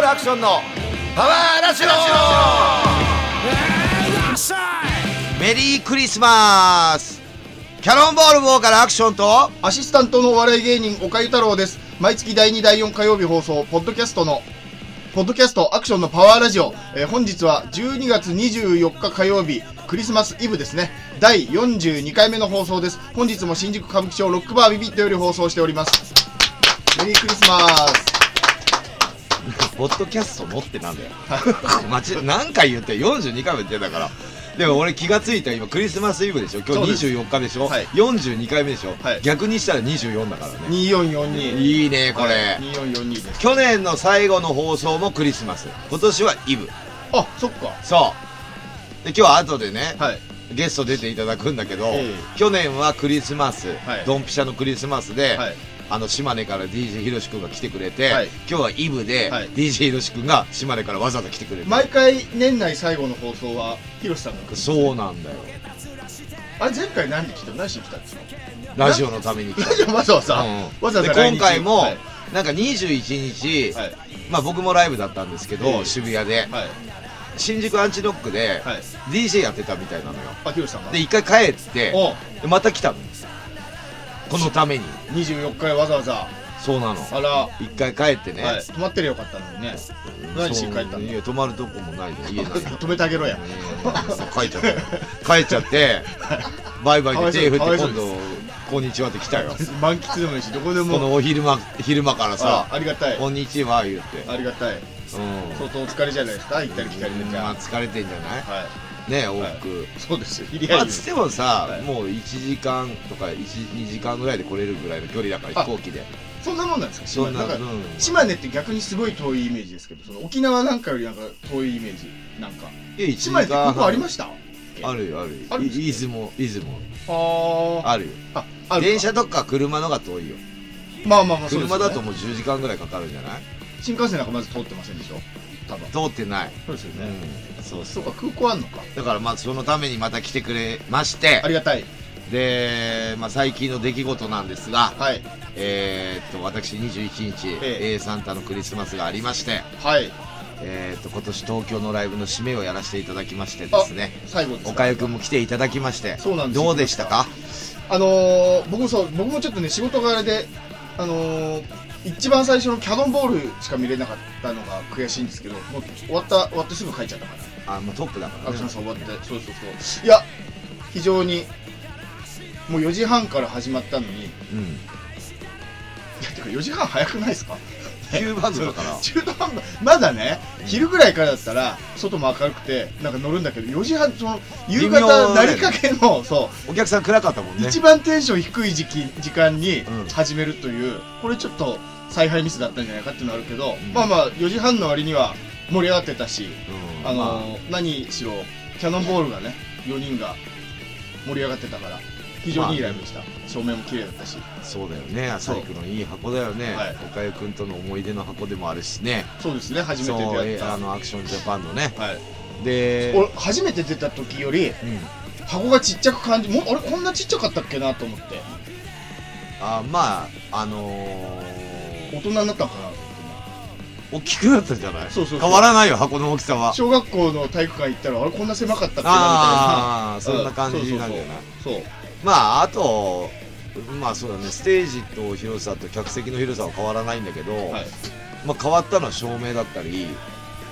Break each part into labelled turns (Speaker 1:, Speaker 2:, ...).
Speaker 1: ルアクションのパワーラジオメリークリスマスキャノンボールウォーからアクションと
Speaker 2: アシスタントのお笑い芸人、岡井太郎です。毎月第2、第4火曜日放送、ポッドキャストの、ポッドキャストアクションのパワーラジオ。えー本日は12月24日火曜日、クリスマスイブですね。第42回目の放送です。本日も新宿歌舞伎町ロックバービビットより放送しております。メリークリスマス。
Speaker 1: ポッドキャストのってなんだよ マジで何回言って42回も言ってんだからでも俺気がついた今クリスマスイブでしょ今
Speaker 2: そうで
Speaker 1: 日
Speaker 2: す
Speaker 1: 24日でしょ、
Speaker 2: はい
Speaker 1: 42回目でしょ、
Speaker 2: はい
Speaker 1: 逆にしたら24だからね
Speaker 2: 2442。
Speaker 1: いいねこれ、
Speaker 2: はい2442です。
Speaker 1: 去年の最後の放送もクリスマス今年はイブ
Speaker 2: あ、そっか。
Speaker 1: そうで今日は後でね、
Speaker 2: はい。
Speaker 1: ゲスト出ていただくんだけど、
Speaker 2: ええ
Speaker 1: 去年はクリスマス、
Speaker 2: はい
Speaker 1: ドンピシャのクリスマスで、
Speaker 2: はい
Speaker 1: あの島根から DJ ひろし君が来てくれて、
Speaker 2: はい
Speaker 1: 今日はイブで、
Speaker 2: はい
Speaker 1: DJ ひろし君が島根からわざわざ来てくれて、
Speaker 2: 毎回年内最後の放送は、ひろしさんが来る。
Speaker 1: そうなんだよ
Speaker 2: あれ前回何で来た何しに来たんですか
Speaker 1: ラジオのために来た、
Speaker 2: わざわざ、
Speaker 1: うん
Speaker 2: わざわざ
Speaker 1: で
Speaker 2: 来日
Speaker 1: 今回も、
Speaker 2: はい
Speaker 1: なんか21日、
Speaker 2: はい
Speaker 1: まあ、僕もライブだったんですけど、
Speaker 2: ええ
Speaker 1: 渋谷で、
Speaker 2: はい
Speaker 1: 新宿アンチロックで、
Speaker 2: はい
Speaker 1: DJ やってたみたいなのよ
Speaker 2: あひろしさんが
Speaker 1: で一回帰って
Speaker 2: お
Speaker 1: でまた来たのこのために
Speaker 2: 24日へわざわざ
Speaker 1: そうなの
Speaker 2: あら、は
Speaker 1: 一回帰ってね、
Speaker 2: い、泊まってりゃよかったのにね何しに帰った
Speaker 1: そう
Speaker 2: の
Speaker 1: いや泊まるとこもないよ家ないよ
Speaker 2: 止めてあげろや
Speaker 1: いや帰っちゃったよ帰っちゃってバイバイで手振って
Speaker 2: かわいそう
Speaker 1: 今度「こんにちは」って来たよ
Speaker 2: 満喫でもいいしどこで
Speaker 1: こ
Speaker 2: も
Speaker 1: のお昼間昼間から
Speaker 2: あ
Speaker 1: さ
Speaker 2: ありが
Speaker 1: 「
Speaker 2: たい
Speaker 1: こんにちは」言って
Speaker 2: ありがたい
Speaker 1: うん
Speaker 2: 相当お疲れじゃないですか行ったり来たりでじ
Speaker 1: ま
Speaker 2: ゃ
Speaker 1: あ疲れてんじゃない
Speaker 2: あはい
Speaker 1: ね往復、
Speaker 2: そ うですよ知り
Speaker 1: ま
Speaker 2: 合
Speaker 1: あ
Speaker 2: い
Speaker 1: つってもさ、
Speaker 2: はい
Speaker 1: もう1時間とか12時間ぐらいで来れるぐらいの距離だから
Speaker 2: あ
Speaker 1: 飛行機で
Speaker 2: そんなもんなんですか
Speaker 1: そ
Speaker 2: 島
Speaker 1: ん
Speaker 2: 根
Speaker 1: な
Speaker 2: なんか
Speaker 1: うん
Speaker 2: 島根って逆にすごい遠いイメージですけどその沖縄なんかよりなんか遠いイメージなんか
Speaker 1: いや1時
Speaker 2: 島根
Speaker 1: 間
Speaker 2: って空港ありま
Speaker 1: し
Speaker 2: したあ
Speaker 1: あるよあるよ
Speaker 2: あるんですね
Speaker 1: い出雲出雲
Speaker 2: ー
Speaker 1: あるよ
Speaker 2: ああるか
Speaker 1: 電車とか車のが遠いよ
Speaker 2: まあまあまあそうですよ
Speaker 1: 車
Speaker 2: ね
Speaker 1: だともう10時間ぐらいかかるんじゃない
Speaker 2: 新幹線なんかまず通ってませんでしょ多分
Speaker 1: 通ってない、
Speaker 2: そうですよ
Speaker 1: うん、そう
Speaker 2: そ
Speaker 1: そう
Speaker 2: うか空港あんのか
Speaker 1: だからまあそのためにまた来てくれまして
Speaker 2: ありがたい
Speaker 1: で、まあ、最近の出来事なんですが、
Speaker 2: はい
Speaker 1: えーっと私21日、
Speaker 2: え
Speaker 1: A サンタのクリスマスがありまして、
Speaker 2: はい
Speaker 1: えーっと今年東京のライブの締めをやらせていただきましてですね
Speaker 2: 最後です
Speaker 1: 岡谷君も来ていただきまして
Speaker 2: そうなんですよ
Speaker 1: どうでしたか
Speaker 2: あのー、僕もそう僕もちょっとね仕事柄であのー、一番最初のキャノンボールしか見れなかったのが悔しいんですけどもう終わった終わってすぐ書いちゃったから
Speaker 1: あ、まあ、トップだから
Speaker 2: ア
Speaker 1: ね
Speaker 2: クションさん終わってそうそうそういや非常にもう4時半から始まったのにいや
Speaker 1: うん
Speaker 2: てか4時半早くないですか
Speaker 1: 9番だから
Speaker 2: 中途半端まだね昼ぐらいからだったら外も明るくてなんか乗るんだけど4時半その夕
Speaker 1: 微妙だ
Speaker 2: 方
Speaker 1: ね
Speaker 2: なりかけのそ
Speaker 1: お客さん暗かったもん
Speaker 2: う
Speaker 1: ね
Speaker 2: 一番テンション低い時期時間に
Speaker 1: うん
Speaker 2: 始めるというこれちょっと采配ミスだったんじゃないかっていうのはあるけど
Speaker 1: ん
Speaker 2: まあまあ4時半の割には盛り上がってたし
Speaker 1: うん
Speaker 2: あ
Speaker 1: まあ
Speaker 2: の何しろキャノンボールがね4人が盛り上がってたから非常にいいライブでした照明も綺麗だったし
Speaker 1: そうだよね朝
Speaker 2: そう
Speaker 1: 行くのいい箱だよね
Speaker 2: はい
Speaker 1: 岡井君との思い出の箱でもあるしね
Speaker 2: そうですね初めて
Speaker 1: そう
Speaker 2: 出会っ
Speaker 1: え
Speaker 2: た
Speaker 1: あのアクションジャパンのね
Speaker 2: はい
Speaker 1: で
Speaker 2: 俺初めて出た時より
Speaker 1: うん
Speaker 2: 箱がちっちゃく感じもあれこんなちっちゃかったっけなと思って
Speaker 1: あまああのー
Speaker 2: 大人になったのか
Speaker 1: 大きくなったじゃない
Speaker 2: そうそうそう
Speaker 1: 変わらないよ箱の大きさ
Speaker 2: な
Speaker 1: は
Speaker 2: 小学校の体育館行ったらあれこんな狭かったっけな
Speaker 1: ああー
Speaker 2: み
Speaker 1: そ
Speaker 2: たいなうん
Speaker 1: な感じなんじゃない
Speaker 2: そうそうそう
Speaker 1: まああとまあそうだねステージと広さと客席の広さは変わらないんだけど、
Speaker 2: そうはい
Speaker 1: まあ、変わったのは照明だったり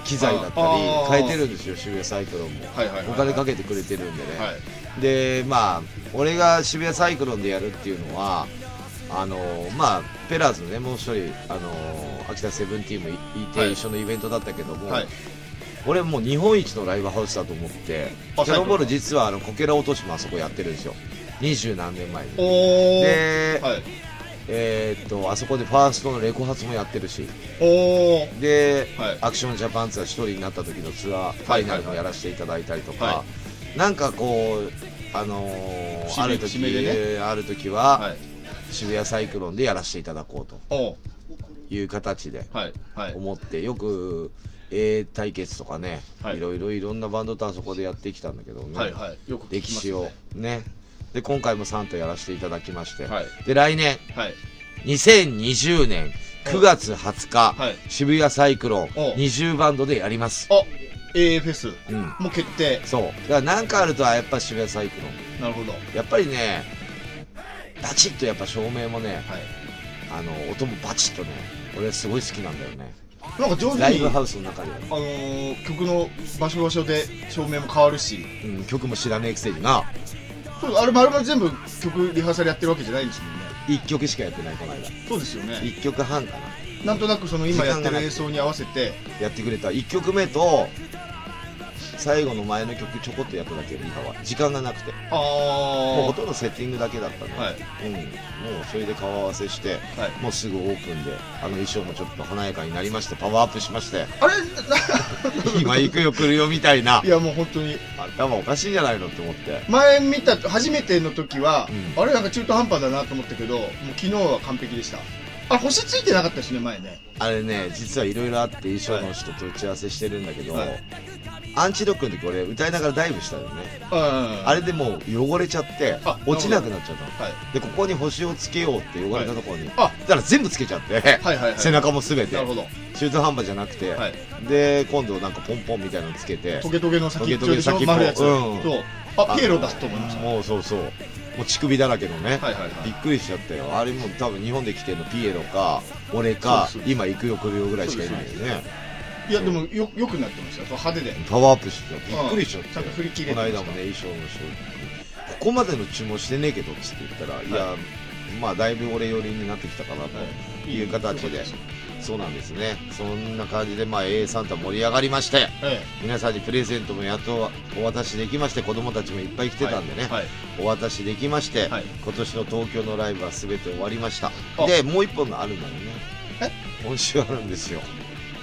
Speaker 1: 機材だったり
Speaker 2: あー
Speaker 1: 変えてるんですよ渋谷サイクロンも、
Speaker 2: はいはいはい
Speaker 1: お金かけてくれてるんでね、
Speaker 2: はい
Speaker 1: でまあ俺が渋谷サイクロンでやるっていうのはあのまあペラーズのねもう一人あの秋田セブンティーンもいいて、
Speaker 2: はい
Speaker 1: 一緒のイベントだったけども、
Speaker 2: はい
Speaker 1: 俺もう日本一のライブハウスだと思ってキ
Speaker 2: あ
Speaker 1: ャノンボール
Speaker 2: サイクロン
Speaker 1: 実はあのこけら落としもあそこやってるんですよ二十何年前に
Speaker 2: お
Speaker 1: で
Speaker 2: ー、はい
Speaker 1: えーっとあそこでファーストのレコ発もやってるし
Speaker 2: おー
Speaker 1: で、
Speaker 2: はい
Speaker 1: アクションジャパンツアー一人になった時のツアーフ
Speaker 2: は
Speaker 1: ァ
Speaker 2: い
Speaker 1: イナルもやらせていただいたりとか、
Speaker 2: は
Speaker 1: なんかこうあのー
Speaker 2: 節目
Speaker 1: ある時、
Speaker 2: 節目で
Speaker 1: ある時は、
Speaker 2: はい
Speaker 1: 渋谷サイクロンでやらせていただこうと
Speaker 2: おー
Speaker 1: いう形で
Speaker 2: はいはい
Speaker 1: 思ってよく A 対決とかね、
Speaker 2: はい
Speaker 1: い、ろいろいろんなバンドとあそこでやってきたんだけどね、
Speaker 2: はいはいよく聞
Speaker 1: 歴
Speaker 2: きます
Speaker 1: 史
Speaker 2: ね
Speaker 1: をねで今回もサンタやらせていただきまして、
Speaker 2: はい
Speaker 1: で来年
Speaker 2: はい
Speaker 1: 2020年9月20日、
Speaker 2: はい
Speaker 1: 渋谷サイクロン
Speaker 2: お
Speaker 1: 20バンドでやります。
Speaker 2: あ AA フェス
Speaker 1: うん。
Speaker 2: もう決定
Speaker 1: そう。だからなんかあるとはやっぱ渋谷サイクロン。
Speaker 2: なるほどはい
Speaker 1: やっぱりね、バチッとやっぱ照明もね、あの、音もバチッとね、俺すごい好きなんだよね。
Speaker 2: なんか上
Speaker 1: ラ
Speaker 2: 手
Speaker 1: イ
Speaker 2: に
Speaker 1: ブハ
Speaker 2: あ
Speaker 1: ウスの中ではね、
Speaker 2: のー曲の場所場所で照明も変わるし
Speaker 1: うん、曲も知らねえくせにな、
Speaker 2: そうあれ丸々全部曲リハーサルやってるわけじゃないんですもんね
Speaker 1: 1曲しかやってないこの間。
Speaker 2: そうですよね
Speaker 1: 1曲半かな。
Speaker 2: なんとなくその今やって
Speaker 1: 時間が
Speaker 2: る
Speaker 1: ない
Speaker 2: 演奏に合わせて
Speaker 1: やってくれた1曲目と最後の前の曲ちょこっとやっただけリハは時間がなくて
Speaker 2: あ
Speaker 1: もう
Speaker 2: あ
Speaker 1: ほ
Speaker 2: は
Speaker 1: とんどセッティングだけだったね、
Speaker 2: はい
Speaker 1: うん、もうそれで顔合わせして
Speaker 2: い
Speaker 1: もうすぐオープンであの衣装もちょっと華やかになりましてパワーアップしまして
Speaker 2: あれ な
Speaker 1: 今行くよ来るよみたいない
Speaker 2: やもう本当に
Speaker 1: 頭おかしいんじゃないのって思って
Speaker 2: 前見た初めての時は、
Speaker 1: うん
Speaker 2: あれなんか中途半端だなと思ったけどもう昨日は完璧でしたあ星ついてなかったですね前ね
Speaker 1: あれね実はいろいろあって衣装の人と打ち合わせしてるんだけど、
Speaker 2: はい
Speaker 1: アンチドックの時俺歌いながらダイブしたよね、
Speaker 2: あ
Speaker 1: あれでもう汚れちゃって
Speaker 2: あ
Speaker 1: 落ちなくなっちゃったの
Speaker 2: はい
Speaker 1: でここに星をつけようって汚れたところに、
Speaker 2: あ
Speaker 1: だから全部つけちゃって、
Speaker 2: はいはいはい
Speaker 1: 背中もすべて
Speaker 2: なるほど
Speaker 1: 中途半端じゃなくて、
Speaker 2: はい
Speaker 1: で今度なんかポンポンみたいなのつけて
Speaker 2: トゲトゲの先っちょでし
Speaker 1: ト
Speaker 2: ょ
Speaker 1: ゲトゲ先っぽ
Speaker 2: 丸いやつ、
Speaker 1: うん
Speaker 2: そうあピエロだと思いました
Speaker 1: もうそうそうもう乳首だらけのね、
Speaker 2: はいはい
Speaker 1: びっ
Speaker 2: は
Speaker 1: くりしちゃったよあれもう多分日本で来てるのピエロか俺か
Speaker 2: そうそう
Speaker 1: 今行くよ来るよぐらいしかいないよね
Speaker 2: いいやでもよよくなってましたよそう派手で
Speaker 1: パワーアップしてたびっくりしちゃって
Speaker 2: うんちゃんと振り切れて
Speaker 1: こ
Speaker 2: ま
Speaker 1: の
Speaker 2: した
Speaker 1: 間もね衣装の人にここまでの注文してねえけどっつって言ったら、い、やまあだいぶ俺寄りになってきたかなと、いう形でそうなんですね。そんな感じで、まあ、A サンタ盛り上がりまして、
Speaker 2: え
Speaker 1: 皆さんにプレゼントもやっとお渡しできまして、子供たちもいっぱい来
Speaker 2: え
Speaker 1: てたんでね、
Speaker 2: はい
Speaker 1: お渡しできまして、
Speaker 2: はい
Speaker 1: 今年の東京のライブは全て終わりました
Speaker 2: あ。
Speaker 1: で、もう一本があるんだよね。
Speaker 2: え
Speaker 1: 今週あるんですよ。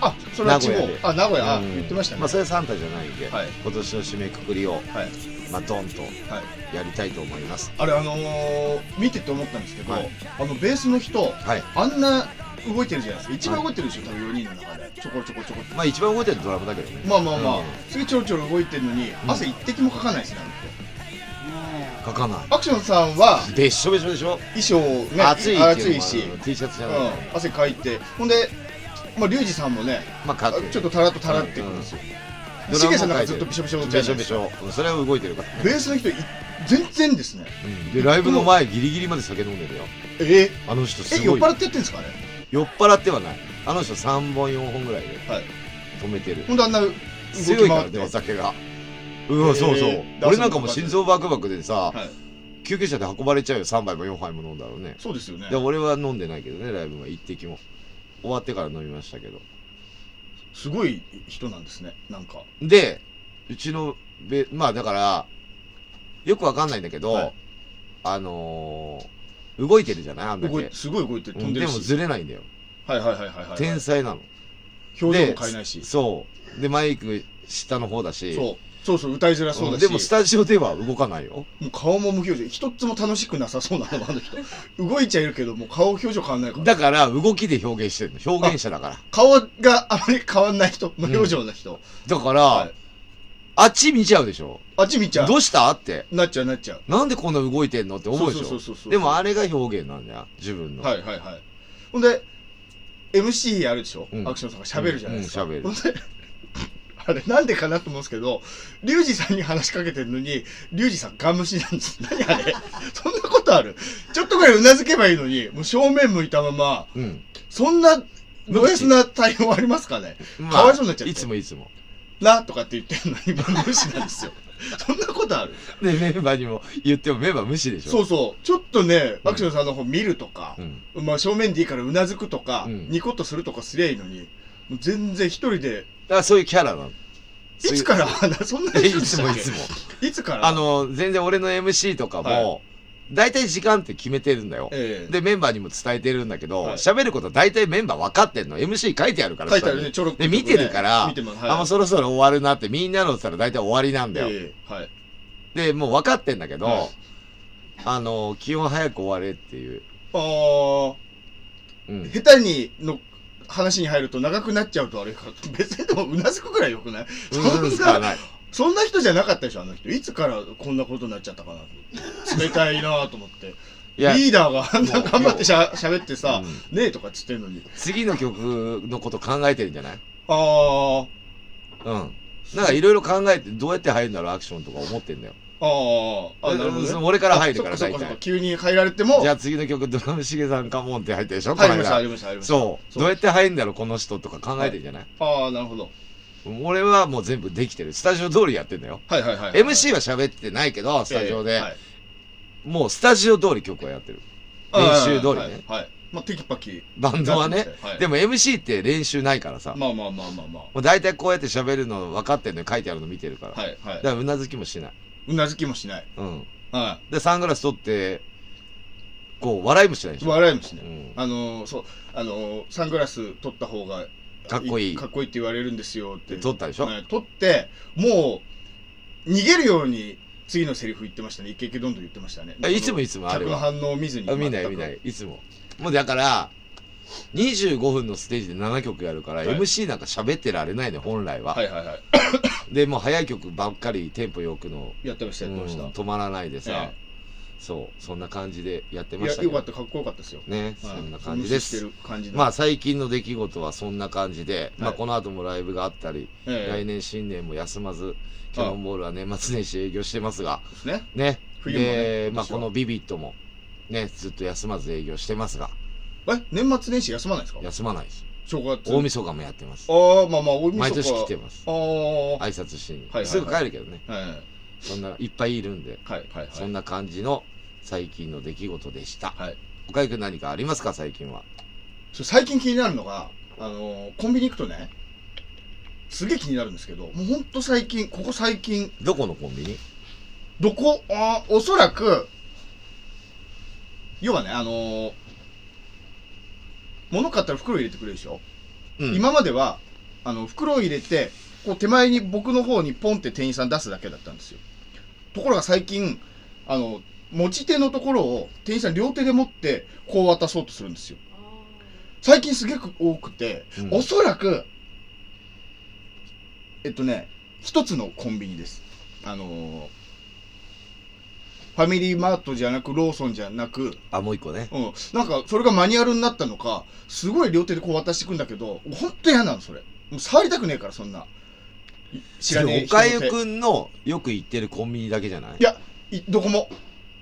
Speaker 2: あそれは地
Speaker 1: 名
Speaker 2: 方
Speaker 1: 古屋で
Speaker 2: あ名古屋あ
Speaker 1: うん
Speaker 2: 言ってましたね
Speaker 1: まあ、そ
Speaker 2: は
Speaker 1: れはサンタじゃないんで、
Speaker 2: はい
Speaker 1: 今年の締めくくりを、
Speaker 2: い
Speaker 1: まあ、ドンと
Speaker 2: はい
Speaker 1: やりたいと思います。
Speaker 2: あれあのー見てて思ったんですけど、
Speaker 1: はい
Speaker 2: あのベースの人
Speaker 1: はい。
Speaker 2: あんな動いてるじゃないですか一番動いてるでしょ多分4人の中でちょこちょこちょこ
Speaker 1: まあ、一番動いてるのはドラムだけどね。
Speaker 2: まあまあまあ、
Speaker 1: うん
Speaker 2: すげえちょろちょろ動いてるのに
Speaker 1: ん
Speaker 2: 汗一滴もかかないですねあの
Speaker 1: 書かな。
Speaker 2: 人アクションさんはい
Speaker 1: べっしょべしょでしょ、
Speaker 2: 衣装ね
Speaker 1: 暑いってうのもある
Speaker 2: 暑いし、
Speaker 1: T シャツじ
Speaker 2: う
Speaker 1: ゃないから、
Speaker 2: ん、汗かいてほんでまあリュウジさんもね
Speaker 1: まあ、
Speaker 2: あ
Speaker 1: 書く。
Speaker 2: ちょっとタラッとタラってくるんですよ
Speaker 1: うん
Speaker 2: シゲさんなんかずっとびしょびしょじゃない
Speaker 1: べしょべしょそれは動いてるから、
Speaker 2: ベースの人い全然ですね
Speaker 1: でライブの前ギリギリまで酒飲んでるよ
Speaker 2: えー、
Speaker 1: あの人す
Speaker 2: え酔
Speaker 1: ごい
Speaker 2: っ払ってやってんですかね
Speaker 1: 酔っ払ってはないあの人3本4本ぐらいで
Speaker 2: はい
Speaker 1: 止めてる
Speaker 2: ほんであんな動き
Speaker 1: 強いか
Speaker 2: 回
Speaker 1: ら
Speaker 2: っ
Speaker 1: ね
Speaker 2: て
Speaker 1: お
Speaker 2: は
Speaker 1: 酒がうわ、そうそう
Speaker 2: えー
Speaker 1: 俺なんかもう心臓バクバクでさ、
Speaker 2: い
Speaker 1: 救急車で運ばれちゃうよ3杯も4杯も飲んだろうね
Speaker 2: そうですよね
Speaker 1: で俺は飲んでないけどねライブは一滴も終わってから飲みましたけど
Speaker 2: すごい人なんですねなんか
Speaker 1: で、うちのべ、まあだから、よくわかんないんだけど、
Speaker 2: はい
Speaker 1: あのー動いてるじゃないあんだけ。
Speaker 2: 動いすごい動いてる
Speaker 1: う
Speaker 2: 飛ん
Speaker 1: ん
Speaker 2: で
Speaker 1: で
Speaker 2: る
Speaker 1: も
Speaker 2: し、
Speaker 1: ずれないんだよ。
Speaker 2: はいはいはいはいはい
Speaker 1: 天才なの。
Speaker 2: 表情
Speaker 1: で
Speaker 2: も変えないし
Speaker 1: そう。で、マイク下の方だし。
Speaker 2: そうそうそう歌いづらそうだ
Speaker 1: ん
Speaker 2: し、
Speaker 1: でもスタジオでは動かないよ。
Speaker 2: もう顔も無表情一つも楽しくなさそ うなのあの人動いちゃいるけどもう顔表情変わんないから
Speaker 1: だから動きで表現してるの。表現者だから。
Speaker 2: 顔があまり変わんない人無表情な人、
Speaker 1: だから、
Speaker 2: はい
Speaker 1: あっち見ちゃうでしょ。
Speaker 2: あっち見ちゃ
Speaker 1: ど
Speaker 2: う
Speaker 1: うしたって。
Speaker 2: なっちゃうなっちゃう
Speaker 1: なんでこんな動いてんのって思うでしょ。
Speaker 2: そうそうそうそうそう
Speaker 1: でもあれが表現なんだよ。自分の。
Speaker 2: はいはいはいほんで MC やるでしょ、
Speaker 1: うん
Speaker 2: アクションさんが喋るじゃないですか、
Speaker 1: うんうん喋る
Speaker 2: ほんで あれなんでかなと思うんですけどリュウジさんに話しかけてるのにリュウジさんガン虫なんです 何あれそんなことあるちょっとぐらいうなずけばいいのにもう正面向いたまま
Speaker 1: うん。
Speaker 2: そんなド S な対応ありますかね
Speaker 1: まあ
Speaker 2: かわいそうになっちゃって
Speaker 1: いつもいつも。
Speaker 2: なとかって言ってるの にガン虫なんですよそんなことある
Speaker 1: で、メンバーにも言ってもメンバー無視でしょ。
Speaker 2: そうそうちょっとね
Speaker 1: うん
Speaker 2: アクションさんの方見るとか、
Speaker 1: うん。
Speaker 2: まあ、正面でいいからうなずくとか、
Speaker 1: うん
Speaker 2: ニコッとするとかすりゃいいのに、もう全然一人で、
Speaker 1: だからそういうキャ ラなの。
Speaker 2: いつから、 そんな
Speaker 1: えい
Speaker 2: 人でし
Speaker 1: つ
Speaker 2: た
Speaker 1: もい
Speaker 2: っけ
Speaker 1: つも。
Speaker 2: いつから
Speaker 1: あ、の、全然俺の MC とか
Speaker 2: は
Speaker 1: も、大体時間って決めてるんだよ。
Speaker 2: ええ
Speaker 1: で、メンバーにも伝えてるんだけど、
Speaker 2: はい
Speaker 1: 喋、ることは大体メンバー分かってんの。MC 書いてあるから。
Speaker 2: 書いてある
Speaker 1: 下
Speaker 2: ね、
Speaker 1: に
Speaker 2: ちょろっと、
Speaker 1: で、見てるから、
Speaker 2: 見てます。
Speaker 1: あ、もうそろそろ終わるなってみんなのって言ったら大体終わりなんだよ。
Speaker 2: ええはい。
Speaker 1: で、もう分かってんだけど、
Speaker 2: はい
Speaker 1: あの、基本早く終われっていう。
Speaker 2: あー
Speaker 1: うん。
Speaker 2: 下手にの話に入ると長くなっちゃうとあれか、 別にでもうなずくくらいよくないそ
Speaker 1: うんん、使わ
Speaker 2: な、
Speaker 1: ない。
Speaker 2: そんな人じゃなかったでしょ、あの人。いつからこんなことになっちゃったかなと思って。冷たいなぁと思って。
Speaker 1: いや
Speaker 2: リーダーがあんな 頑張ってしゃ喋ってさ、
Speaker 1: う
Speaker 2: ねえとかっつってんのに。
Speaker 1: 次の曲のこと考えてるんじゃない
Speaker 2: あ
Speaker 1: うん。なんかいろいろ考えて、どうやって入るんだろう、アクションとか思ってんだよ。
Speaker 2: あ、ああ、あなるほど、
Speaker 1: そ
Speaker 2: ね。
Speaker 1: う俺から入るから、
Speaker 2: あそっ
Speaker 1: 大
Speaker 2: かそっかそっ
Speaker 1: 体
Speaker 2: か。急に入られても、
Speaker 1: じゃ
Speaker 2: 入
Speaker 1: あ次の曲、ドラムしげさんかもんって入ったでしょ
Speaker 2: りました、
Speaker 1: この
Speaker 2: 入
Speaker 1: 間
Speaker 2: りました、入りました。
Speaker 1: そう。
Speaker 2: そう
Speaker 1: どうやって入るんだろう、この人とか考えてんじゃない
Speaker 2: ああ、なるほど。
Speaker 1: 俺はもう全部できてる。スタジオ通りやってんだよ。
Speaker 2: はいはいはい、はい。
Speaker 1: MC は喋ってないけど、スタジオ
Speaker 2: え
Speaker 1: で
Speaker 2: え。はい
Speaker 1: もうスタジオ通り曲はやってる。練習通りね。
Speaker 2: はい。はいまあ、テキパキ。
Speaker 1: バンドはね。
Speaker 2: はい
Speaker 1: でも MC って練習ないからさ。
Speaker 2: まあまあまあまあま
Speaker 1: もう大体こうやって喋るの分かってんのよ書いてあるの見てるから。
Speaker 2: あ。はいは
Speaker 1: だか。
Speaker 2: い
Speaker 1: らうなずきもしない。
Speaker 2: うなずきもしない。
Speaker 1: うん。
Speaker 2: は
Speaker 1: で、サングラス取って、こう、笑いもしないで
Speaker 2: い。
Speaker 1: しょ。
Speaker 2: 笑いもしな
Speaker 1: う
Speaker 2: い。
Speaker 1: ん。
Speaker 2: あのー、そう、あのー、サングラス取った方が
Speaker 1: かっこいい
Speaker 2: かっこいいって言われるんですよって。
Speaker 1: で、取ったでしょ。
Speaker 2: はい取って、もう、逃げるように次のセリフ言ってましたね。イケイケどんどん言ってましたね。
Speaker 1: あいつもいつもあれ
Speaker 2: 客の
Speaker 1: は。
Speaker 2: 反応を見ずに。
Speaker 1: あ見ない見ない。。いつも。もうだから、25分のステージで7曲やるから、
Speaker 2: はい
Speaker 1: MC なんか喋ってられないね、本来は。
Speaker 2: はいはいはい。
Speaker 1: で、もう早い曲ばっかりテンポよくの、
Speaker 2: やってました、
Speaker 1: う
Speaker 2: やって
Speaker 1: ん
Speaker 2: ました。
Speaker 1: 止まらないでさ
Speaker 2: え、
Speaker 1: そう、そんな感じでやって
Speaker 2: い
Speaker 1: ま
Speaker 2: や、
Speaker 1: したけ
Speaker 2: よかっ
Speaker 1: ど。
Speaker 2: た、かっこよかったですよ。
Speaker 1: ね、そ
Speaker 2: はい
Speaker 1: んな感じで
Speaker 2: 無視して
Speaker 1: す。
Speaker 2: る感じ
Speaker 1: ま
Speaker 2: あ、
Speaker 1: あ最近の出来事はそんな感じで、まあ
Speaker 2: はい
Speaker 1: この後もライブがあったり、
Speaker 2: ええ
Speaker 1: 来年新年も休まず、キャノンボールは年末年始営業してますが、
Speaker 2: ですね。
Speaker 1: ね。
Speaker 2: 冬もね
Speaker 1: で、まあ
Speaker 2: 今年
Speaker 1: こ
Speaker 2: は
Speaker 1: のビビットも、ね、ずっと休まず営業してますが、
Speaker 2: え、年末年始休まないですか
Speaker 1: 休まないです。
Speaker 2: 正月。
Speaker 1: 大晦日もやってます。
Speaker 2: ああ、まあまあ、大晦日は。
Speaker 1: 毎年来てます
Speaker 2: あ。あ、はい
Speaker 1: 挨拶しに
Speaker 2: はいはいは。い
Speaker 1: すぐ帰るけどね。
Speaker 2: はい
Speaker 1: そんな、いっぱいいるんで、
Speaker 2: はいはい。
Speaker 1: そんな感じの最近の出来事でした。
Speaker 2: はい。
Speaker 1: 岡井くん何かありますか最近は。
Speaker 2: そう最近気になるのが、あのーコンビニ行くとね、すげえ気になるんですけど、もうほんと最近、ここ最近、
Speaker 1: どこのコンビニ
Speaker 2: どこ、あーおそらく、要はね、あのー物買ったら袋入れてくれるでしょ、
Speaker 1: うん。
Speaker 2: 今までは、あの、袋を入れて、こう手前に僕の方にポンって店員さん出すだけだったんですよ。ところが最近、あの、持ち手のところを店員さん両手で持って、こう渡そうとするんですよ。最近すげく多くて、
Speaker 1: うん
Speaker 2: おそらく、えっとね、一つのコンビニです。あのーファミリーマートじゃなく、ローソンじゃなく、
Speaker 1: あ、もう一個ね。
Speaker 2: うん、なんかそれがマニュアルになったのか、すごい両手でこう渡してくんだけど、ほんと嫌なの、それ。もう触りたくねえから、そんな。い知らねえ。
Speaker 1: おかゆ
Speaker 2: 人の
Speaker 1: くんのよく行ってるコンビニだけじゃない
Speaker 2: いや手いどこも、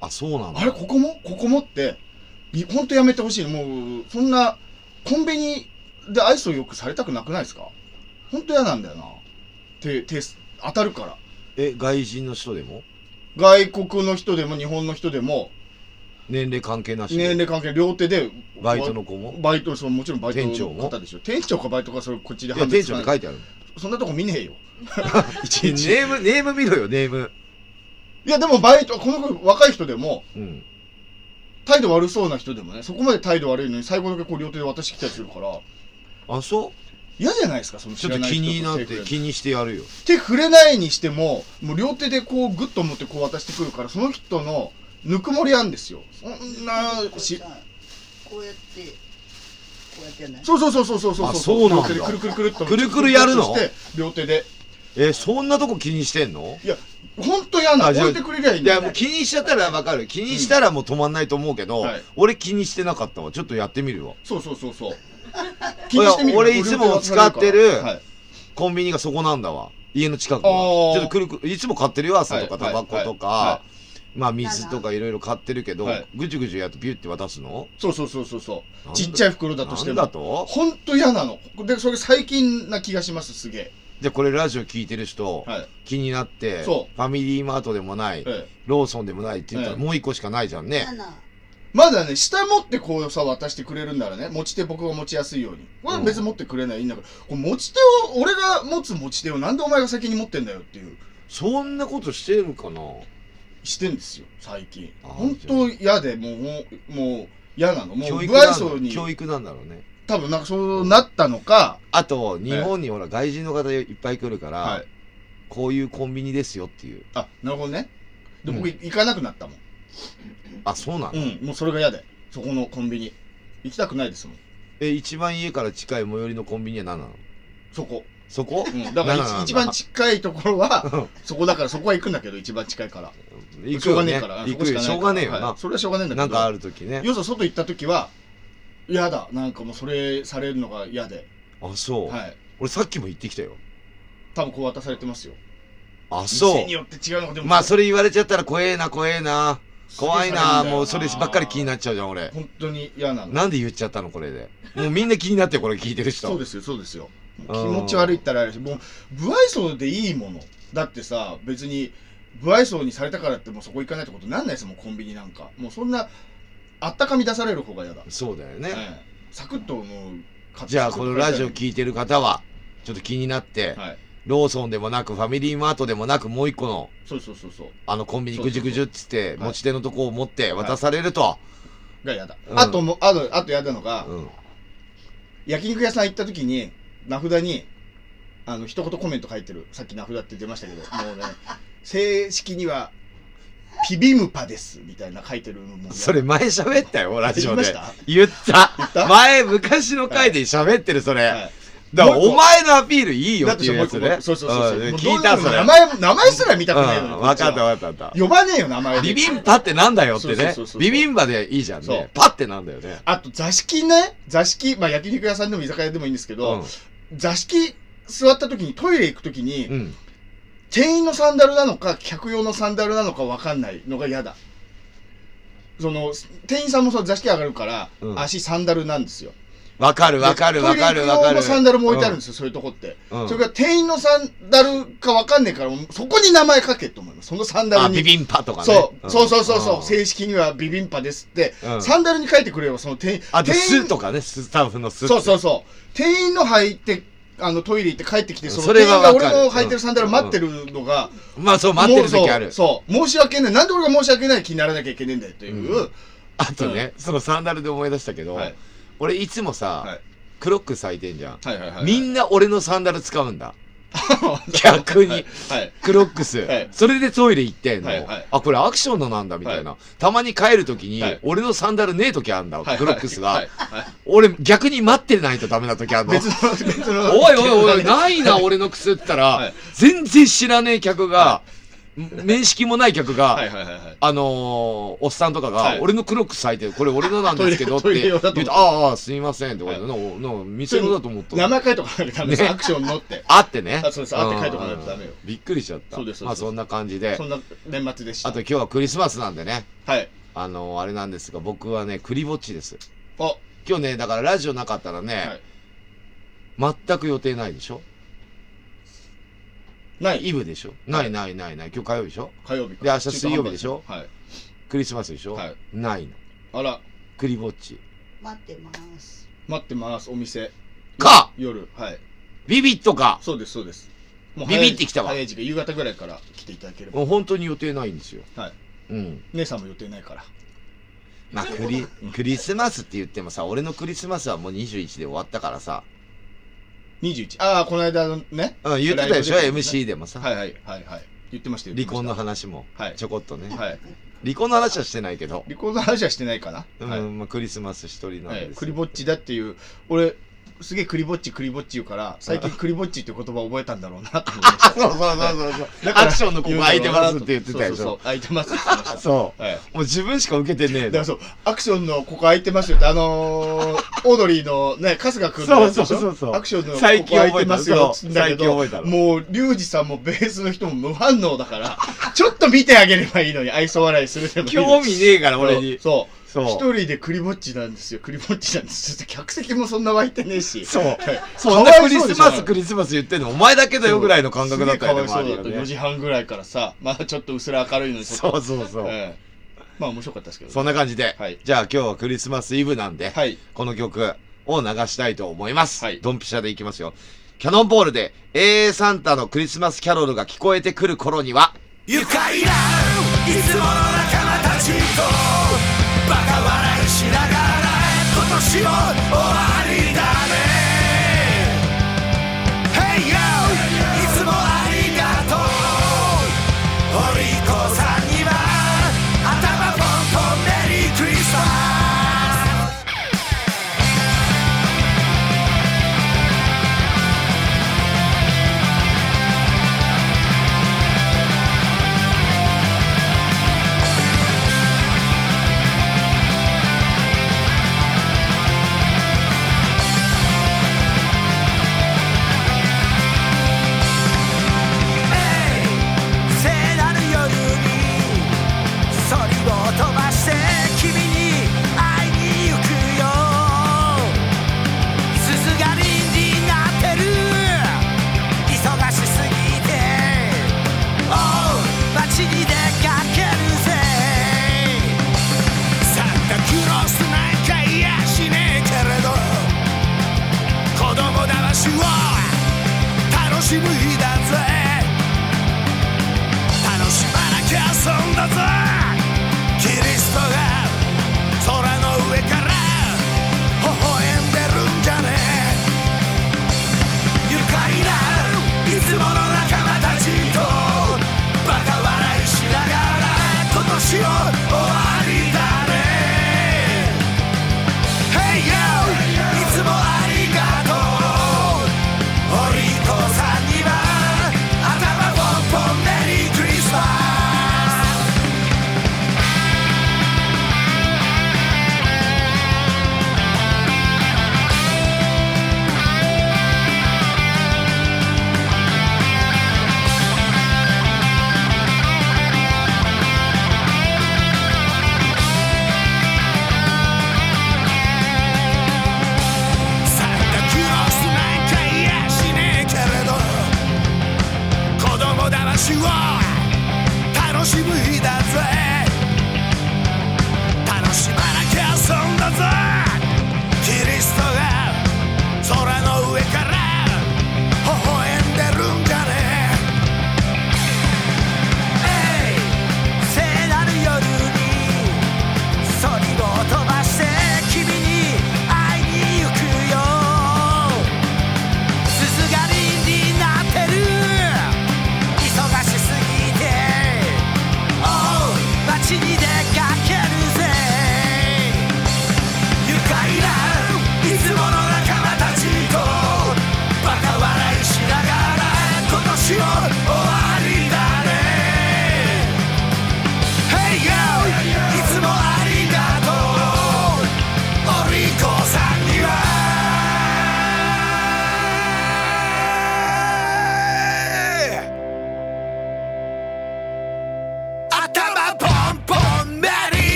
Speaker 1: あ、そうなんだ。
Speaker 2: あれ、ここもここもって、いほんとやめてほしい。もう、そんな、コンビニでアイスをよくされたくなくないですかほんと嫌なんだよな。て、て、当たるから。
Speaker 1: え、外人の人でも
Speaker 2: 外国の人でも日本の人でも、
Speaker 1: 年齢関係なしで
Speaker 2: 年齢関係、両手で、
Speaker 1: バイトの子も
Speaker 2: バイト、そのもちろんバイト
Speaker 1: 店長
Speaker 2: の
Speaker 1: も
Speaker 2: 方でしょ。店長かバイトか、それこっちで
Speaker 1: いや、
Speaker 2: 判
Speaker 1: 店
Speaker 2: 別つか
Speaker 1: 長
Speaker 2: な
Speaker 1: っ
Speaker 2: い
Speaker 1: て書いてある。
Speaker 2: そんなとこ見ねえよ。
Speaker 1: ネーム、ネーム見ろよ、ネーム。
Speaker 2: いや、でもバイト、この子若い人でも、
Speaker 1: うん。
Speaker 2: 態度悪そうな人でもね、そこまで態度悪いのに、最後だけこう両手で渡してきたりするから、
Speaker 1: あ、そ
Speaker 2: 嫌じゃないですか、その
Speaker 1: うち
Speaker 2: 知
Speaker 1: ょっ
Speaker 2: ら
Speaker 1: と
Speaker 2: ない
Speaker 1: 気
Speaker 2: 人
Speaker 1: になって
Speaker 2: 手触れ、
Speaker 1: 気にしてやるよ。
Speaker 2: 手触れないにしても、もう両手でこう、グッと持ってこう渡してくるから、その人のぬくもりあんですよ。そんな、し、
Speaker 3: こうやってこうやってやんない
Speaker 2: そうそうそうそうそう
Speaker 1: あそうなんだ
Speaker 2: 両手でくるくるくるっと。
Speaker 1: くるくるやるの
Speaker 2: して両手で。
Speaker 1: え、そんなとこ気にしてんの
Speaker 2: いや、ほんと嫌な
Speaker 1: あ
Speaker 2: の。
Speaker 1: じゃあ
Speaker 2: 置いてくれりゃいいん
Speaker 1: い
Speaker 2: だ
Speaker 1: や、
Speaker 2: よ
Speaker 1: もう
Speaker 2: ね。
Speaker 1: 気にしちゃったらわかる。気にしたらもう止まんないと思うけど、
Speaker 2: うんはい
Speaker 1: 俺気にしてなかったわ。ちょっとやってみるわ。
Speaker 2: そうそうそうそう。
Speaker 1: いや俺いつも使ってる
Speaker 2: はい
Speaker 1: コンビニがそこなんだわ。家の近くが。ち
Speaker 2: あー
Speaker 1: ょっとくるくる、いつも買ってるよ、朝とか、
Speaker 2: はい
Speaker 1: タバコとか、
Speaker 2: はいは
Speaker 1: まあ水とかいろいろ買ってるけど、
Speaker 2: はい
Speaker 1: ぐちゅぐちゅやってビュって渡すの
Speaker 2: そうそうそうそうそ
Speaker 1: なんだ
Speaker 2: う。ちっちゃい袋だとし
Speaker 1: な
Speaker 2: て
Speaker 1: んだ
Speaker 2: も。
Speaker 1: と
Speaker 2: ほんと嫌なの。で、それ最近な気がします、すげえ。
Speaker 1: じゃあこれラジオ聞いてる人、
Speaker 2: はい。
Speaker 1: 気になって、フ
Speaker 2: そう
Speaker 1: ァミリーマートでもない、
Speaker 2: ええ
Speaker 1: ローソンでもないって言ったら
Speaker 2: ええ
Speaker 1: もう一個しかないじゃんね。
Speaker 3: 7
Speaker 2: まだね、下持ってこうさ、渡してくれるんならね、持ち手僕が持ちやすいように。これは別に持ってくれないいいんだけど、これ持ち手を、俺が持つ持ち手をなんでお前が先に持ってんだよっていう、
Speaker 1: そんなことしてるかな
Speaker 2: してんですよ、最近。
Speaker 1: あ
Speaker 2: ほんと嫌で、もう、もう、もう嫌なの。も
Speaker 1: 教
Speaker 2: う、
Speaker 1: 育
Speaker 2: 不愛想
Speaker 1: なん
Speaker 2: に、
Speaker 1: 教育なんだろうね。
Speaker 2: 多分なんかそうなったのか、
Speaker 1: あと、日本にほら外人の方いっぱい来るから、
Speaker 2: はい。
Speaker 1: こういうコンビニですよっていう。
Speaker 2: あ、なるほどね。で、
Speaker 1: うん
Speaker 2: 僕行かなくなったもん。
Speaker 1: あ、そうなの、
Speaker 2: うん、もうそれが嫌で。そこのコンビニ。行きたくないですもん。
Speaker 1: え、一番家から近い最寄りのコンビニは何なの
Speaker 2: そこ。
Speaker 1: そこ
Speaker 2: うんだから一一番近いところは、そこだから、そこは行くんだけど、一番近いから。
Speaker 1: 行
Speaker 2: し
Speaker 1: く
Speaker 2: ょう
Speaker 1: よ
Speaker 2: がね
Speaker 1: ね
Speaker 2: えから。
Speaker 1: 行
Speaker 2: そこ
Speaker 1: くよ
Speaker 2: か
Speaker 1: し
Speaker 2: な
Speaker 1: ょ
Speaker 2: いうから
Speaker 1: がねえよ
Speaker 2: は
Speaker 1: ない
Speaker 2: それはしょうがねえんだけど。
Speaker 1: なんかある時ね
Speaker 2: よそ外行った時は、嫌だ。なんかもうそれされるのが嫌で。
Speaker 1: あそう
Speaker 2: はい。
Speaker 1: 俺さっきも行ってきたよ
Speaker 2: 多分こう渡されてますよ。
Speaker 1: あそ
Speaker 2: 店によって違うのがで
Speaker 1: う
Speaker 2: も。
Speaker 1: まあそれ言われちゃったら怖えな怖えな怖いなもうそればっかり気に
Speaker 2: な
Speaker 1: なっちゃうじゃん俺
Speaker 2: 本当に嫌なの。
Speaker 1: なんで言っちゃったのこれでもうみんな気になってるこれ聞いてる人
Speaker 2: そうですよ、そうですよ。気
Speaker 1: うん
Speaker 2: 持ち悪いったらあれだし、もう、不愛想でいいもの。だってさ、別に、不愛想にされたからってもうそこ行かないってことなんないですもん、コンビニなんか。もうそんな、あったかみ出される方が嫌だ。
Speaker 1: そうだよね、
Speaker 2: ええサクッともう、買って
Speaker 1: じゃあこのラジオ
Speaker 2: はい。
Speaker 1: 聞いてる方はちょっと気になって、ローソンでもなくファミリーマートでもなくもう一個の
Speaker 2: そうそうそうそう。
Speaker 1: あのコンビニぐじゅぐじゅっつって
Speaker 2: うそう
Speaker 1: 持ち手のとこを持って渡されると、
Speaker 2: が嫌だ。
Speaker 1: うん
Speaker 2: あとも、あと、あと嫌なのが、
Speaker 1: うん
Speaker 2: 焼肉屋さん行った時に、名札に、あの、一言コメント書いてる。さっき名札って出ましたけ ど、もうね、正式には、ピビムパです、みたいな書いてるのも嫌。
Speaker 1: それ前喋ったよラジオで
Speaker 2: 言いました
Speaker 1: 言った
Speaker 2: 言った
Speaker 1: 前昔の回で喋ってるそれ、
Speaker 2: はい
Speaker 1: だから
Speaker 2: もう一個
Speaker 1: お前のアピールいいよ
Speaker 2: だ
Speaker 1: っ
Speaker 2: ってて
Speaker 1: いうやつね
Speaker 2: そうそうそうそう。
Speaker 1: ん
Speaker 2: もう
Speaker 1: 聞いた
Speaker 2: ど
Speaker 1: そうれ
Speaker 2: 名前も、名前すら見たくないのに
Speaker 1: う。ん
Speaker 2: こっ
Speaker 1: 分
Speaker 2: ちは
Speaker 1: かった分かった分かっ
Speaker 2: 呼ばねえよ、名前
Speaker 1: た
Speaker 2: で。
Speaker 1: ビビンパってなんだよってね
Speaker 2: そうそうそうそう
Speaker 1: ビビンパでいいじゃん
Speaker 2: そう
Speaker 1: ねパってなんだよね
Speaker 2: あと、座敷ね。座敷、まあ、焼肉屋さんでも居酒屋でもいいんですけど、座敷座った時に、トイレ行く時
Speaker 1: う
Speaker 2: に、
Speaker 1: ん、
Speaker 2: 店員のサンダルなのか、客用のサンダルなのか分かんないのが嫌だ。その、店員さんもその座敷上がるから
Speaker 1: う、ん
Speaker 2: 足サンダルなんですよ。
Speaker 1: 分かる分かる
Speaker 2: でト
Speaker 1: 分
Speaker 2: イ
Speaker 1: か
Speaker 2: レ
Speaker 1: る
Speaker 2: 行
Speaker 1: 分
Speaker 2: く
Speaker 1: か
Speaker 2: 用の
Speaker 1: る
Speaker 2: サンダルも置いてあるんですよ、そういうとこって。
Speaker 1: うん
Speaker 2: それから店員のサンダルか分かんねえから、そこに名前書けと思います。そのサンダ
Speaker 1: あ
Speaker 2: ルに
Speaker 1: ビ。ビンパとかね
Speaker 2: そう、
Speaker 1: ん
Speaker 2: そうそうそうそう、
Speaker 1: ん
Speaker 2: 正式にはビビンパですって、
Speaker 1: うん
Speaker 2: サンダルに書いてくれよ、その店員。
Speaker 1: あと、
Speaker 2: 店員
Speaker 1: スとかね、スタッフのス。
Speaker 2: そうそうそう。店員の履いて、あの、トイレ行って帰ってきて、そ
Speaker 1: そ
Speaker 2: の店
Speaker 1: れ
Speaker 2: 員
Speaker 1: は
Speaker 2: が
Speaker 1: わか
Speaker 2: 俺
Speaker 1: る
Speaker 2: の履いてるサンダル待ってるのが、
Speaker 1: まあ、そう、待ってる時あ
Speaker 2: もう
Speaker 1: る。
Speaker 2: そう、そう申し訳ない。なんで俺が申し訳ない気にならなきゃいけないんだよという。
Speaker 1: うんあとね、そのサンダルで思い出したけど
Speaker 2: はい、
Speaker 1: 俺いつも
Speaker 2: は
Speaker 1: さ
Speaker 2: い、
Speaker 1: クロック咲いてんじゃん。
Speaker 2: はいはいはい。
Speaker 1: み んな俺のサンダル使うんだ。逆に
Speaker 2: はい。はい
Speaker 1: クロックス
Speaker 2: はい。
Speaker 1: それでトイレ行ってんの
Speaker 2: はいはい。
Speaker 1: あ、これアクションのなんだみたいな。たまに帰る時に
Speaker 2: はい、
Speaker 1: 俺のサンダルねえ時あんだ
Speaker 2: はい。。
Speaker 1: クロックス
Speaker 2: は
Speaker 1: が
Speaker 2: い。はい
Speaker 1: 俺逆に待ってないとダメな時あんの。
Speaker 2: 別の、別の。
Speaker 1: おいおいおい、ないな、俺の靴って言った
Speaker 2: は
Speaker 1: ら
Speaker 2: い、
Speaker 1: 全然知らねえ客が、面識もない客
Speaker 2: はい
Speaker 1: が、
Speaker 2: はいはいはい。
Speaker 1: あのー、おっさんとか
Speaker 2: は
Speaker 1: が
Speaker 2: い、
Speaker 1: 俺のクロックス履いてる、これ俺のなんですけどって
Speaker 2: トイレト
Speaker 1: 言
Speaker 2: イレ用
Speaker 1: う
Speaker 2: だと思った
Speaker 1: と、ああ、すいませんって、
Speaker 2: はい
Speaker 1: 俺の、の、店のだと思った
Speaker 2: 名
Speaker 1: の。
Speaker 2: 前書いとかなきゃダメです。
Speaker 1: ね
Speaker 2: アクションのって。
Speaker 1: あってね。
Speaker 2: あそうですあって書いとかないとダメよ
Speaker 1: うんびっくりしちゃった。
Speaker 2: そうですそうです
Speaker 1: まあそんな感じで
Speaker 2: そ。んな年末でした。
Speaker 1: あと今日はクリスマスなんでね、
Speaker 2: はい。
Speaker 1: あのー、あれなんですが、僕はね、クリぼっちです。
Speaker 2: あ、は
Speaker 1: 今日ね、だからラジオなかったらね、
Speaker 2: い。
Speaker 1: 全く予定ないでしょ
Speaker 2: ない。
Speaker 1: イブでしょないないないない。今日火曜日でしょ
Speaker 2: 火曜日か
Speaker 1: で明日水曜日でしょ
Speaker 2: はい。
Speaker 1: クリスマスでしょ
Speaker 2: はい
Speaker 1: ないの。
Speaker 2: あら、
Speaker 1: クリぼっち。
Speaker 3: 待ってます。
Speaker 2: 待ってます、お店。
Speaker 1: か
Speaker 2: 夜。はい。
Speaker 1: ビビッとか
Speaker 2: そうです、そうです。も
Speaker 1: ビビってきたわ
Speaker 2: 早い時間、夕方ぐらいから来ていただければ。
Speaker 1: もう本当に予定ないんですよ。
Speaker 2: はい。
Speaker 1: うん。
Speaker 2: 姉さんも予定ないから。
Speaker 1: まあクリ、クリスマスって言ってもさ、俺のクリスマスはもう21で終わったからさ。
Speaker 2: 21。ああ、この間のね。
Speaker 1: うん、言ってたでしょ
Speaker 2: ライブで
Speaker 1: ?MC でもさ。
Speaker 2: はいはいはいはい。言ってましたよ。
Speaker 1: 離婚の
Speaker 2: 言っ
Speaker 1: 話も
Speaker 2: はい。
Speaker 1: ちょこっとね
Speaker 2: て。ました。はい。
Speaker 1: 離婚の話はしてないけど。
Speaker 2: 離婚の話はしてないかな。
Speaker 1: うん、
Speaker 2: はい。
Speaker 1: まあクリスマス一人なん
Speaker 2: は
Speaker 1: で
Speaker 2: い
Speaker 1: すよ。
Speaker 2: クリぼっちだっていう、俺、すげえクリぼっちクリぼっち言うから、最近クリぼっちって言葉覚えたんだろうなって思いました。
Speaker 1: そうそうそうそうそう。
Speaker 2: だから
Speaker 1: アクションのここ空いてますって言ってたでし
Speaker 2: そうそうそう
Speaker 1: ょ。
Speaker 2: 空いてますって言ってまし
Speaker 1: そ
Speaker 2: た。はい。
Speaker 1: う。もう自分しか受けてねえ
Speaker 2: だから
Speaker 1: の。
Speaker 2: そう、アクションのここ空いてますよって、あのー、 オードリーのね、春日君のやつでしょ
Speaker 1: そうそうそうそう
Speaker 2: アクションのここ
Speaker 1: 最近
Speaker 2: 空い
Speaker 1: 覚
Speaker 2: て
Speaker 1: えた
Speaker 2: ますよって言うんだけど、
Speaker 1: そう最近覚えた
Speaker 2: もう、リュウジさんもベースの人も無反応だから、ちょっと見てあげればいいのに、愛想笑いするでもいいのに
Speaker 1: 興味ねえから、俺に。
Speaker 2: そう。
Speaker 1: そう
Speaker 2: 一人でクリぼっちなんですよ、クリぼっちなんですよ。客席もそんな湧いてねえし。
Speaker 1: そう
Speaker 2: はい。
Speaker 1: そんなクリス
Speaker 2: か
Speaker 1: マ
Speaker 2: わいそうでし
Speaker 1: ス
Speaker 2: ょ
Speaker 1: クリスマス言ってんのお前だけだよぐらいの感覚だったよね、
Speaker 2: すげえかわ
Speaker 1: 周
Speaker 2: いそう
Speaker 1: り
Speaker 2: だ
Speaker 1: が
Speaker 2: った。4
Speaker 1: ね。
Speaker 2: 時半ぐらいからさ、まだちょっと薄ら明るいのに。
Speaker 1: そうそうそう。
Speaker 2: ええまあ面白かったですけど。
Speaker 1: そんな感じで、
Speaker 2: はい
Speaker 1: じゃあ今日はクリスマスイブなんで、
Speaker 2: はい。
Speaker 1: この曲を流したいと思います。
Speaker 2: はい
Speaker 1: ドンピシャでいきますよ。キャノンボールで AA サンタのクリスマスキャロルが聞こえてくる頃には、
Speaker 4: 愉快ないつもの仲間たちとバカ笑いしながら今年も終わりだね Hey yo いつもありがとう堀子さんには頭ポンポンメリークリスマス「君の声が聞こえてくる」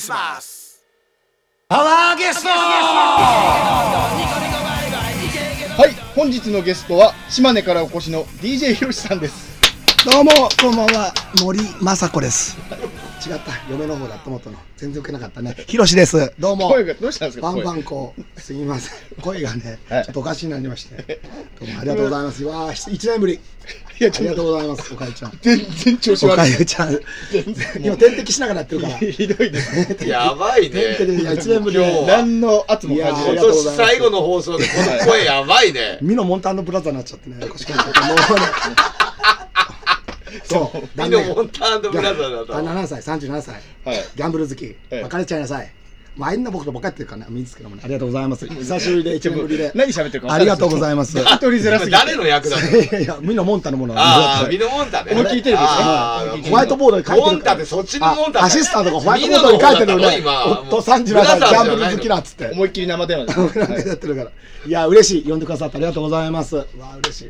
Speaker 4: スマス
Speaker 2: はい本日のゲストは島根からお越しの DJ ひろしさんです
Speaker 5: どうも、こんばんは、森雅子です。違った、嫁の方だと思ったの。全然受けなか ったね。ひろしです。どうも。
Speaker 2: 声がどうしたんですか
Speaker 5: パンパ
Speaker 2: 声
Speaker 5: ンこう、すみ ません。声がね、ちょ
Speaker 2: はい
Speaker 5: っとおかしいなりまして。どうもありがとうございます。わあ、一年ぶり。
Speaker 2: いや
Speaker 5: あ
Speaker 2: ち
Speaker 5: り
Speaker 2: ょ
Speaker 5: が
Speaker 2: っ
Speaker 5: と
Speaker 2: と
Speaker 5: うございます、おかゆちゃん。
Speaker 2: 全然調子
Speaker 5: おか
Speaker 2: 悪い
Speaker 5: ゆちゃん。今、点滴しながらやってるから。
Speaker 2: ひどいですね
Speaker 1: やばいね。
Speaker 5: いや一年ぶり
Speaker 1: 今日は。
Speaker 2: 何の圧も感じない
Speaker 5: い
Speaker 1: 今
Speaker 5: や
Speaker 1: 年最後の放送でこの声やばいね。
Speaker 5: ミノモンターノブラザーになっちゃってね。腰掛けちゃって もうね。そう、
Speaker 1: ミ
Speaker 5: 断
Speaker 1: ノ
Speaker 5: 念。
Speaker 1: モンターブラザーだったわ。
Speaker 5: 7歳、37歳。
Speaker 2: はい
Speaker 5: ギャンブル好き、
Speaker 2: え
Speaker 5: 別れちゃいなさい。まあ、あんな僕と僕やってるからね、見つけどもね。ありがとうございます。久しぶりで、一年ぶりで。
Speaker 2: 何喋ってるか
Speaker 5: ありがとうご
Speaker 2: い
Speaker 5: ざいます。い
Speaker 2: ます取りづらすぎて
Speaker 1: 誰の役だったの
Speaker 5: やいや、ミノモンタのもの
Speaker 1: あ
Speaker 5: は
Speaker 1: あ、ミノモンタね。
Speaker 2: 思いっきりテレビですね
Speaker 1: あー
Speaker 5: ホワイトボードに書いてるから
Speaker 1: モンタってそっちのモンタね
Speaker 5: あアシスタントがホワイトボードに書いてるのね
Speaker 1: ミノの方だったの今。
Speaker 5: 夫三十歳、ギャンブル好
Speaker 1: ブラザーじゃない
Speaker 5: きだ
Speaker 1: の
Speaker 5: っつって。
Speaker 2: 思いっきり生電話 です
Speaker 5: なんかやってるから。いや、嬉しい。呼んでくださってありがとうございます。わあ、嬉しい。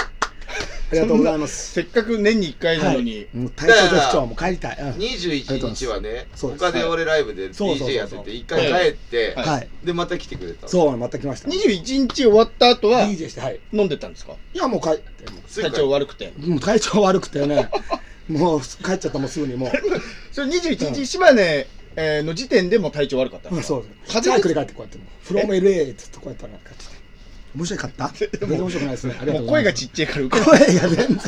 Speaker 5: ありがとうございます。
Speaker 2: せっかく年に1回なのに、
Speaker 5: もう体調絶不調、もう帰りたい。うん
Speaker 1: 21日はね、
Speaker 5: そうです
Speaker 1: 他で俺ライブで
Speaker 5: そうそうそう
Speaker 1: DJ やってて、一回帰って、
Speaker 2: はい
Speaker 5: はい。
Speaker 1: で、また来てくれたの。
Speaker 5: そう、また来ました。
Speaker 2: 21日終わった後は
Speaker 5: DJ して、はい。
Speaker 2: 飲んでたんですか
Speaker 5: いや、もう帰って。もう
Speaker 1: すぐ
Speaker 2: 体
Speaker 1: 帰る
Speaker 2: 調悪くて
Speaker 5: もう体調悪くてね、 もう帰っちゃったもうすぐにもう。
Speaker 2: それ21日島根えーの時点でも体調悪かったん
Speaker 5: う
Speaker 2: で
Speaker 5: ん
Speaker 2: す
Speaker 5: そう
Speaker 2: か
Speaker 5: です。
Speaker 2: 風邪
Speaker 5: 風邪くり返ってこうやってもう。フロム LA っつってこうやったら帰 ってきて。面白かった全然面白くないですね。ありが
Speaker 2: も
Speaker 5: とう
Speaker 2: う
Speaker 5: ござ
Speaker 2: 声
Speaker 5: いま
Speaker 2: が
Speaker 5: す。
Speaker 2: ちっちゃいから受け
Speaker 5: 声が全然、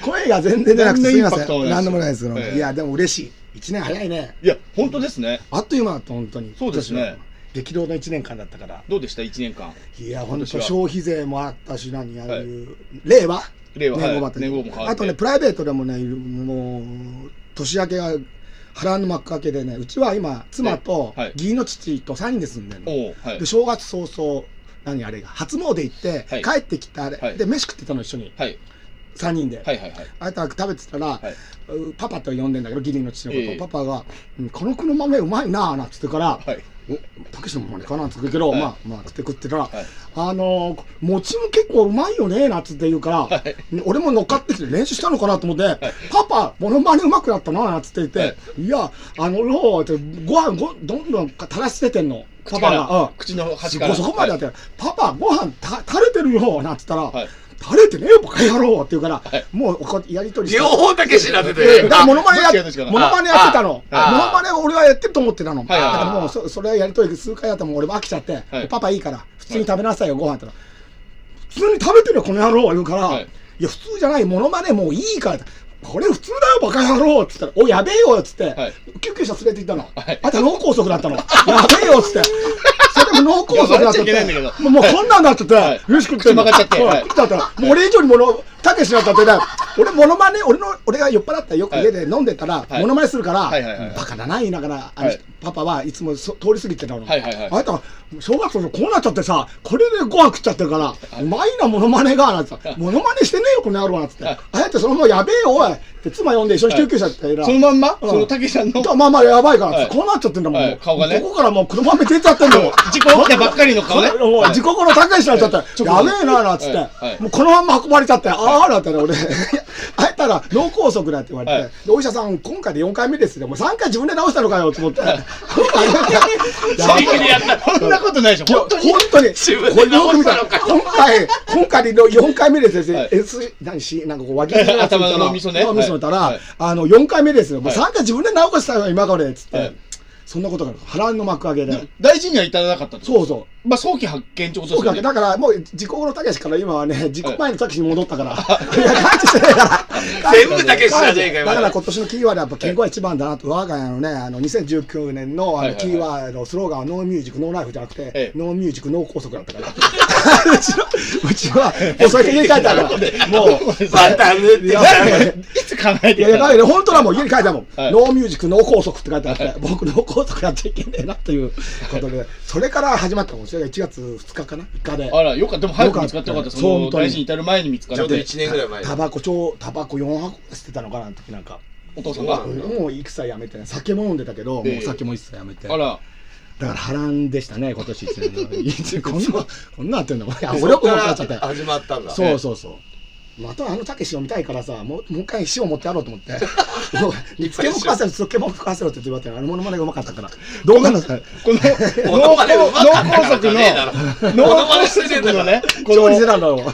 Speaker 5: 声が全然出なくてす
Speaker 2: 何の
Speaker 5: い
Speaker 2: イン
Speaker 5: ま
Speaker 2: パ
Speaker 5: せ
Speaker 2: クトもない
Speaker 5: ん。
Speaker 2: です
Speaker 5: なんでもないですけど。
Speaker 2: ええ
Speaker 5: いや、でも嬉しい。1年早いね。
Speaker 2: いや本当ですね
Speaker 5: あっという間だった、本当に。
Speaker 2: そうですね
Speaker 5: 今年は。激動の1年間だったから。
Speaker 2: どうでした1年間
Speaker 5: いや、本
Speaker 2: 今年
Speaker 5: 当
Speaker 2: は
Speaker 5: 消費税もあったし、何やる。令和
Speaker 2: 令和はい
Speaker 5: もあったり
Speaker 2: 年号も変わって
Speaker 5: あとね、プライベートでもね、もう、年明けが、腹の幕開けでね、うちは今、妻と
Speaker 2: はい、
Speaker 5: 義理の父と3人で住んでるの。
Speaker 2: おおはい
Speaker 5: で、正月早々、何あれが、初詣行って、
Speaker 2: はい
Speaker 5: 帰ってきたあれ、
Speaker 2: はい
Speaker 5: で、飯食ってたの一緒に、
Speaker 2: はい
Speaker 5: 3人で。
Speaker 2: はいはいはい
Speaker 5: あいた食べてたら、
Speaker 2: いう
Speaker 5: パパと呼んでんだけど、義理の父のことを、
Speaker 2: ええ
Speaker 5: パパが、うんこの子の豆うまいなぁ、なんつってから、
Speaker 2: はい
Speaker 5: お、たけしのもねかなって言うけど、
Speaker 2: はい
Speaker 5: まあ、まあ、食って食ってたら、
Speaker 2: はい
Speaker 5: あのー、餅も結構うまいよね、なんつって言うから、
Speaker 2: い
Speaker 5: 俺も乗っかってきて練習したのかなと思って、パパ、モノマネうまくなったな、なんつって言って、
Speaker 2: はい
Speaker 5: い、や、あの、ローって、ご飯ご、どんどん垂らしててんの、パ
Speaker 2: 口
Speaker 5: パ
Speaker 2: から
Speaker 5: が。うん
Speaker 2: 口の端
Speaker 5: そ
Speaker 2: から
Speaker 5: こそこまでやって、パパ、ご飯た垂れてるよ、なんつったら、
Speaker 2: はい
Speaker 5: 垂れてねえよ、バカ野郎って言うから、
Speaker 2: はい
Speaker 5: もうこうやりとりして。
Speaker 1: 両方だけしなって
Speaker 5: いやい
Speaker 1: て
Speaker 5: やだ。からモノマネやっ
Speaker 2: どっちがどっちかな
Speaker 5: モノマネやってたの。モノ
Speaker 1: ああ
Speaker 5: マネを俺はやってると思ってたの。だ
Speaker 2: はいはい
Speaker 5: からもうそそれはやりとり数回やったらもう俺も飽きちゃって、
Speaker 2: はい
Speaker 5: パパいいから普通に食べなさいよ、ご飯って言ったら。普通に食べてるよ、この野郎言うから、
Speaker 2: はい
Speaker 5: い、や、普通じゃない、モノマネもういいから。これ普通だよ、バカ野郎っつったら、お、やべえよっつって、
Speaker 2: はい
Speaker 5: 救急車連れて行ったの。
Speaker 2: はい
Speaker 5: あんた脳梗塞だったの。やべえよっつって。それでも脳梗塞だったっ
Speaker 2: いや笑っちゃいけないん
Speaker 5: て
Speaker 2: だけ。ど
Speaker 5: もうもうこんなんなっちゃって、
Speaker 2: はい
Speaker 5: よろしくってんの
Speaker 2: 口曲がっちゃって
Speaker 5: うん
Speaker 2: はい
Speaker 5: だったら、もう俺以上にもの、たけしだったってね、俺、モノマネ、俺の、俺が酔っ払ったらよく
Speaker 2: はい
Speaker 5: 家で飲んでたら、
Speaker 2: はい
Speaker 5: モノマネするから、
Speaker 2: はいはいはいはい
Speaker 5: バカだな、言いながら、あの
Speaker 2: はい
Speaker 5: パパはいつもそ通り過ぎてたの。
Speaker 2: はいはいはい
Speaker 5: あなた、小学校のこうなっちゃってさ、これでご飯食っちゃってるから、うまいな、モノマネが、なん てさ、モノマネしてねえよ、この野郎、なんつって。
Speaker 2: はい
Speaker 5: あなた、そのままやべえよ、おいって妻呼んで一緒に救急車って言ったら
Speaker 2: そのまんま
Speaker 5: うん
Speaker 2: そのたけしさんの
Speaker 5: とまあまあやばいから、
Speaker 2: はい
Speaker 5: こうなっちゃってんだもん、
Speaker 2: はい顔がね
Speaker 5: ここからもう黒豆出ちゃってんだもん
Speaker 2: 事故起きたばっかりの顔ね
Speaker 5: これもう
Speaker 2: はい
Speaker 5: 自己の高い人になっちゃって、
Speaker 2: はい
Speaker 5: やべえななっつって、
Speaker 2: はいはい
Speaker 5: もうこのまんま運ばれちゃって、ああなったね俺 あえたら脳梗塞だって言われて、
Speaker 2: はい
Speaker 5: でお医者さん今回で4回目ですよもう3回自分で治したのかよと思って やべえ
Speaker 1: 自力でやった。
Speaker 2: そんなことないでしょ
Speaker 5: 本
Speaker 2: 本当
Speaker 5: 当
Speaker 2: に
Speaker 5: に本当に
Speaker 1: 自分で
Speaker 5: これよく見た
Speaker 1: 直したのか
Speaker 5: 今回今回の4回目ですよ、
Speaker 2: はい
Speaker 5: S 何しなんかこう脇のやつ見たら
Speaker 2: 頭の脳みそね
Speaker 5: 脳みそ見たら、
Speaker 2: はいはい
Speaker 5: あの4回目ですよもう
Speaker 2: はい
Speaker 5: 3回自分で直したよ今からっつって、
Speaker 2: はい
Speaker 5: そんなことがある腹の幕開けで
Speaker 2: 大事には至らなかったってこと
Speaker 5: そうそう
Speaker 2: まあ早期発見ってこと
Speaker 5: そう
Speaker 2: で
Speaker 5: か
Speaker 2: すよね
Speaker 5: だからもう事故後のたけしから今はね事故前のたけしに戻っ たから、い、や感謝してないから
Speaker 1: 全部たけしじゃねえかよ
Speaker 5: だから今年のキーワードはやっぱ健康が一番だなと我が家のねあの2019年の
Speaker 2: は
Speaker 5: あ
Speaker 2: い
Speaker 5: の
Speaker 2: はい
Speaker 5: キ
Speaker 2: はい
Speaker 5: ーワードスローガンはノーミュージックノーライフじゃなくて、
Speaker 2: ええ
Speaker 5: ノーミュージックノー拘束だったから うちのうちはもうそれで家に帰ったからもう
Speaker 1: また塗って
Speaker 5: や
Speaker 1: た。
Speaker 5: ばい
Speaker 2: いつ考え
Speaker 5: い
Speaker 2: て
Speaker 5: や、
Speaker 2: た
Speaker 5: だ
Speaker 2: の
Speaker 5: からね、本当だもん、家に書いたもん、
Speaker 2: はい
Speaker 5: ノーミュージック、ノー拘束って書いてあって、僕、ノー拘束やっちゃいけねえなということで、それから始まったもん、それが1月2日かな、3日で。
Speaker 2: あらよかったでも早く見つかってよかったそ
Speaker 5: よか
Speaker 2: の
Speaker 5: ったよ
Speaker 2: 大事に至る前に見つか
Speaker 1: ちょ
Speaker 2: っ
Speaker 1: うど
Speaker 2: て
Speaker 1: 1年ぐらい前
Speaker 5: タバコ、ちょうタバコ4箱捨てたのかな、あの時なんか。
Speaker 2: お父さん
Speaker 1: そ
Speaker 2: が
Speaker 1: うなんだ
Speaker 5: もう一切やめてね、酒も飲んでたけど、
Speaker 2: ええ
Speaker 5: もう酒も一切やめて。
Speaker 2: あら
Speaker 5: だから波乱でしたね、今年一年の。いつこんな、こんなんあってんの、これ、
Speaker 1: そ
Speaker 5: 俺は
Speaker 1: っ
Speaker 5: こう
Speaker 1: か
Speaker 5: なっちゃって
Speaker 1: ら。始まったんだ。
Speaker 5: そうそうそう。またあのたけしを見たいからさ、もうもう一回石を持ってやろうと思って、もう、つけも食わせろ、つけも食わせろって言われて、あのモノマネがうまかったから、動画なんですか
Speaker 2: この
Speaker 6: 物
Speaker 2: 脳
Speaker 6: まねうま
Speaker 2: 梗
Speaker 6: かったから
Speaker 2: 塞
Speaker 6: じゃねえだろ
Speaker 2: の
Speaker 6: 物
Speaker 2: 脳
Speaker 6: ま
Speaker 2: 梗
Speaker 6: ねしてねえ
Speaker 2: 塞
Speaker 6: だろ
Speaker 2: のね、こ
Speaker 5: 調理して
Speaker 2: の
Speaker 5: たのよ。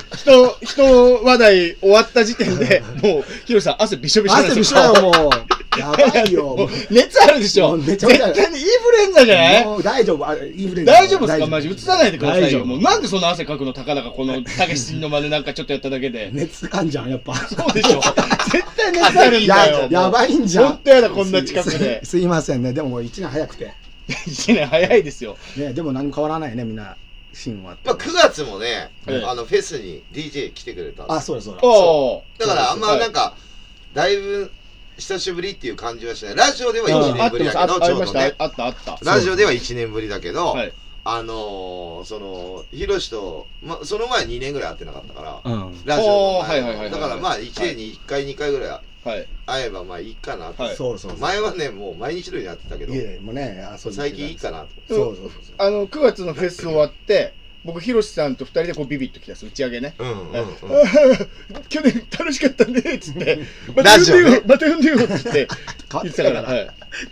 Speaker 2: 人人話題終わった時点で、もうヒロシさん汗びしょびしょなん
Speaker 5: 汗
Speaker 2: です
Speaker 5: び
Speaker 2: よ
Speaker 5: しょだよ、もう。やばいよ。
Speaker 2: も
Speaker 5: も
Speaker 2: う熱あるでしょ。
Speaker 5: もうめ
Speaker 2: 絶
Speaker 5: ちゃめちゃ
Speaker 2: 対にインフルエンザじゃないう
Speaker 5: 大丈夫、あインフレ
Speaker 2: 大丈夫ですかマジ映さないでください
Speaker 5: 大丈
Speaker 2: よ。
Speaker 5: 夫
Speaker 2: もうなんでそんな汗かくのたかだかこのたけしの真似なんかちょっとやっただけ で。
Speaker 5: 熱かんじゃん、やっぱ。
Speaker 2: そうでしょ。絶対熱あるんだよ
Speaker 5: や。やばいんじゃん。。
Speaker 2: 本当やだこんな近くです
Speaker 5: す いませんね、でももう1年早くて。
Speaker 2: 一年早いですよ。
Speaker 5: ね、でも何も変わらないね、みんな、シーン終わって
Speaker 1: まあ、9月もね、
Speaker 2: ええ
Speaker 1: あのフェスに DJ 来てくれたん
Speaker 5: あ、
Speaker 1: です
Speaker 5: そうだそうだ。
Speaker 2: おお。
Speaker 1: だからあんま
Speaker 2: はい
Speaker 1: なんか、だいぶ久しぶりっていう感じはしないラジオでは
Speaker 2: あ
Speaker 1: 1
Speaker 2: あ
Speaker 1: 年
Speaker 2: っ
Speaker 1: ぶ
Speaker 2: て
Speaker 1: り
Speaker 2: ま
Speaker 1: だ
Speaker 2: す。あ
Speaker 1: けどち
Speaker 2: あり
Speaker 1: ょう
Speaker 2: ま
Speaker 1: ど
Speaker 2: した。
Speaker 1: ね
Speaker 2: あったあった。
Speaker 1: ラジオでは1年ぶりだけど、
Speaker 2: はい。
Speaker 1: あのー、そのヒロシと、ま、その前2年ぐらい会ってなかったから、
Speaker 5: うん。
Speaker 1: ラジオの前
Speaker 2: おーはいはいはいはい
Speaker 1: だからまあ1年に1回2回ぐらい
Speaker 2: はい。
Speaker 1: 会えばまあいいかなって、
Speaker 2: はい
Speaker 5: そうそうそう。
Speaker 1: 前はねもう毎日のようにやってたけど
Speaker 5: いや、もうね、あそう
Speaker 1: 最近いいかなと
Speaker 5: そうそうそう。
Speaker 2: あの9月のフェス終わって、僕ヒロシさんと二人でこうビビッと来たんです打ち上げね。
Speaker 1: うんうんうん
Speaker 2: 去年楽しかったねっつって、また
Speaker 1: ラジ
Speaker 2: 呼
Speaker 1: オ
Speaker 2: んで
Speaker 1: ね
Speaker 2: よ、また呼んでよっつって
Speaker 5: 変わ
Speaker 2: 言っ
Speaker 5: ってて
Speaker 2: た
Speaker 5: な
Speaker 2: から、は
Speaker 5: いから、
Speaker 2: い、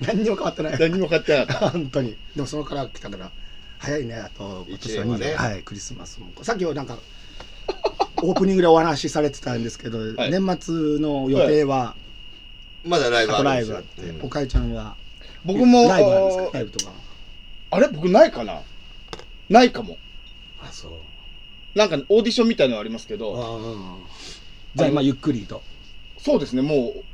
Speaker 5: 何にも変わってな い。
Speaker 2: 何も買ってなかっ
Speaker 5: 本当に。でもそのから来たから、早いね、あと、今年は
Speaker 1: 一年はね
Speaker 5: 20はい、クリスマスも。さっきはなんか、オープニングでお話しされてたんですけど、
Speaker 2: はい
Speaker 5: 年末の予定は、
Speaker 1: まだライブ
Speaker 5: あと
Speaker 1: あ
Speaker 5: ラ
Speaker 1: る
Speaker 5: イ
Speaker 1: んです
Speaker 5: ブ
Speaker 1: よ
Speaker 5: あって
Speaker 1: うん、
Speaker 5: おかゆちゃんは、
Speaker 2: た。僕も、
Speaker 5: ライブあるんですかラ
Speaker 2: あ
Speaker 5: イ
Speaker 2: ー
Speaker 5: ブとか。
Speaker 2: あれ僕ないかなないかも。
Speaker 5: あ、そう。
Speaker 2: なんかオーディションみたいなのありますけど、
Speaker 5: あうんじゃあ、まあ、ゆっくりと。
Speaker 2: そうですね、もう、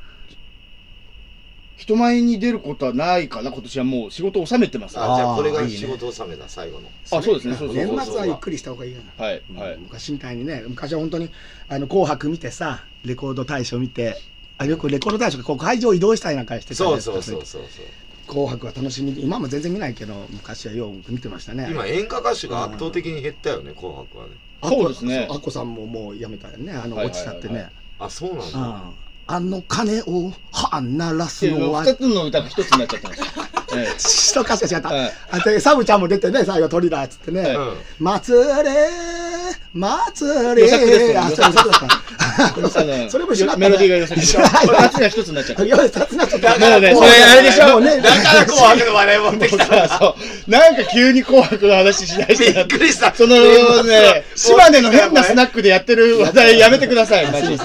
Speaker 2: 人前に出ることはないかな、今年はもう仕事を収めてます。は
Speaker 1: あじゃあこれ
Speaker 5: あ
Speaker 1: が
Speaker 5: ーいいね
Speaker 1: 仕事納めだ最後の
Speaker 2: あそうですねそうそう
Speaker 5: 年
Speaker 2: そう
Speaker 5: 末はゆっくりした方がいいかな。
Speaker 2: い、はい。
Speaker 5: うん昔みたいにね、昔は本当に、あの、紅白見てさ、レコード大賞見て、あよくレコード大賞がこう会場移動したりなんかしてた
Speaker 1: そ
Speaker 5: ん
Speaker 1: う
Speaker 5: です
Speaker 1: そうそう
Speaker 5: か
Speaker 1: そうそう
Speaker 5: 紅白は楽しみに、今も全然見ないけど、昔はよく見てましたね。
Speaker 1: 今演歌歌手が圧倒的に減ったよね「紅白」はね
Speaker 5: あこ
Speaker 2: そうですね
Speaker 5: あこさんももうやめたよね、あ
Speaker 2: はい
Speaker 5: の、
Speaker 2: はいはいはい
Speaker 5: 落ちたってね。
Speaker 1: あそうなん
Speaker 5: う
Speaker 1: だ
Speaker 5: んあの鐘を、はんなら
Speaker 2: っ
Speaker 5: す
Speaker 2: ていう
Speaker 5: の
Speaker 2: の
Speaker 5: は、
Speaker 2: 二つの歌が一つになっちゃったんですよ。 ええ
Speaker 5: 一歌詞が違った。
Speaker 2: はい
Speaker 5: あでサブちゃんも出てね、最後、鳥だっつってね。
Speaker 2: はい
Speaker 1: うん
Speaker 5: 祭れ祭れ
Speaker 2: 予測ですよ
Speaker 5: あ
Speaker 2: 予
Speaker 5: そう
Speaker 2: 測
Speaker 5: そうだ
Speaker 2: あの
Speaker 5: それも知らなか
Speaker 2: メ
Speaker 5: ったね
Speaker 2: ロディーが良 さげでしょ。これ二つが一つになっちゃった。
Speaker 5: いや二つになっちゃった
Speaker 2: だからねそれあれでしょ
Speaker 5: もうね
Speaker 1: だから「紅白」の話題持ってきた
Speaker 2: そうそう。なんか急に紅白の話しだ
Speaker 1: び
Speaker 2: し
Speaker 1: っくりした
Speaker 2: その ね、島根の変なスナックでやってる話題やめてください、マジ。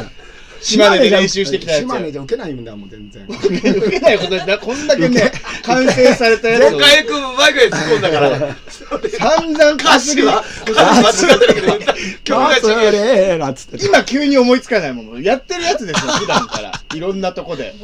Speaker 2: 島根で練習してきたやつ。
Speaker 5: 島根じゃ受けないんだもん全然
Speaker 2: 受けないことだ。こんだけね、完成されたやつを
Speaker 1: 岡井君もマイクで突っ込んだから
Speaker 2: 散々か
Speaker 1: 歌
Speaker 2: す
Speaker 1: 詞
Speaker 2: り。
Speaker 1: は歌詞間違ってるけど歌曲が違
Speaker 5: 祭
Speaker 1: う
Speaker 5: れなっつって
Speaker 2: 今急に思いつかないもの。やってるやつですよ、普段から。いろんなとこで。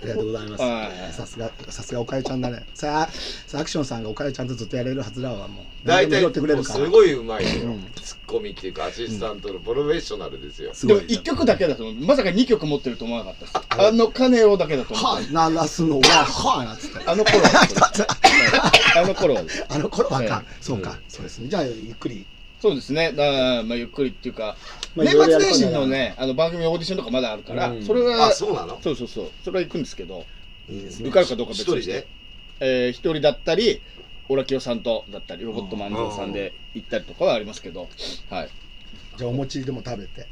Speaker 5: ありがとうござい
Speaker 2: は
Speaker 5: ますさすがさすがおかゆちゃんだねさあさあアクションさんがおかゆちゃんとずっとやれるはずだわもう
Speaker 1: 大体
Speaker 5: 拾ってくれ
Speaker 1: も
Speaker 5: る
Speaker 1: う
Speaker 5: か
Speaker 1: す
Speaker 5: ら
Speaker 1: ごいうまいの
Speaker 5: う
Speaker 1: よ
Speaker 5: ん
Speaker 1: ツッコミっていうかアシスタントのプロフェッショナルですよ
Speaker 5: す
Speaker 2: でも
Speaker 5: ごい
Speaker 2: 1曲だけだと思う。まさか2曲持ってると思わなかったです。あの鐘をだけだと思っ
Speaker 5: は
Speaker 2: て。
Speaker 5: あ鳴らすのははあなっつって
Speaker 2: あの頃は ですね。あの頃はです。
Speaker 5: あの頃はか
Speaker 2: え
Speaker 5: そうかそうですねじゃあゆっくり
Speaker 2: そうですね。だからまあゆっくりっていうか、
Speaker 5: まあ
Speaker 2: 年
Speaker 5: いろいろ
Speaker 2: 末
Speaker 5: やる
Speaker 2: 年
Speaker 5: こと
Speaker 2: 始
Speaker 5: だな
Speaker 2: のね、あの番組オーディションとかまだあるから、
Speaker 5: うん
Speaker 2: それは
Speaker 1: あそうなの
Speaker 2: そうそうそう、それは行くんですけど、
Speaker 1: いいです
Speaker 2: 受かるかどうか
Speaker 1: 一
Speaker 2: 別
Speaker 1: 人
Speaker 2: にして
Speaker 1: で
Speaker 2: えー一人だったり、オラキオさんとだったり、ロボットマンゾーさんで行ったりとかはありますけど、はい。
Speaker 5: じゃあお餅でも食べて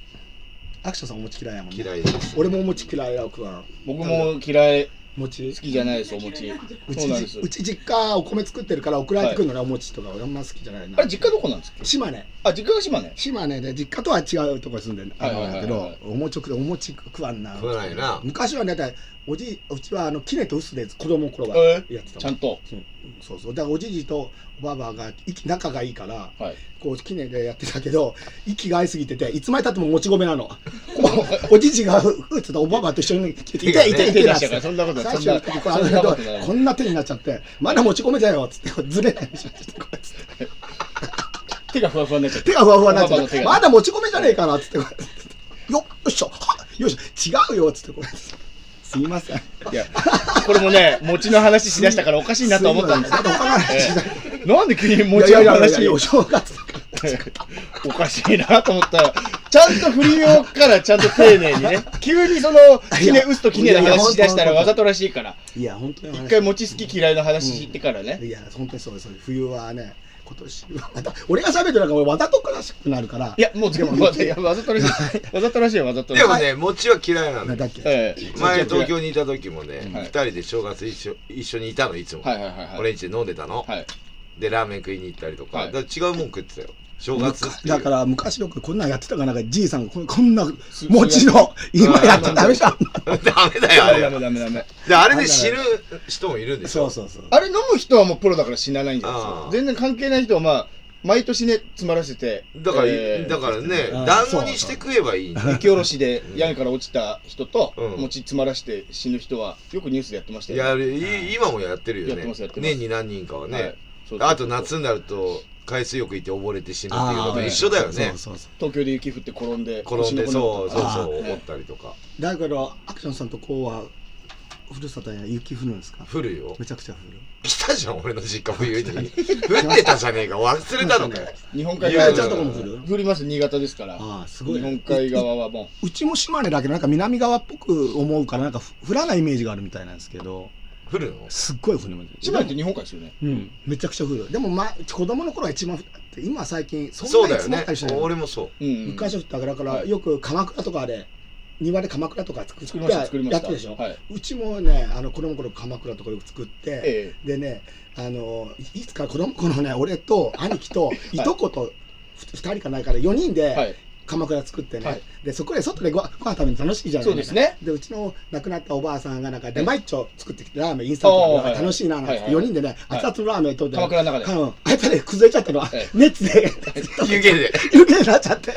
Speaker 5: アクションさんお餅嫌いやもんね
Speaker 1: 嫌いです
Speaker 5: 俺もお餅嫌いや奥は
Speaker 2: 僕も嫌い、
Speaker 5: 餅
Speaker 2: 好きじゃないです、お餅。
Speaker 5: う
Speaker 2: そう
Speaker 5: ち
Speaker 2: なんです
Speaker 5: じう。ち実家お米作ってるから送られてくるのね、お餅とか俺あんま好きじゃないな
Speaker 2: あれ、実家どこなんですか
Speaker 5: 島根
Speaker 2: あ、実家が島根。
Speaker 5: 島根で実家とは違うとこに住んでるあ
Speaker 2: はい
Speaker 5: の
Speaker 2: はい
Speaker 5: だ
Speaker 2: はい
Speaker 5: け
Speaker 2: は
Speaker 5: ど
Speaker 2: い
Speaker 5: お餅食ってお餅食わんな
Speaker 1: 食わないな
Speaker 5: 昔はねだいたいおじいちはあのキネとウスで子供の頃は
Speaker 2: え
Speaker 5: やってた
Speaker 2: ちゃん
Speaker 5: と
Speaker 2: と。
Speaker 5: そうそうだからおじいじとおばばがいき仲がいいから
Speaker 2: はい。
Speaker 5: こう、キネでやってたけど、息が合いすぎてて、いつまでたってももち米なの。こうおじじが、うつとおばばと一緒に、いて、いて、いて、いて、いて、
Speaker 2: 手出したからそんなことない
Speaker 5: 最初の時これあれだ
Speaker 2: そんな
Speaker 5: け
Speaker 2: ことない
Speaker 5: どこんな手になっちゃって、まだもち米だよ、つって、ずれないでしょ、ちょっとこうやって
Speaker 2: 手がふわふわになっちゃって
Speaker 5: 手。がふわふわになっち
Speaker 2: おばば
Speaker 5: ゃ
Speaker 2: の
Speaker 5: っ
Speaker 2: 手
Speaker 5: て、
Speaker 2: が
Speaker 5: まだもち米じゃねえかな、つって、こうやってよっしょ、はよいしょ、違うよ、つって、こうやってすいません。
Speaker 2: いや、これもね、餅の話しだしたからおかしいなと思ったんです
Speaker 5: すいません他の話だ
Speaker 2: ええなんで急に
Speaker 5: い
Speaker 2: 餅
Speaker 5: やい
Speaker 2: の
Speaker 5: やいやい
Speaker 2: 話
Speaker 5: や、
Speaker 2: を
Speaker 5: お正月だから。
Speaker 2: おかしいなと思ったら、ちゃんと振りようからちゃんと丁寧にね、急にその、きね、うすときねの話しだしたらわざとらしいから、
Speaker 5: いや、本当に話。
Speaker 2: 一回餅好き嫌いの話してからね、
Speaker 5: いや、本当にそうです。冬はね、今年はまた、俺が喋ってなんか俺わざとらしくなるから。
Speaker 2: いや、もうでも、わざいやわざとらしい。わざとらしいはわざとら
Speaker 1: で
Speaker 2: しい。
Speaker 1: もね、餅は嫌いなんだ
Speaker 5: なんだっけ、
Speaker 2: ええ
Speaker 1: 前東京にいた時もね、
Speaker 2: はい
Speaker 1: 二人で正月一緒一緒にいたのいつも、
Speaker 2: はいはいはいはい。
Speaker 1: 俺んちで飲んでたの、
Speaker 2: はい。
Speaker 1: でラーメン食いに行ったりとか,、
Speaker 2: はい
Speaker 1: だから違うもん食ってたよ正月っていう
Speaker 5: だから昔よくこんなんやってたからなんかじいさんがこんこんなもちろん今やっちゃダメじゃん
Speaker 1: ダメだよあ
Speaker 2: ダ
Speaker 1: れ
Speaker 2: メダメダメ。
Speaker 1: であれで死ぬ人もいるんでし
Speaker 5: そ
Speaker 1: ょ
Speaker 5: うそうそう
Speaker 2: あれ飲む人はもうプロだから死なないんじゃないです
Speaker 1: あ
Speaker 2: か
Speaker 1: あ。
Speaker 2: 全然関係ない人はまあ、毎年ね、詰まらせて。
Speaker 1: だから、
Speaker 2: えー
Speaker 1: だからね
Speaker 5: うん
Speaker 1: 団子にして食えばいいんだ
Speaker 2: 雪下ろしで屋根から落ちた人と
Speaker 1: うん
Speaker 2: 餅詰まらして死ぬ人はよくニュースでやってました
Speaker 1: い
Speaker 2: よ。
Speaker 1: やい今もやってるよ
Speaker 2: やっ
Speaker 1: ね
Speaker 2: てますやってます
Speaker 1: 年に何人かはね、
Speaker 2: はいそうそう
Speaker 1: あと夏になると海水浴行って溺れて死ぬっていうの
Speaker 5: あ
Speaker 1: と
Speaker 5: ー
Speaker 1: 一緒だよね
Speaker 5: そうそうそ
Speaker 2: 東京で雪降って転んで
Speaker 1: 転んでそうそう
Speaker 5: あ
Speaker 1: そ
Speaker 5: ー
Speaker 1: う思ったりとか
Speaker 5: うだけどアクションさんとこうはふるさとには雪降るんですか
Speaker 1: 降るよ
Speaker 5: めちゃくちゃ降る
Speaker 1: 来たじゃん俺の実家冬に 降ってたじゃねえか忘れたのか よ
Speaker 2: 日本海
Speaker 1: いや
Speaker 2: 側
Speaker 1: ちょっと
Speaker 5: この降る
Speaker 2: 降ります新潟ですから
Speaker 5: ああすごい
Speaker 2: 日本海側はも
Speaker 5: うちも島根だけどなんか南側っぽく思うからなんか降らないイメージがあるみたいなんですけど
Speaker 1: 降るの
Speaker 5: すっごい降ります
Speaker 2: う千葉って日本海ですよね
Speaker 5: うんめちゃくちゃ降るでも、まあ、子供の頃は一番降って今は最近そ
Speaker 1: そうん
Speaker 5: な
Speaker 1: だよ
Speaker 5: に積もっ
Speaker 1: ね
Speaker 5: たりしない
Speaker 1: 俺もそう
Speaker 2: うんうん
Speaker 5: 昔は降ったからだから、
Speaker 2: はい
Speaker 5: よく鎌倉とかで庭で鎌倉とか作って
Speaker 2: 作りました作りました
Speaker 5: やってるでしょ、
Speaker 2: はいう
Speaker 5: ちもねあの子供の頃鎌倉とかよく作って、
Speaker 2: え
Speaker 5: でねあのいいつか子供の頃ね俺と兄貴といとこと2人かないから4人
Speaker 2: えはい
Speaker 5: で鎌倉作ってね、
Speaker 2: はい
Speaker 5: でそこで外でごご飯食べるの楽しいじゃない
Speaker 2: そうですね
Speaker 5: でうちの亡くなったおばあさんがなんか出前一丁作ってきてラーメンインスタント
Speaker 2: お
Speaker 5: で
Speaker 2: ー
Speaker 5: 楽しいななんて
Speaker 2: はいはい
Speaker 5: 4人でね
Speaker 2: はい
Speaker 5: 熱々のラーメンとって
Speaker 2: 鎌倉の中で
Speaker 5: うんあいつね崩れちゃったの
Speaker 2: え
Speaker 5: 熱で
Speaker 1: 湯気で
Speaker 5: 湯気になっちゃって。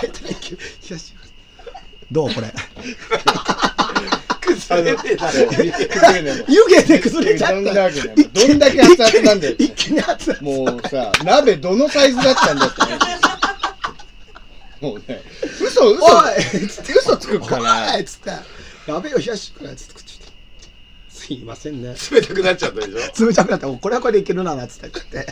Speaker 5: あいつね、きゅ冷やしどうこ れ。
Speaker 1: 崩れてたよ
Speaker 2: 崩れねえの
Speaker 5: 湯気で崩れちゃ
Speaker 2: ど
Speaker 5: っ
Speaker 2: んだ
Speaker 5: た。
Speaker 2: けだよどんだけ熱々なんだよ
Speaker 5: 一気に熱々。
Speaker 2: もうさ鍋どのサイズだったんだって話ですもうね嘘嘘
Speaker 5: おいつって
Speaker 2: 嘘つくか
Speaker 5: 怖
Speaker 2: ら
Speaker 5: いっつって。やべえよ、冷やしからつって口ですいませんね。
Speaker 1: 冷たくなっちゃったでしょ
Speaker 5: 冷たくなった。もうこれはこれでいけるな、なんつって食って。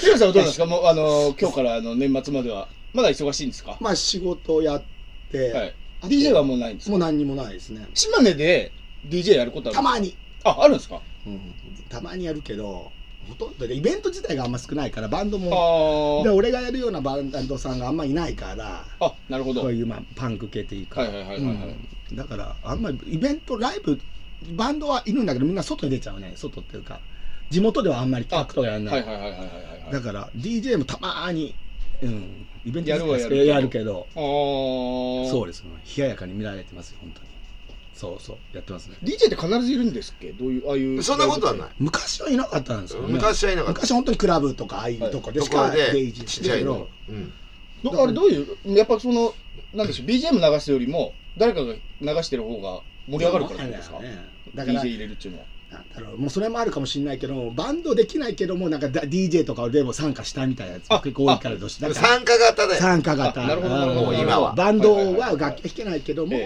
Speaker 2: ヒロさんはどうなんですかもうあの今日からあの年末まではまだ忙しいんですか
Speaker 5: まあ仕事をやって、
Speaker 2: はい
Speaker 5: あと
Speaker 2: DJ はもうないんですか
Speaker 5: もう何にもないですね。
Speaker 2: 島根で DJ やることある
Speaker 5: たまに。
Speaker 2: あ、あるんですか
Speaker 5: うんたまにやるけど、ほとんどで、イベント自体があんま少ないから、バンド
Speaker 2: あ
Speaker 5: も。で、
Speaker 2: ー
Speaker 5: 俺がやるようなバンドさんがあんまいないから。
Speaker 2: あ、なるほど。
Speaker 5: こ
Speaker 2: は
Speaker 5: う
Speaker 2: い
Speaker 5: いう、まあ、パンク系というか、
Speaker 2: はいはいはいはい。
Speaker 5: うんだからあんまりイベントライブバンドはいるんだけどみんな外に出ちゃうね外っていうか地元ではあんまり企画とかやんない、
Speaker 2: はいはいはいはいはいはい。
Speaker 5: だから DJ もたまーに、うん、イベント
Speaker 2: やるはやるけど
Speaker 5: やるけど
Speaker 2: あー
Speaker 5: そうですね冷ややかに見られてますよ本当にそうそうやってますね
Speaker 2: DJ って必ずいるんですっけどういう、ああいう。
Speaker 1: そんなことはない
Speaker 5: 昔はいなかったんですよ、ね、
Speaker 1: 昔はいなかった
Speaker 5: 昔本当にクラブとかああいうとこで
Speaker 1: と
Speaker 5: し
Speaker 1: こ
Speaker 5: か
Speaker 1: ろ
Speaker 5: デ
Speaker 1: で
Speaker 5: イジー
Speaker 1: ちっちゃいのうん
Speaker 2: どあれどういう、やっぱその、なんでしょう、BGM 流すよりも、誰かが流してる方が盛り上がるからってことですか
Speaker 5: そうなんだよねだから
Speaker 2: ?DJ 入れるっていうのは。
Speaker 5: なんだろうもうそれもあるかもしれないけどバンドできないけどもなんかだ DJ とかでも参加したいみたいなやつ
Speaker 2: あ
Speaker 5: 結構多いからどうしだから
Speaker 1: 参加型だよ
Speaker 5: 参加型
Speaker 2: あなるほどなるほど
Speaker 5: うん
Speaker 1: もう今は
Speaker 5: バンド
Speaker 2: はいはいは
Speaker 5: はい
Speaker 2: はい
Speaker 5: 楽器弾けないけども、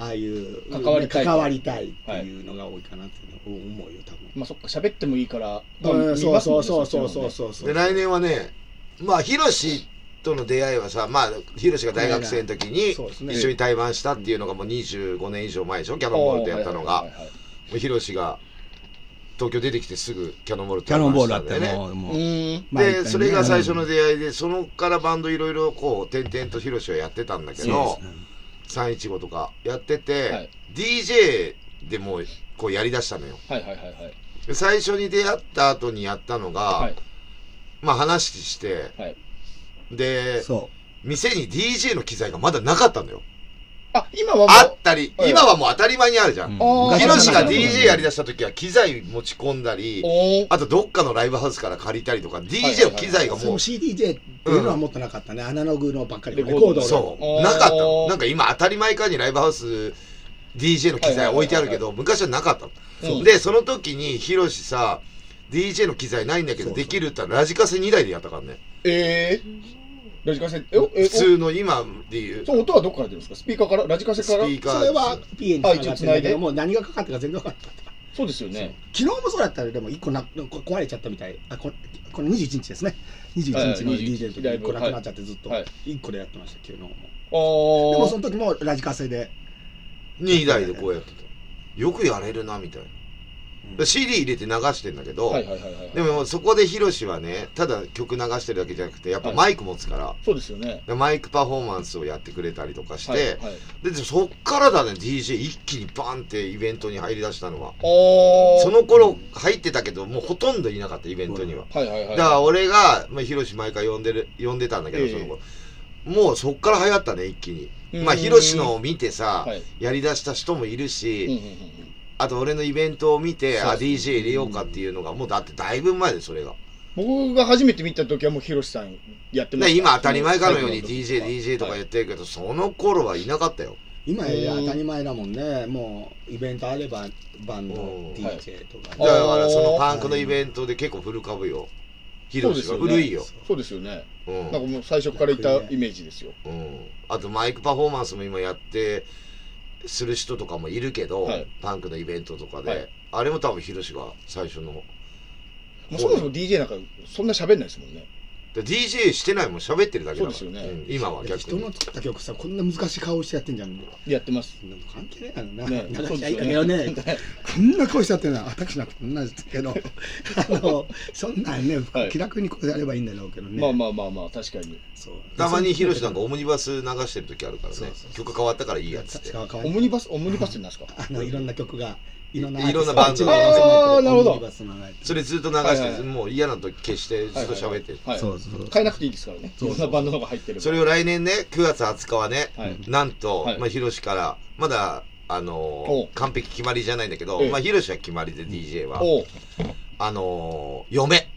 Speaker 2: え
Speaker 5: ああいう
Speaker 2: 関わりたい
Speaker 5: 関わりたいっていうのが多いかなって思うよ多分、
Speaker 2: まあそっか、喋ってもいいから、
Speaker 5: うんそうそうそうそう
Speaker 2: う
Speaker 5: そうそうそう
Speaker 1: で来年はねまあヒロシとの出会いはさまあヒロシが大学生の時に
Speaker 5: そうですね
Speaker 1: 一緒に対バンしたっていうのがもう25年以上前でしょキャノンボールとやったのが
Speaker 2: う
Speaker 1: もうヒロシが東京出てきてすぐキャノンボール
Speaker 5: キャノンボールだ
Speaker 1: あ
Speaker 5: ってもう、もう
Speaker 2: ーん。
Speaker 5: まあ
Speaker 1: でそれが最初の出会いでそのからバンドいろいろこう転々とヒロシはやってたんだけど
Speaker 5: そうですね
Speaker 1: 315とかやってて、
Speaker 2: はい
Speaker 1: DJ でもうこうやりだしたのよ
Speaker 2: はいはいはいはい。
Speaker 1: で最初に出会った後にやったのが、
Speaker 2: はい。
Speaker 1: まあ話して
Speaker 2: はい。
Speaker 1: で
Speaker 5: そ
Speaker 1: 店に DJ の機材がまだなかったのよ
Speaker 2: あ、今はもう。
Speaker 1: あったり
Speaker 2: はい
Speaker 1: 今はもう当たり前にあるじゃ
Speaker 5: う、
Speaker 1: ん、
Speaker 2: あー
Speaker 1: ヒロシが DJ やり
Speaker 5: だ
Speaker 1: だした時は機材持ち込んだり
Speaker 2: おー
Speaker 1: あとどっかのライブハウスから借りたりとか DJ の機材が
Speaker 5: そ
Speaker 1: も
Speaker 5: の
Speaker 1: う
Speaker 5: CDJ っていうのは持ってなかったね、アナログのばっかり
Speaker 2: レコー
Speaker 5: レ
Speaker 2: ド
Speaker 5: コード
Speaker 1: そ
Speaker 2: あー
Speaker 1: うなかったのなんか今当たり前かにライブハウス DJ の機材置いてあるけど昔はなかったの、
Speaker 2: うん
Speaker 1: でその時にヒロシさ DJ の機材ないんだけど
Speaker 5: そうそう
Speaker 1: できるって言ったらラジカセ2台でやったからね
Speaker 2: ええラジカセ、え、おえ、
Speaker 1: 普通の今でいう
Speaker 2: おその音はどこから出るんですかスピーカーからラジカセ
Speaker 1: ス
Speaker 2: から
Speaker 1: ピーカー
Speaker 5: そ
Speaker 1: で
Speaker 5: れ
Speaker 1: す
Speaker 5: は PA に繋がってんだけどもう何がかかってるか全然分かんなかった
Speaker 2: そうですよね。
Speaker 5: 昨日もそうだったらでも一個なこ壊れちゃったみたいあここの21日ですね21日の
Speaker 2: はい
Speaker 5: DJ の時
Speaker 2: ライ
Speaker 5: 1
Speaker 2: ブ
Speaker 5: 個なくなっちゃってずっと
Speaker 2: はい
Speaker 5: 1個でやってました昨日も
Speaker 2: あ
Speaker 5: でも
Speaker 2: ー
Speaker 5: その時もラジカセで
Speaker 1: 2台でこうやってたよくやれるなみたいな CD 入れて流してんだけど、
Speaker 2: はいはいはいはい
Speaker 1: でもそこでヒロシはねただ曲流してるだけじゃなくてやっぱマイク持つから、
Speaker 2: そうですよね
Speaker 1: でマイクパフォーマンスをやってくれたりとかして、
Speaker 2: はいはい
Speaker 1: でそっからだね DJ 一気にバンってイベントに入り出したのは
Speaker 2: おー
Speaker 1: その頃入ってたけどもうほとんどいなかったイベントには、
Speaker 2: はいはいはい
Speaker 1: だから俺が、まあ、ヒロシ毎回呼んでる呼んでたんだけど、
Speaker 2: ええ
Speaker 1: その頃もうそっから流行ったね一気に
Speaker 2: うん
Speaker 1: まあヒロシのを見てさ、
Speaker 2: はい
Speaker 1: やりだした人もいるし、
Speaker 2: うんうんうんうん
Speaker 1: あと俺のイベントを見て、
Speaker 2: そう
Speaker 1: あ DJ 入れようかっていうのがもうだってだいぶ前でそれが
Speaker 2: 僕が初めて見た時はもうヒロシさんやってま
Speaker 1: ね
Speaker 2: した
Speaker 1: 今当たり前かのように
Speaker 2: その
Speaker 1: DJDJ とか
Speaker 2: はい
Speaker 1: 言ってるけど、その頃はいなかったよ
Speaker 5: 今
Speaker 2: う
Speaker 5: や
Speaker 2: ん
Speaker 5: 当たり前だもんねもうイベントあればバンド
Speaker 1: うん
Speaker 5: DJ とか
Speaker 1: だ
Speaker 5: ね
Speaker 2: はい
Speaker 1: からそのパンクのイベントで結構古株よヒロシは
Speaker 2: そうですよね
Speaker 1: 古いよ
Speaker 2: そうですよね
Speaker 1: う
Speaker 2: なんんかもう最初からいたイメージですよ
Speaker 1: うん、あとマイクパフォーマンスも今やってする人とかもいるけど、
Speaker 2: はい
Speaker 1: パンクのイベントとかで、
Speaker 2: はい
Speaker 1: あれも多分ヒロシが最初の
Speaker 2: もうそもそも DJ なんかそんな喋んないですもんね
Speaker 1: で DJ してないもん喋ってるだけだから
Speaker 2: そうですよね
Speaker 1: ん今は
Speaker 5: だっ
Speaker 1: 逆
Speaker 5: て人の
Speaker 1: に
Speaker 5: 作った曲さこんな難しい顔してやってんじゃん
Speaker 2: やってます
Speaker 5: そんなの関係ねえやろ な、
Speaker 2: ね
Speaker 5: 流
Speaker 2: そう
Speaker 5: し
Speaker 2: で
Speaker 5: ゃ
Speaker 2: す
Speaker 5: いい
Speaker 2: よ
Speaker 5: か
Speaker 2: ね
Speaker 5: げんねこんな顔しちゃってるのは私なんてこんなんですけどあのそんなんね
Speaker 2: はい
Speaker 5: 気楽にこうやればいいんだろうけど ね、
Speaker 2: まあまあまあまあ確かに
Speaker 5: そう
Speaker 1: たまにヒロシなんかオムニバス流してる時あるからね
Speaker 5: そうそうそう
Speaker 1: 曲変わったからいいやつって
Speaker 5: 確か
Speaker 2: オムニバスオムニバスってなんですか
Speaker 5: あのいろんな曲がいろんない
Speaker 1: いろんなバンド
Speaker 5: 一番最初にやって
Speaker 2: あーなるほど
Speaker 5: オムニバスの流れ
Speaker 1: それずっと流して、
Speaker 2: はいはいはい
Speaker 1: もう嫌な時消してずっと喋ってる、
Speaker 2: はい
Speaker 5: そうそう
Speaker 2: 変えなくていいですからねい
Speaker 5: そう
Speaker 2: ろんなバンドの方が入ってる
Speaker 1: それを来年ね9月20日はね、
Speaker 2: はい
Speaker 1: なんと、
Speaker 2: はい
Speaker 1: まあ、ヒロシからまだあのー
Speaker 2: おう
Speaker 1: 完璧決まりじゃないんだけど、
Speaker 2: ええ
Speaker 1: まあ、ヒロシは決まりで DJ は、
Speaker 2: おう
Speaker 1: あのー嫁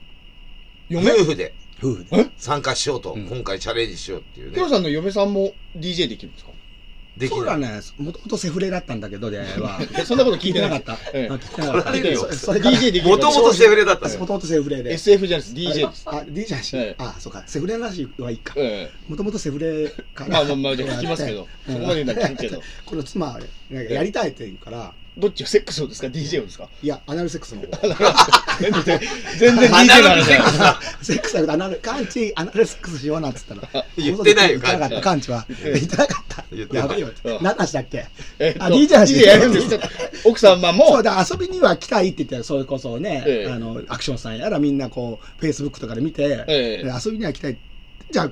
Speaker 2: 嫁
Speaker 1: 夫婦で
Speaker 5: 夫婦で
Speaker 1: 参加しようと、
Speaker 5: うん
Speaker 1: 今回チャレンジしようっていう
Speaker 2: ヒロ
Speaker 1: ね
Speaker 2: さんの嫁さんも DJ できるんですか
Speaker 1: でき
Speaker 5: そう
Speaker 1: な
Speaker 5: だ
Speaker 1: い
Speaker 5: ねもともとセフレだったんだけど出会いは
Speaker 2: えそんなこと聞
Speaker 5: 聞
Speaker 2: い
Speaker 5: い
Speaker 2: て
Speaker 5: て
Speaker 2: な
Speaker 5: ないか
Speaker 2: で
Speaker 5: っ
Speaker 2: す
Speaker 5: たあ
Speaker 2: ええ
Speaker 5: 聞いてなかった
Speaker 1: 怒られるよ
Speaker 5: そそれから
Speaker 2: DJ できる
Speaker 1: もともとセフレだった
Speaker 5: も
Speaker 1: の
Speaker 5: ともとセフレで
Speaker 2: SF じゃないです DJ です
Speaker 5: あ DJ だし、
Speaker 2: ええ
Speaker 5: あそうかセフレの話はいいか
Speaker 2: え
Speaker 5: もともとセフレか
Speaker 2: えま
Speaker 5: ら
Speaker 2: あまあまあじゃあ聞きますけどそこまで言うのは聞くけど
Speaker 5: この妻はねなんかやりたいって言うから
Speaker 2: どっちをセックスをですか DJ をですか
Speaker 5: いやアナルセックスの方
Speaker 2: 全然全然 DJ の話じゃない
Speaker 5: セックスだけどアナルカンチアナルセックスしようなんつ ったら
Speaker 1: 言ってないよ
Speaker 5: 言ってなかったカンチは言ってなかった
Speaker 1: 言ってな
Speaker 5: や
Speaker 1: かった
Speaker 5: べえよ
Speaker 2: うん
Speaker 5: 何話だっけ
Speaker 2: えっと
Speaker 5: あ DJ の話
Speaker 2: DJ やるんですか奥様
Speaker 5: そ
Speaker 2: も
Speaker 5: うだ遊びには来たいって言ってたよそれこそね、
Speaker 2: ええ
Speaker 5: あのアクションさんやらみんなこうフェイスブックとかで見て、
Speaker 2: ええ
Speaker 5: で遊びには来たいじゃあ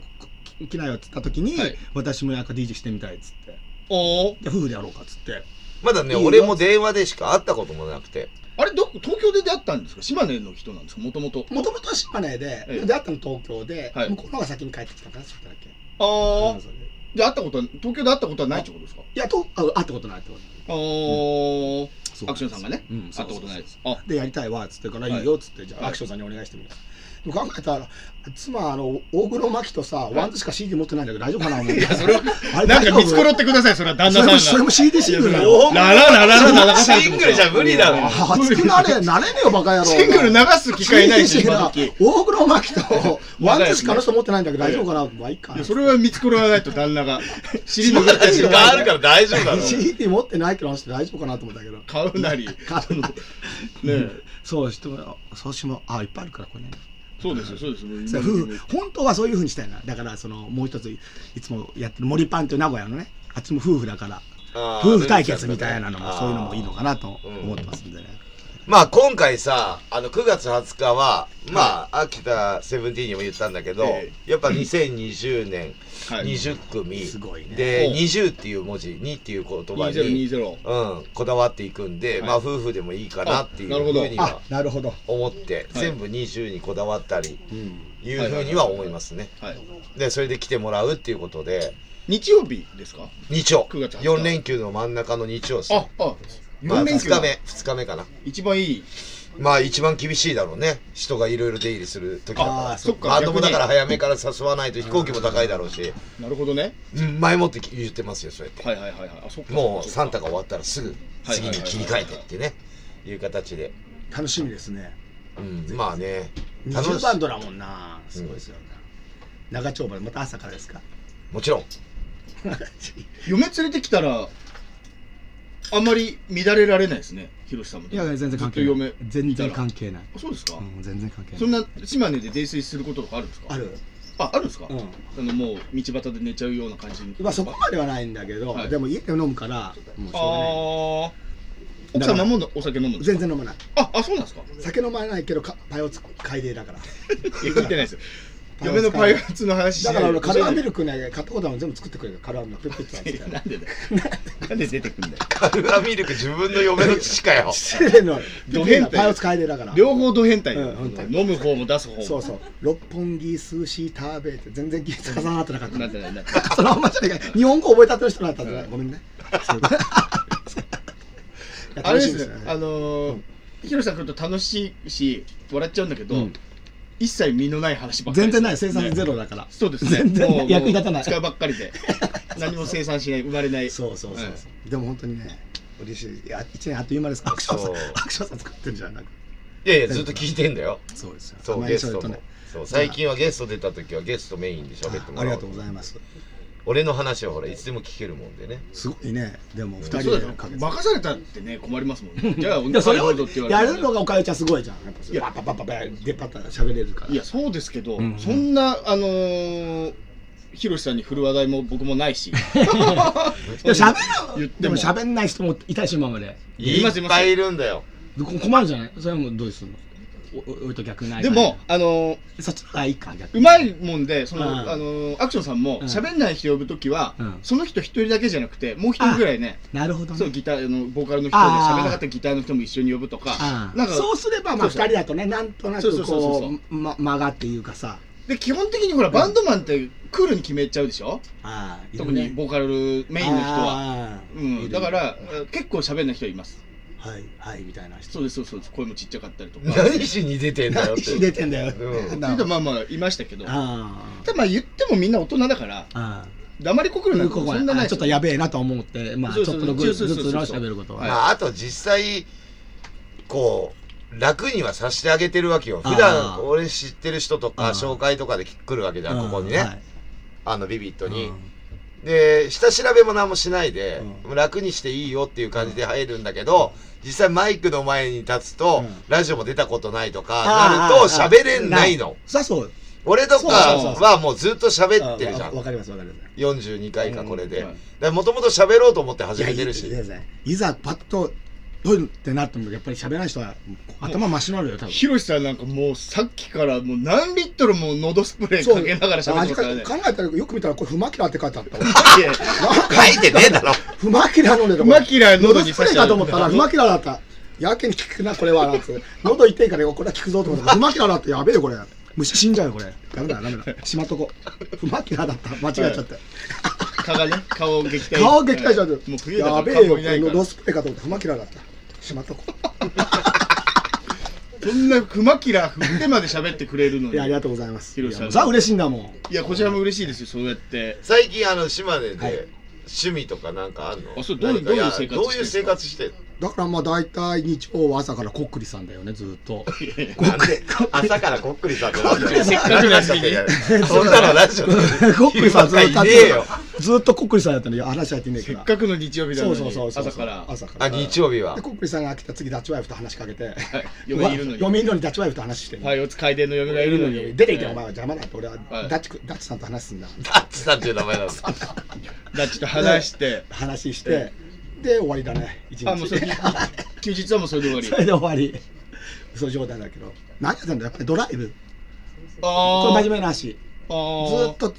Speaker 5: 来来なよって言った時に、
Speaker 2: はい
Speaker 5: 私もなんか DJ してみたいっつって
Speaker 2: おー
Speaker 5: で夫婦でやろうかっつって
Speaker 1: まだね
Speaker 5: いいよ
Speaker 1: 俺も電話でしか会ったこともなくて
Speaker 2: あれど東京で出会ったんですか島根の人なんですかもともと
Speaker 5: もともとは島根で、
Speaker 2: ええ
Speaker 5: 出会ったの東京で、
Speaker 2: はい
Speaker 5: 向こうの方が先に帰ってきたからそれだけ
Speaker 2: ああ
Speaker 5: それで
Speaker 2: じゃあ会ったことは東京で会ったことはないってことですか
Speaker 5: いやとあ会ったことないってこと
Speaker 2: あー
Speaker 5: そう
Speaker 2: アクションさんがね
Speaker 5: うん
Speaker 2: 会ったことないですあ
Speaker 5: でやりたいわっつってか
Speaker 2: は
Speaker 5: ら、
Speaker 2: い
Speaker 5: い、いよっつってじゃあ、
Speaker 2: はい
Speaker 5: アクションさんにお願いしてみるでも考えたら妻あの大黒摩季とさ、ワンズしか CD 持ってないんだけど大丈夫かな思っていや
Speaker 2: それはなんか見繕ってくださいそれは旦
Speaker 5: そ
Speaker 2: 那さ
Speaker 5: れも
Speaker 2: ん
Speaker 5: それ
Speaker 2: が
Speaker 5: も CD シングルなの
Speaker 1: お
Speaker 2: ララララララ流されて
Speaker 1: シングルじゃ無理だろ
Speaker 5: あ熱くなれ、なれねえよ、バカ野郎。
Speaker 2: シングル流す機会ないし
Speaker 5: シングル
Speaker 2: 今
Speaker 5: な
Speaker 2: 時
Speaker 5: 大黒摩季と、ワンズしかあの人持ってないんだけど、大丈夫かなまあ、いいか
Speaker 2: いや。それは見繕わないと旦那が尻拭ったり
Speaker 1: 時
Speaker 2: と
Speaker 1: 間ある
Speaker 2: か
Speaker 1: から大丈夫だろ
Speaker 5: CD 持ってないけど、あの人大丈夫かなと思ったけど。
Speaker 2: 買うなり
Speaker 5: か
Speaker 2: そのね
Speaker 5: そう、人も、そうしも、あ、いっぱいあるから、これね。
Speaker 2: そうですよそうですよ
Speaker 5: そう夫婦本当はそういうふうにしたいな。だから、その、もう一つ、いつもやってる森パンという名古屋のね、あっちも夫婦だから、
Speaker 1: あー
Speaker 5: 夫婦対決みたいなのも、そういうのもいいのかなと
Speaker 1: うん
Speaker 5: 思ってますんでね。
Speaker 1: まあ今回さあの9月20日はまあ秋田セブンティーンにも言ったんだけど、
Speaker 2: え
Speaker 1: やっぱ2020年
Speaker 2: はい
Speaker 1: 20組、
Speaker 5: すごいね
Speaker 1: で
Speaker 2: お
Speaker 1: 20っていう文字2っていう言葉に、
Speaker 2: 2020
Speaker 1: うん、こだわっていくんで、
Speaker 2: はい
Speaker 1: まあ夫婦でもいいかなっていう
Speaker 2: あなるほど
Speaker 1: ふうに
Speaker 5: あ
Speaker 1: は、
Speaker 5: なるほど。
Speaker 1: 思って、
Speaker 2: はい
Speaker 1: 全部20にこだわったり
Speaker 5: うん。
Speaker 1: いうふうには思いますね。
Speaker 2: はい
Speaker 1: でそれで来てもらうっていうことで
Speaker 2: 日曜日ですか
Speaker 1: 日曜
Speaker 2: 9月20日
Speaker 1: 4連休の真ん中の日曜です
Speaker 2: あ
Speaker 1: ね。
Speaker 2: あ
Speaker 1: まあ、
Speaker 2: 4連休
Speaker 1: 2日目2日目かな
Speaker 2: 一番いい
Speaker 1: まあ一番厳しいだろうね人がいろいろ出入りする時だから
Speaker 5: あーそ
Speaker 2: っか
Speaker 1: バンドも
Speaker 2: 逆に
Speaker 1: だから早めから誘わないと飛行機も高いだろうし、
Speaker 2: なるほどね
Speaker 1: うん、前もって言ってますよそうやって
Speaker 2: はいはいはいはいあそっか
Speaker 1: もう
Speaker 2: そ
Speaker 1: サン
Speaker 2: っか
Speaker 1: タが終わったらすぐ
Speaker 2: はい
Speaker 1: 次に切り替えてってね、いう形で、
Speaker 5: 楽しみですね。
Speaker 1: うん、まあね、楽
Speaker 5: 20
Speaker 1: し
Speaker 5: バンドだもんな。すごいですよね。長丁場で、また朝からですか。
Speaker 1: もちろん、
Speaker 2: 嫁連れてきたらあんまり乱れられないですねひろしさんも
Speaker 5: いや、全然関係
Speaker 2: ずっと
Speaker 5: な
Speaker 2: 嫁
Speaker 5: い。全然
Speaker 2: 係
Speaker 5: 関係ない。
Speaker 2: そうですか、
Speaker 5: うん、全然関係
Speaker 2: そ
Speaker 5: ない。
Speaker 2: んな島根で泥酔することとかあるんですか
Speaker 5: ある。
Speaker 2: ああるんですか、
Speaker 5: うん。
Speaker 2: あのもう道端で寝ちゃうような感じに
Speaker 5: まあそこまではないんだけど、
Speaker 2: はい
Speaker 5: でも家で飲むから、もうしょうがない。
Speaker 2: あ奥様もお酒飲むんです
Speaker 5: 全然飲まない
Speaker 2: あ、あ、そうなんですか
Speaker 5: 酒飲まないけどかパイオツ買いでだから
Speaker 2: いや、聞いてないですよ。
Speaker 5: パイオ
Speaker 2: 嫁
Speaker 5: ツ
Speaker 2: のパイオツの話し
Speaker 5: だ
Speaker 2: ない
Speaker 5: から俺カルアミ
Speaker 2: ル
Speaker 5: ルクね買ったことあるの全部作ってくれるからカルアミルクペッペッてやつ
Speaker 2: なんでだよ。なんで出てく んだよ。
Speaker 1: カルアミルク自分の嫁の父かよ
Speaker 5: 失礼の
Speaker 2: ド変態
Speaker 5: パイオツ買いでだから
Speaker 2: 両方ド変態な
Speaker 5: うん本当
Speaker 2: の飲む方も出す方も。
Speaker 5: そうそう六本木寿司食べて全然技術重なってなかった
Speaker 2: なってないなってない。
Speaker 5: そのまんまじゃねえか日本語覚えたてる人だったんじゃないご めんねそういや
Speaker 2: あれ
Speaker 5: 楽
Speaker 2: で
Speaker 5: しみですす
Speaker 2: ね
Speaker 5: ね、
Speaker 2: あのーヒロさん来ると楽しいし、笑っちゃうんだけど、
Speaker 5: うん
Speaker 2: 一切身のない話ばっかりで
Speaker 5: 全
Speaker 2: す。
Speaker 5: 然ない生産
Speaker 2: ね
Speaker 5: ゼロだから
Speaker 2: そうですね。
Speaker 5: 全然
Speaker 2: もう
Speaker 5: 役に立た
Speaker 2: も
Speaker 5: ない
Speaker 2: う使うばっかりで。 何も生産しない、生まれない。
Speaker 5: そうそうそう
Speaker 2: はい
Speaker 5: そうでも本当にね嬉しいいや一年あっという間ですアクションさ
Speaker 1: そ
Speaker 5: ん
Speaker 1: う
Speaker 5: アクションさん作ってるじゃんなんか
Speaker 1: いやいや ずっと聞いてんだよ
Speaker 5: そうですよ
Speaker 1: そ
Speaker 5: た
Speaker 1: う
Speaker 5: ま
Speaker 1: ゲ
Speaker 5: に
Speaker 1: ス
Speaker 5: そういう
Speaker 1: ト
Speaker 5: と
Speaker 1: も
Speaker 5: ね
Speaker 1: そう最近はゲスト出た時はゲストメインで喋ってもらう
Speaker 5: あありがとうございます
Speaker 1: 俺の話はほらいつでも聞けるもんでね
Speaker 5: すごいねでも二
Speaker 2: そう
Speaker 5: 人
Speaker 2: だ
Speaker 5: で
Speaker 2: よ
Speaker 5: かけて
Speaker 2: 任されたってね、困りますもんね。じゃあ、お
Speaker 5: でもそれ
Speaker 2: 腹ど
Speaker 5: を
Speaker 2: うぞって言われ
Speaker 5: や
Speaker 2: たら
Speaker 5: るのがおかゆちゃんすごいじゃん
Speaker 2: いや
Speaker 5: パパパパパ出っ張ったら喋れるから
Speaker 2: いや、そうですけど、
Speaker 5: んうん
Speaker 2: そんな、あのー、ヒロシさんに振る話題も僕も ないし。
Speaker 5: でも喋
Speaker 2: 言っ
Speaker 5: る
Speaker 2: て
Speaker 5: で
Speaker 2: も
Speaker 5: も喋んない人もいたし今まで
Speaker 2: いますい
Speaker 1: っ
Speaker 2: ます
Speaker 1: ぱいいるんだよ
Speaker 5: こ困るじゃないそれはもうどうするのおお俺と逆ない
Speaker 2: でも、あのー、
Speaker 5: そっちの方がいいか逆
Speaker 2: う
Speaker 5: に
Speaker 2: まいもんで、その、
Speaker 5: うん
Speaker 2: あのーアクションさんも、
Speaker 5: うん
Speaker 2: 喋んない人呼ぶときは、
Speaker 5: うん
Speaker 2: その人一人だけじゃなくて、もう一人ぐらいね、
Speaker 5: なるほど
Speaker 2: そう、
Speaker 5: ね
Speaker 2: ギターあの、ボーカルの人で、
Speaker 5: あー
Speaker 2: 喋んなかったギターの人も一緒に呼ぶとか
Speaker 5: あ、
Speaker 2: なん
Speaker 5: あ
Speaker 2: か、
Speaker 5: そうすればまあ2
Speaker 2: そうそう
Speaker 5: 人だとねなんとな
Speaker 2: そうそ
Speaker 5: く
Speaker 2: うそうそう
Speaker 5: こうま間がっていうかさ
Speaker 2: で、基本的にほら、バンドマンってクールに決めちゃうでしょ
Speaker 5: ああいる
Speaker 2: 特
Speaker 5: ね
Speaker 2: にボーカルメインの人は。
Speaker 5: ああ
Speaker 2: う
Speaker 5: いる
Speaker 2: ん、だから、結構喋んない人います。
Speaker 5: はいはいみたいな人
Speaker 2: そうです、そうですそうです。声もちっちゃかったりとか。
Speaker 1: 何しに出てんだよっ
Speaker 5: 何
Speaker 1: て
Speaker 5: し出てんだよ
Speaker 1: うん
Speaker 5: な
Speaker 2: けどまあまあいましたけど、
Speaker 5: あ
Speaker 2: ただまあ言ってもみんな大人だから、
Speaker 5: あああ
Speaker 2: 黙りこくるなんて
Speaker 5: ここ
Speaker 2: そんなないです
Speaker 5: あちょ
Speaker 2: よ
Speaker 5: っとやべえなと思ってまあち
Speaker 2: そ
Speaker 5: ょ
Speaker 2: うそ
Speaker 5: っ
Speaker 2: う
Speaker 5: とのグル
Speaker 2: そうそうそう
Speaker 5: ずつの喋ることは
Speaker 1: まあ、あと実際こう楽にはさせてあげてるわけよ
Speaker 5: あー
Speaker 1: 普段俺知ってる人とか
Speaker 5: あー
Speaker 1: 紹介とかで来るわけじゃんここにね、
Speaker 5: うんはい
Speaker 1: あのビビットに、
Speaker 5: うん
Speaker 1: で下調べも何もしないで、
Speaker 5: う
Speaker 1: 楽にしていいよっていう感じで入るんだけど、実際マイクの前に立つと、
Speaker 5: うん
Speaker 1: ラジオも出たことないとかな
Speaker 5: あ
Speaker 1: ると
Speaker 5: あああ
Speaker 1: 喋れないの
Speaker 5: さあそう
Speaker 1: 俺とか
Speaker 5: そうそうそう
Speaker 1: はもうずっと喋ってるじゃ
Speaker 5: わ
Speaker 1: ん
Speaker 5: わかりますわかります
Speaker 1: 42回かこれで
Speaker 2: うんはい
Speaker 1: もともと喋ろうと思って
Speaker 5: い
Speaker 1: 始
Speaker 5: や
Speaker 1: め
Speaker 5: い
Speaker 1: て
Speaker 5: や
Speaker 1: るし
Speaker 5: いやいやいざパッとどうってなってもやっぱり喋らない人は頭真っ白になるよ多分
Speaker 2: ヒロシさんなんかもうさっきからもう何リットルも喉スプレーかけながら喋ってますからね
Speaker 5: あ。考えたらよく見たらこれ不マキラって書いてあったわ
Speaker 2: いや
Speaker 1: 書いてねえだろ
Speaker 5: 不マキラ飲んでた
Speaker 2: 不マキラ喉
Speaker 5: 喉
Speaker 2: に
Speaker 5: に
Speaker 2: 刺
Speaker 5: 刺
Speaker 2: し
Speaker 5: して
Speaker 2: あ
Speaker 5: た
Speaker 2: る
Speaker 5: と思ったら不マキラだったやけに効くなこれはなんつって喉痛いからこれは効くぞと思った不マキラだってやべえよこれ虫死んじゃうよこれダメだダメだしまっとこ不マキラだった間違えちゃって
Speaker 2: 蚊がね、顔を撃退。
Speaker 5: 顔がきたいちゃって
Speaker 2: もう冬だから
Speaker 5: やべえ
Speaker 2: 蚊
Speaker 5: よ
Speaker 2: も
Speaker 5: こ
Speaker 2: いな
Speaker 5: れ
Speaker 2: いから
Speaker 5: 喉。スプレーかと思った不マキラだった しまっとこ
Speaker 2: そんなクマキラ振ってまで喋ってくれるの
Speaker 5: いやあり
Speaker 2: に。
Speaker 5: がとうございます
Speaker 2: ヒロシさん
Speaker 5: いやザ嬉しいんだもん
Speaker 2: いや、こちらも嬉しいですよ、そうやって。
Speaker 1: 最近あの島根
Speaker 5: はい
Speaker 1: で趣味とかなんかあるの
Speaker 2: あそうどういう
Speaker 1: 何かや
Speaker 2: どういう生活してるんで
Speaker 1: どういう生活してん
Speaker 2: すか
Speaker 1: の
Speaker 5: だからまあ大体日曜は朝からこっくりさんだよねずーっと
Speaker 1: こっくり朝からこっくりさんってなんだ よ
Speaker 2: せっかくだし
Speaker 1: そんなのラジオで
Speaker 5: こっくりさんずーっ
Speaker 1: い
Speaker 5: と
Speaker 1: ねえよ
Speaker 5: ずーっとこっくりさんやったのよ話し合ってねえ
Speaker 2: せ
Speaker 5: か
Speaker 2: っ
Speaker 5: ら
Speaker 2: かくの日曜日な
Speaker 5: そ
Speaker 2: の
Speaker 5: うそう
Speaker 2: に、
Speaker 5: そうそう
Speaker 2: 朝から。
Speaker 5: 朝か
Speaker 1: あ
Speaker 5: ら
Speaker 1: 日曜日は
Speaker 5: でコックリさんが来た次ダッチワイフと話しかけて、
Speaker 2: 嫁いるのに
Speaker 5: 嫁いるのにダッチワイフと話して
Speaker 2: パイオツ海伝の嫁がいるのに。
Speaker 5: 出ていけお前は邪魔だって俺は
Speaker 2: はい
Speaker 5: ダッチくダッチさんと話すんだ
Speaker 1: ダッチさんっていう名前なの
Speaker 2: だちょっと話して。
Speaker 5: 話してで終わりだね一 日
Speaker 2: あ、もう それ休日はもうそれで終わり
Speaker 5: そ。れで終わりそういう状態だけど何やってんだやっぱりドライブこれ
Speaker 2: あ
Speaker 5: 真面目な話ず
Speaker 2: あ
Speaker 5: ーっと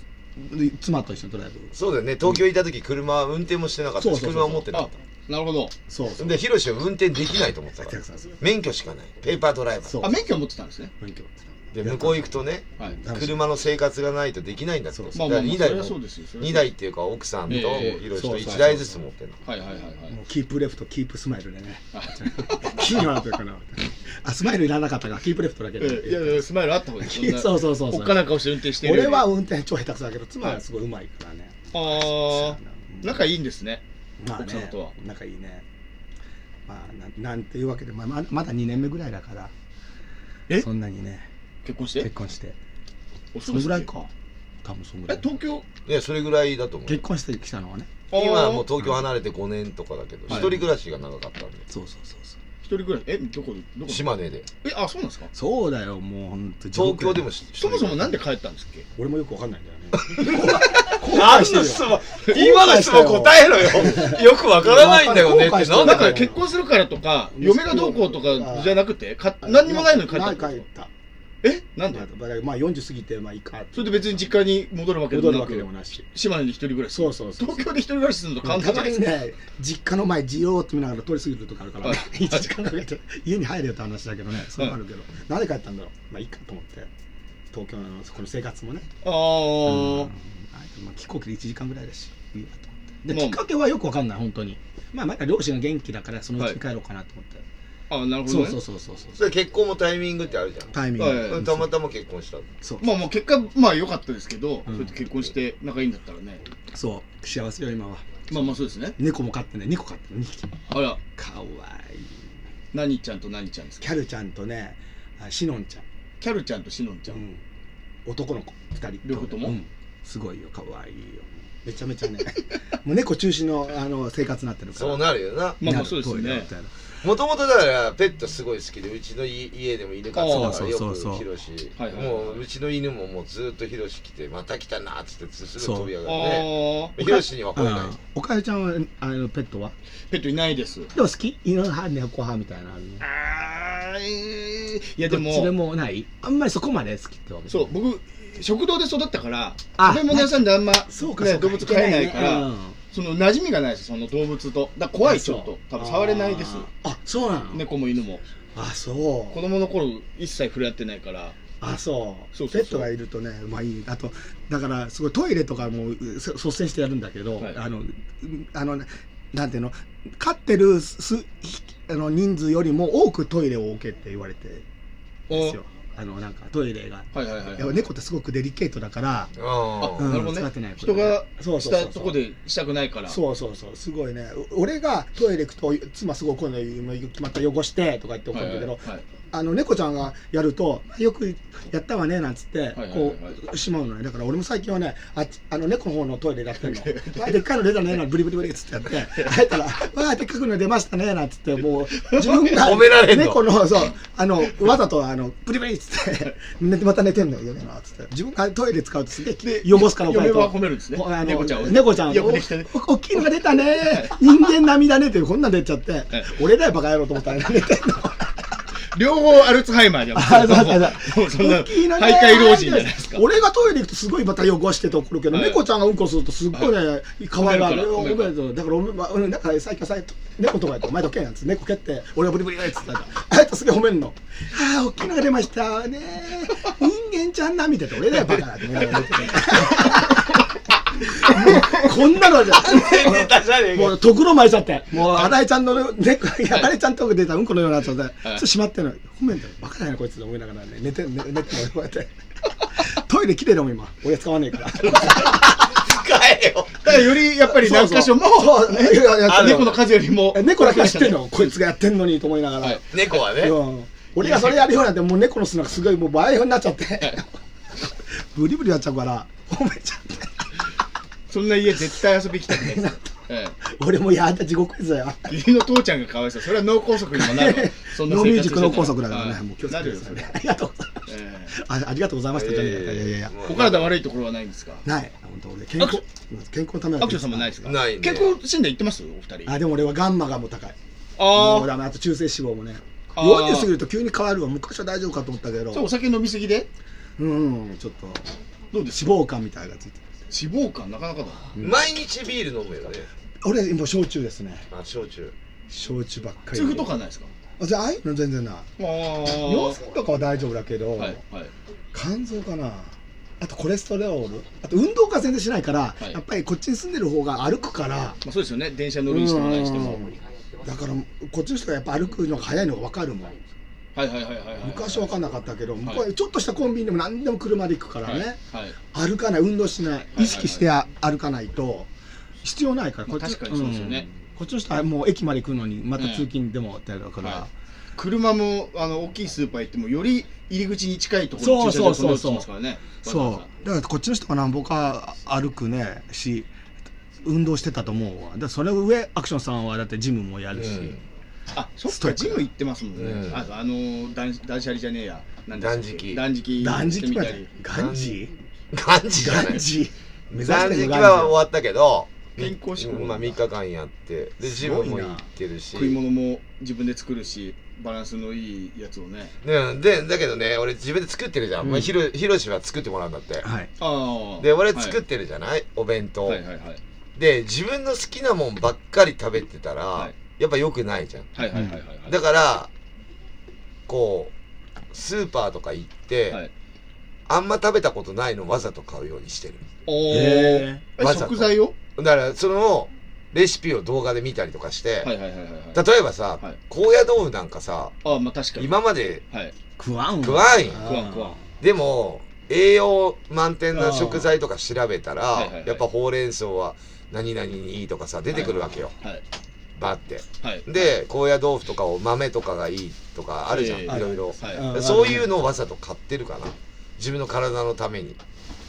Speaker 5: 妻と一緒にドライブ
Speaker 1: そうだよね東京いた時車は運転もしてなかった
Speaker 5: そう
Speaker 1: し
Speaker 5: そうそう
Speaker 1: 車を持ってなか
Speaker 2: あ
Speaker 1: っ、
Speaker 2: なるほど。
Speaker 5: そう
Speaker 1: た
Speaker 5: そう
Speaker 1: でヒロシは運転できないと思ってたか
Speaker 5: そう
Speaker 1: ら
Speaker 5: そうそう
Speaker 1: 免許しかないペーパードライバ
Speaker 5: そ
Speaker 1: ー
Speaker 5: う
Speaker 2: あ、免許持ってたんですね。
Speaker 5: 免許
Speaker 1: で向こう行くとね
Speaker 2: はい。
Speaker 5: 楽しい
Speaker 1: 車の生活がないとできないんだって
Speaker 5: そう
Speaker 2: ま
Speaker 1: だから
Speaker 2: あまあまあ、
Speaker 1: 2
Speaker 2: そ
Speaker 1: 台
Speaker 2: れ
Speaker 1: も
Speaker 2: はそうですよ。それは
Speaker 1: 2台っていうか奥さんと
Speaker 2: ええええ
Speaker 1: ヒロシと
Speaker 5: そうそう
Speaker 1: 1台ずつ持ってるの
Speaker 2: はいはいはいはい
Speaker 5: もう。キープレフトキープスマイルでねキーにはなってるかなあスマイルいらなかったからキープレフトだけ
Speaker 2: ええいやいや、スマイルあった方がいい ですよ。
Speaker 5: そうそうそうそ
Speaker 2: お
Speaker 5: う
Speaker 2: っかな顔して運転してるよ
Speaker 5: 俺
Speaker 2: り。
Speaker 5: は運転超下手くそだけど妻はすごいうまいからね、
Speaker 2: ああ、仲
Speaker 5: いい、
Speaker 2: いいんですね。
Speaker 5: まあ
Speaker 2: 奥様
Speaker 5: ね
Speaker 2: とは、
Speaker 5: 仲いいねまあなんなんていうわけで、まあ、ままだ2年目ぐらいだから
Speaker 2: え
Speaker 5: そんなにね
Speaker 2: 結婚し
Speaker 5: 結
Speaker 2: て
Speaker 5: 婚して
Speaker 2: お
Speaker 5: そのぐらいか多分そのぐら
Speaker 2: え
Speaker 5: い、
Speaker 2: 東京
Speaker 1: ねそれぐらいだと思う
Speaker 5: 結婚してきたのはね
Speaker 1: 今はもう
Speaker 2: う。
Speaker 1: 東京離れて5年とかだけど
Speaker 2: はい
Speaker 1: 一人暮らしが長かったんで
Speaker 5: そうそうそうそう
Speaker 2: 一人暮らしえどこどこ
Speaker 1: 島根で
Speaker 2: えあそうなんですか
Speaker 5: そうだよ、もう本当
Speaker 1: 東京でもし
Speaker 2: そもそもなんで帰ったんですっけ
Speaker 5: 俺もよくわかんないんだよね。
Speaker 1: 問
Speaker 5: 後悔してるよ。今の質問答
Speaker 1: えろよ よくわ
Speaker 5: からないんだよねってなん
Speaker 2: な
Speaker 5: で
Speaker 2: んか結婚するからとか嫁がどうこうとかじゃなくてか何にもないのに帰ったん
Speaker 5: な
Speaker 2: です
Speaker 5: 帰
Speaker 2: か
Speaker 5: った。
Speaker 2: えなんで
Speaker 5: だからまあ40過ぎて、まあいいか。
Speaker 2: それで別に実家に戻るわけでも
Speaker 5: 戻る
Speaker 2: な
Speaker 5: わけでも
Speaker 2: く
Speaker 5: ないし。
Speaker 2: 島根で一人暮らし
Speaker 5: そうそうそう。
Speaker 2: 東京で一人暮らしするのと
Speaker 5: た
Speaker 2: 簡単じゃ
Speaker 5: ま
Speaker 2: ないで
Speaker 5: に
Speaker 2: すか
Speaker 5: ね、実家の前、じろーっと見ながら通り過ぎるとかあるから、
Speaker 2: はい
Speaker 5: 1時間かけて家に入れよって話だけどね、そういうのあるけど、なんで帰ったんだろう、まあいいかと思って、東京のこの生活もね、
Speaker 2: あ
Speaker 5: うん
Speaker 2: ー
Speaker 5: まあ、飛行機で1時間ぐらいだし、いいやと思って。
Speaker 2: ま
Speaker 5: で、
Speaker 2: あ
Speaker 5: きっかけはよくわかんない、本当に。まあ、なんか両親が元気だから、そのうちに帰ろうかなと思って。
Speaker 2: あなるほど
Speaker 5: そう
Speaker 2: ね
Speaker 5: そうそうそうそう。
Speaker 1: それ結婚もタイミングってあるじゃん
Speaker 5: タイミング。
Speaker 2: はい
Speaker 5: うん
Speaker 1: たまたま結婚したの
Speaker 5: そう
Speaker 2: まあもう結果まあ良かったですけど、
Speaker 5: う
Speaker 2: そ
Speaker 5: ん
Speaker 2: うやって結婚して仲いいんだったらね
Speaker 5: そう、幸せよ、今は。
Speaker 2: まあまあそうですね
Speaker 5: 猫も飼ってね、2個飼ってね、2匹。
Speaker 2: あら
Speaker 5: かわいい。
Speaker 2: 何ちゃんと何ちゃんですか
Speaker 5: キャルちゃんとね、あシノンちゃん。
Speaker 2: キャルちゃんとシノンちゃん、
Speaker 5: うん、男の子2人
Speaker 2: 両方とも
Speaker 5: うんすごいよ可愛いよめちゃめちゃ ねもう猫中心のあの生活になってるから
Speaker 1: そうなるよな
Speaker 2: まあま
Speaker 5: な
Speaker 2: あ
Speaker 5: る
Speaker 2: そうです
Speaker 5: トイレみ
Speaker 2: ね
Speaker 5: たいな
Speaker 1: もともとだからペットすごい好きでうちのい家でも犬飼ってたからよ
Speaker 5: そうそう
Speaker 1: く
Speaker 5: そうそう
Speaker 1: ヒロシ
Speaker 2: はいはいはい
Speaker 1: もううちの犬ももうずっとヒロシ来てまた来たなっつってすぐ飛び上
Speaker 2: あ
Speaker 1: がるね
Speaker 2: あ
Speaker 1: ヒロシには吠えない
Speaker 5: うんおかゆちゃんはあのペットは
Speaker 2: ペットいないです
Speaker 5: でも好き犬派猫派みたいなのあるの
Speaker 2: あーい
Speaker 5: い
Speaker 2: やでも
Speaker 5: どっちでもないあんまりそこまで好きってわけじゃ
Speaker 2: そ
Speaker 5: な
Speaker 2: う
Speaker 5: い
Speaker 2: 僕食堂で育ったから
Speaker 5: あ
Speaker 2: 食べ物屋さんであんま、
Speaker 5: そうか
Speaker 2: ね
Speaker 5: そうか
Speaker 2: 動物飼えないから
Speaker 5: うん
Speaker 2: その馴染みがないですその動物とだから怖いちょっと多分触れないです
Speaker 5: あーあそうなの、
Speaker 2: 猫も犬も
Speaker 5: あそ
Speaker 2: 子
Speaker 5: う
Speaker 2: 供の頃一切触れ合ってないから
Speaker 5: あそう
Speaker 2: そうそうそう
Speaker 5: ペットがいるとねまあいいあとだからすごいトイレとかもうそ率先してやるんだけど、
Speaker 2: はい
Speaker 5: あのうんあのねなんていうの飼ってるすひあの人数よりも多くトイレを置けって言われてるんですよあのなんかトイレが、
Speaker 2: はいはいはい
Speaker 5: やっぱ猫ってすごくデリケートだから
Speaker 1: あ
Speaker 5: うん
Speaker 2: なるほどね
Speaker 5: 使ってない
Speaker 2: 人が
Speaker 5: そう
Speaker 2: し
Speaker 5: そうそう
Speaker 2: たとこでしたくないから
Speaker 5: そうそうそうすごいねお俺がトイレ行くと妻すごいこういうの決まった汚してとか言って怒
Speaker 2: はい
Speaker 5: るん
Speaker 2: は
Speaker 5: だけ
Speaker 2: い
Speaker 5: ど、
Speaker 2: はい
Speaker 5: あの猫ちゃんがやるとよくやったわねなんつって
Speaker 2: はいはい
Speaker 5: こ
Speaker 2: は
Speaker 5: うしまうのねだから俺も最近はねあっちあの猫の方のトイレでやってるのあでっかいの出たねなんてブリブリブリっつってやってあえたらわあでっかくの出ましたねなんつってもう自分が
Speaker 1: 褒められんの
Speaker 5: 猫のそうあのわざとあのブリブリっつって寝てまた寝てんのよなつって自分がトイレ使うとすげえ汚すから
Speaker 2: 嫁
Speaker 5: と
Speaker 2: は褒めるんですね
Speaker 5: もうあの
Speaker 2: 猫ちゃんを
Speaker 5: 猫ちゃんを
Speaker 2: よくできたね
Speaker 5: お大きいのが出たね人間並みだねってこんなん出ちゃって俺だよバカ野郎と思ったら何寝てんの
Speaker 2: 両方アルツハイマーじゃん
Speaker 5: あそうそうそう
Speaker 2: もうそんな
Speaker 5: 大きいの
Speaker 2: 徘
Speaker 5: ね
Speaker 2: 徊老人じゃないですか
Speaker 5: 俺がトイレ行くとすごいまた汚してて怒るけど、
Speaker 2: はい
Speaker 5: 猫ちゃんがうんこするとすっごいね、可愛がる。
Speaker 2: 褒めるから
Speaker 5: 褒めるだから、おめまあ俺、なんか最近最近、猫とかやって、お前どけやんっつって、猫蹴って、俺がブリブリブリっつってたら、 あいつすげえ褒めんの。ああ、大きいのが出ましたね。人間ちゃんな、みたいな。俺だよ、バ カだって思いながら見てて。こんなの じゃ。
Speaker 1: ネタじゃねえか
Speaker 5: もう、とくろ巻いちゃって。もう、新井ちゃんのね、新井ちゃんとこ出たうんこのようなやつで、
Speaker 2: い
Speaker 5: それしまってんの。ごめんだよ。バカだよな、こいつと思いながらね、寝て、寝寝てもこうやって。トイレ綺麗だもん、今。俺使わねえから。
Speaker 1: 帰れよ
Speaker 2: だからよりやっぱり何箇所も
Speaker 5: そうそうそういやいや
Speaker 2: あ猫の数よりも
Speaker 5: 猫だけ知ってんの、こいつがやってんのにと思いながら。
Speaker 2: はい
Speaker 1: 猫はね
Speaker 5: うん俺がそれやるようになって、もう猫の砂がすごい、もう倍になっちゃって。ブリブリやっちゃうから、褒めちゃって。
Speaker 2: そんな家絶対遊び行きたくないですよ え
Speaker 5: 俺もやだ、地獄絵図だよ。
Speaker 2: え義理の父ちゃんがかわいそうそれは脳梗塞にもなる わそんな
Speaker 5: ノーミュージックの
Speaker 2: 生
Speaker 5: 高
Speaker 2: 活して
Speaker 5: 速だ
Speaker 2: た
Speaker 5: からね、
Speaker 2: はい
Speaker 5: もう気をつけ
Speaker 2: な
Speaker 5: て
Speaker 2: る
Speaker 5: く
Speaker 2: よ
Speaker 5: ださ
Speaker 2: そ
Speaker 5: い
Speaker 2: れ
Speaker 5: ね。ありがとうございまし
Speaker 2: え
Speaker 5: た。あありがとうございました。じゃねえかいやいやいや
Speaker 1: え。
Speaker 2: えお体悪いところはないんですか
Speaker 5: ない。本当俺健康
Speaker 2: ア
Speaker 5: 健康のためだ
Speaker 2: アクションさんもないですか
Speaker 1: ないね
Speaker 2: 健康診断行ってますお二人
Speaker 5: あでも俺はガンマがもう高い。もう
Speaker 2: あ
Speaker 5: 俺あと中性脂肪もね。
Speaker 2: あー
Speaker 5: 40過ぎると急に変わるわ。昔は大丈夫かと思ったけ
Speaker 2: あそうお
Speaker 5: ど、
Speaker 2: 酒飲みすぎで
Speaker 5: うん、ちょっと
Speaker 2: どうですか
Speaker 5: 脂肪肝みたいなのがついてる。
Speaker 2: 脂肪肝なかなかだ
Speaker 1: 毎日ビール飲むよね
Speaker 5: 俺もう焼酎ですね。
Speaker 1: あ焼酎
Speaker 5: 焼酎ばっかり。
Speaker 2: 痛風とかないですか
Speaker 5: あじゃあああいうの全然ない。
Speaker 2: ああ
Speaker 5: 尿酸とかは大丈夫だけど、
Speaker 2: はいはい
Speaker 5: 肝臓かなあとコレステロールあと運動が全然しないから、
Speaker 2: はい
Speaker 5: やっぱりこっちに住んでる方が歩くから
Speaker 2: まあそうですよね電車乗るにしても何しても
Speaker 5: うんだからこっちの人がやっぱ歩くのが早いのが分かるもん
Speaker 2: はいはいはいはいはい
Speaker 5: 昔は分かんなかったけど、
Speaker 2: い
Speaker 5: 向こうはちょっとしたコンビニでも何でも車で行くからね、
Speaker 2: はい
Speaker 5: 歩かない運動しない
Speaker 2: い
Speaker 5: 意識してあ歩かないと必要ないから
Speaker 2: まあ
Speaker 5: こっち
Speaker 2: 確かにそうですよね
Speaker 5: うんこっちの人はもう駅まで行くのにまた通勤でもってやるから、
Speaker 2: はい車もあの大きいスーパー行ってもより入り口に近いところ
Speaker 5: そ
Speaker 2: に
Speaker 5: う
Speaker 2: 駐車場を
Speaker 5: そうそう
Speaker 2: 取
Speaker 5: そう
Speaker 2: ますからねわざわざ
Speaker 5: そうだからこっちの人がなんぼか歩くねし運動してたと思うわだからそれ上アクションさんはだってジムもやるし、
Speaker 1: うん
Speaker 2: あ、そっ
Speaker 1: ストイ
Speaker 2: か、
Speaker 1: ック
Speaker 2: ジ
Speaker 1: な
Speaker 2: ム行ってますもんね。
Speaker 1: うん
Speaker 2: ああのー、断断捨離じゃねえや。なんだっけ断
Speaker 1: 断
Speaker 2: 食。
Speaker 5: 断食
Speaker 2: み
Speaker 5: ま
Speaker 2: た
Speaker 5: で
Speaker 2: り。
Speaker 5: ガンジ
Speaker 1: ガンジじゃ
Speaker 5: ー
Speaker 1: な
Speaker 5: ガ
Speaker 1: い
Speaker 5: ンジー
Speaker 1: 断食は終わったけど
Speaker 2: 健康志向
Speaker 1: まあ3日間やってでジムも行ってるし
Speaker 2: 食い物も自分で作るし、バランスのいいやつをね。
Speaker 1: ねでだけどね俺自分で作ってるじゃん、まあ、ひろひろしは作ってもらうんだって
Speaker 5: はい
Speaker 2: ああ。
Speaker 1: で俺作っ
Speaker 2: って
Speaker 1: るじゃない、お弁当、
Speaker 2: はいはいはいはい。
Speaker 1: で自分の好きなもんばっかり食べてたら、
Speaker 2: はい
Speaker 1: やっぱ良くないじゃん
Speaker 2: はいはいはいはいはい。
Speaker 1: だからこうスーパーとか行って、
Speaker 2: はい
Speaker 1: あんま食べたことないのわざと買うようにしてる
Speaker 2: おお。
Speaker 5: へ
Speaker 2: え
Speaker 1: わざと
Speaker 2: 食材を
Speaker 1: だからそのレシピを動画で見たりとかして、
Speaker 2: はいはいはいはいはい。
Speaker 1: 例えばさ、
Speaker 2: はい
Speaker 1: 高野豆腐なんかさ
Speaker 2: ああ、まあ確かに。
Speaker 1: 今まで
Speaker 2: はい。
Speaker 5: 食わん
Speaker 1: 食わんよ
Speaker 2: 食わん食わん。
Speaker 1: でも栄養満点な食材とか調べたら、
Speaker 2: はいはいはい
Speaker 1: やっぱほうれん草は何々にいいとかさ出てくるわけよ、
Speaker 2: はい。
Speaker 1: バーって
Speaker 2: はい。
Speaker 1: で高野豆腐とかを豆とかがいいとかあるじゃん、
Speaker 2: え
Speaker 5: え
Speaker 1: いろいろ、
Speaker 2: は
Speaker 5: うん
Speaker 1: そういうのをわざと買ってるかな自分の体のために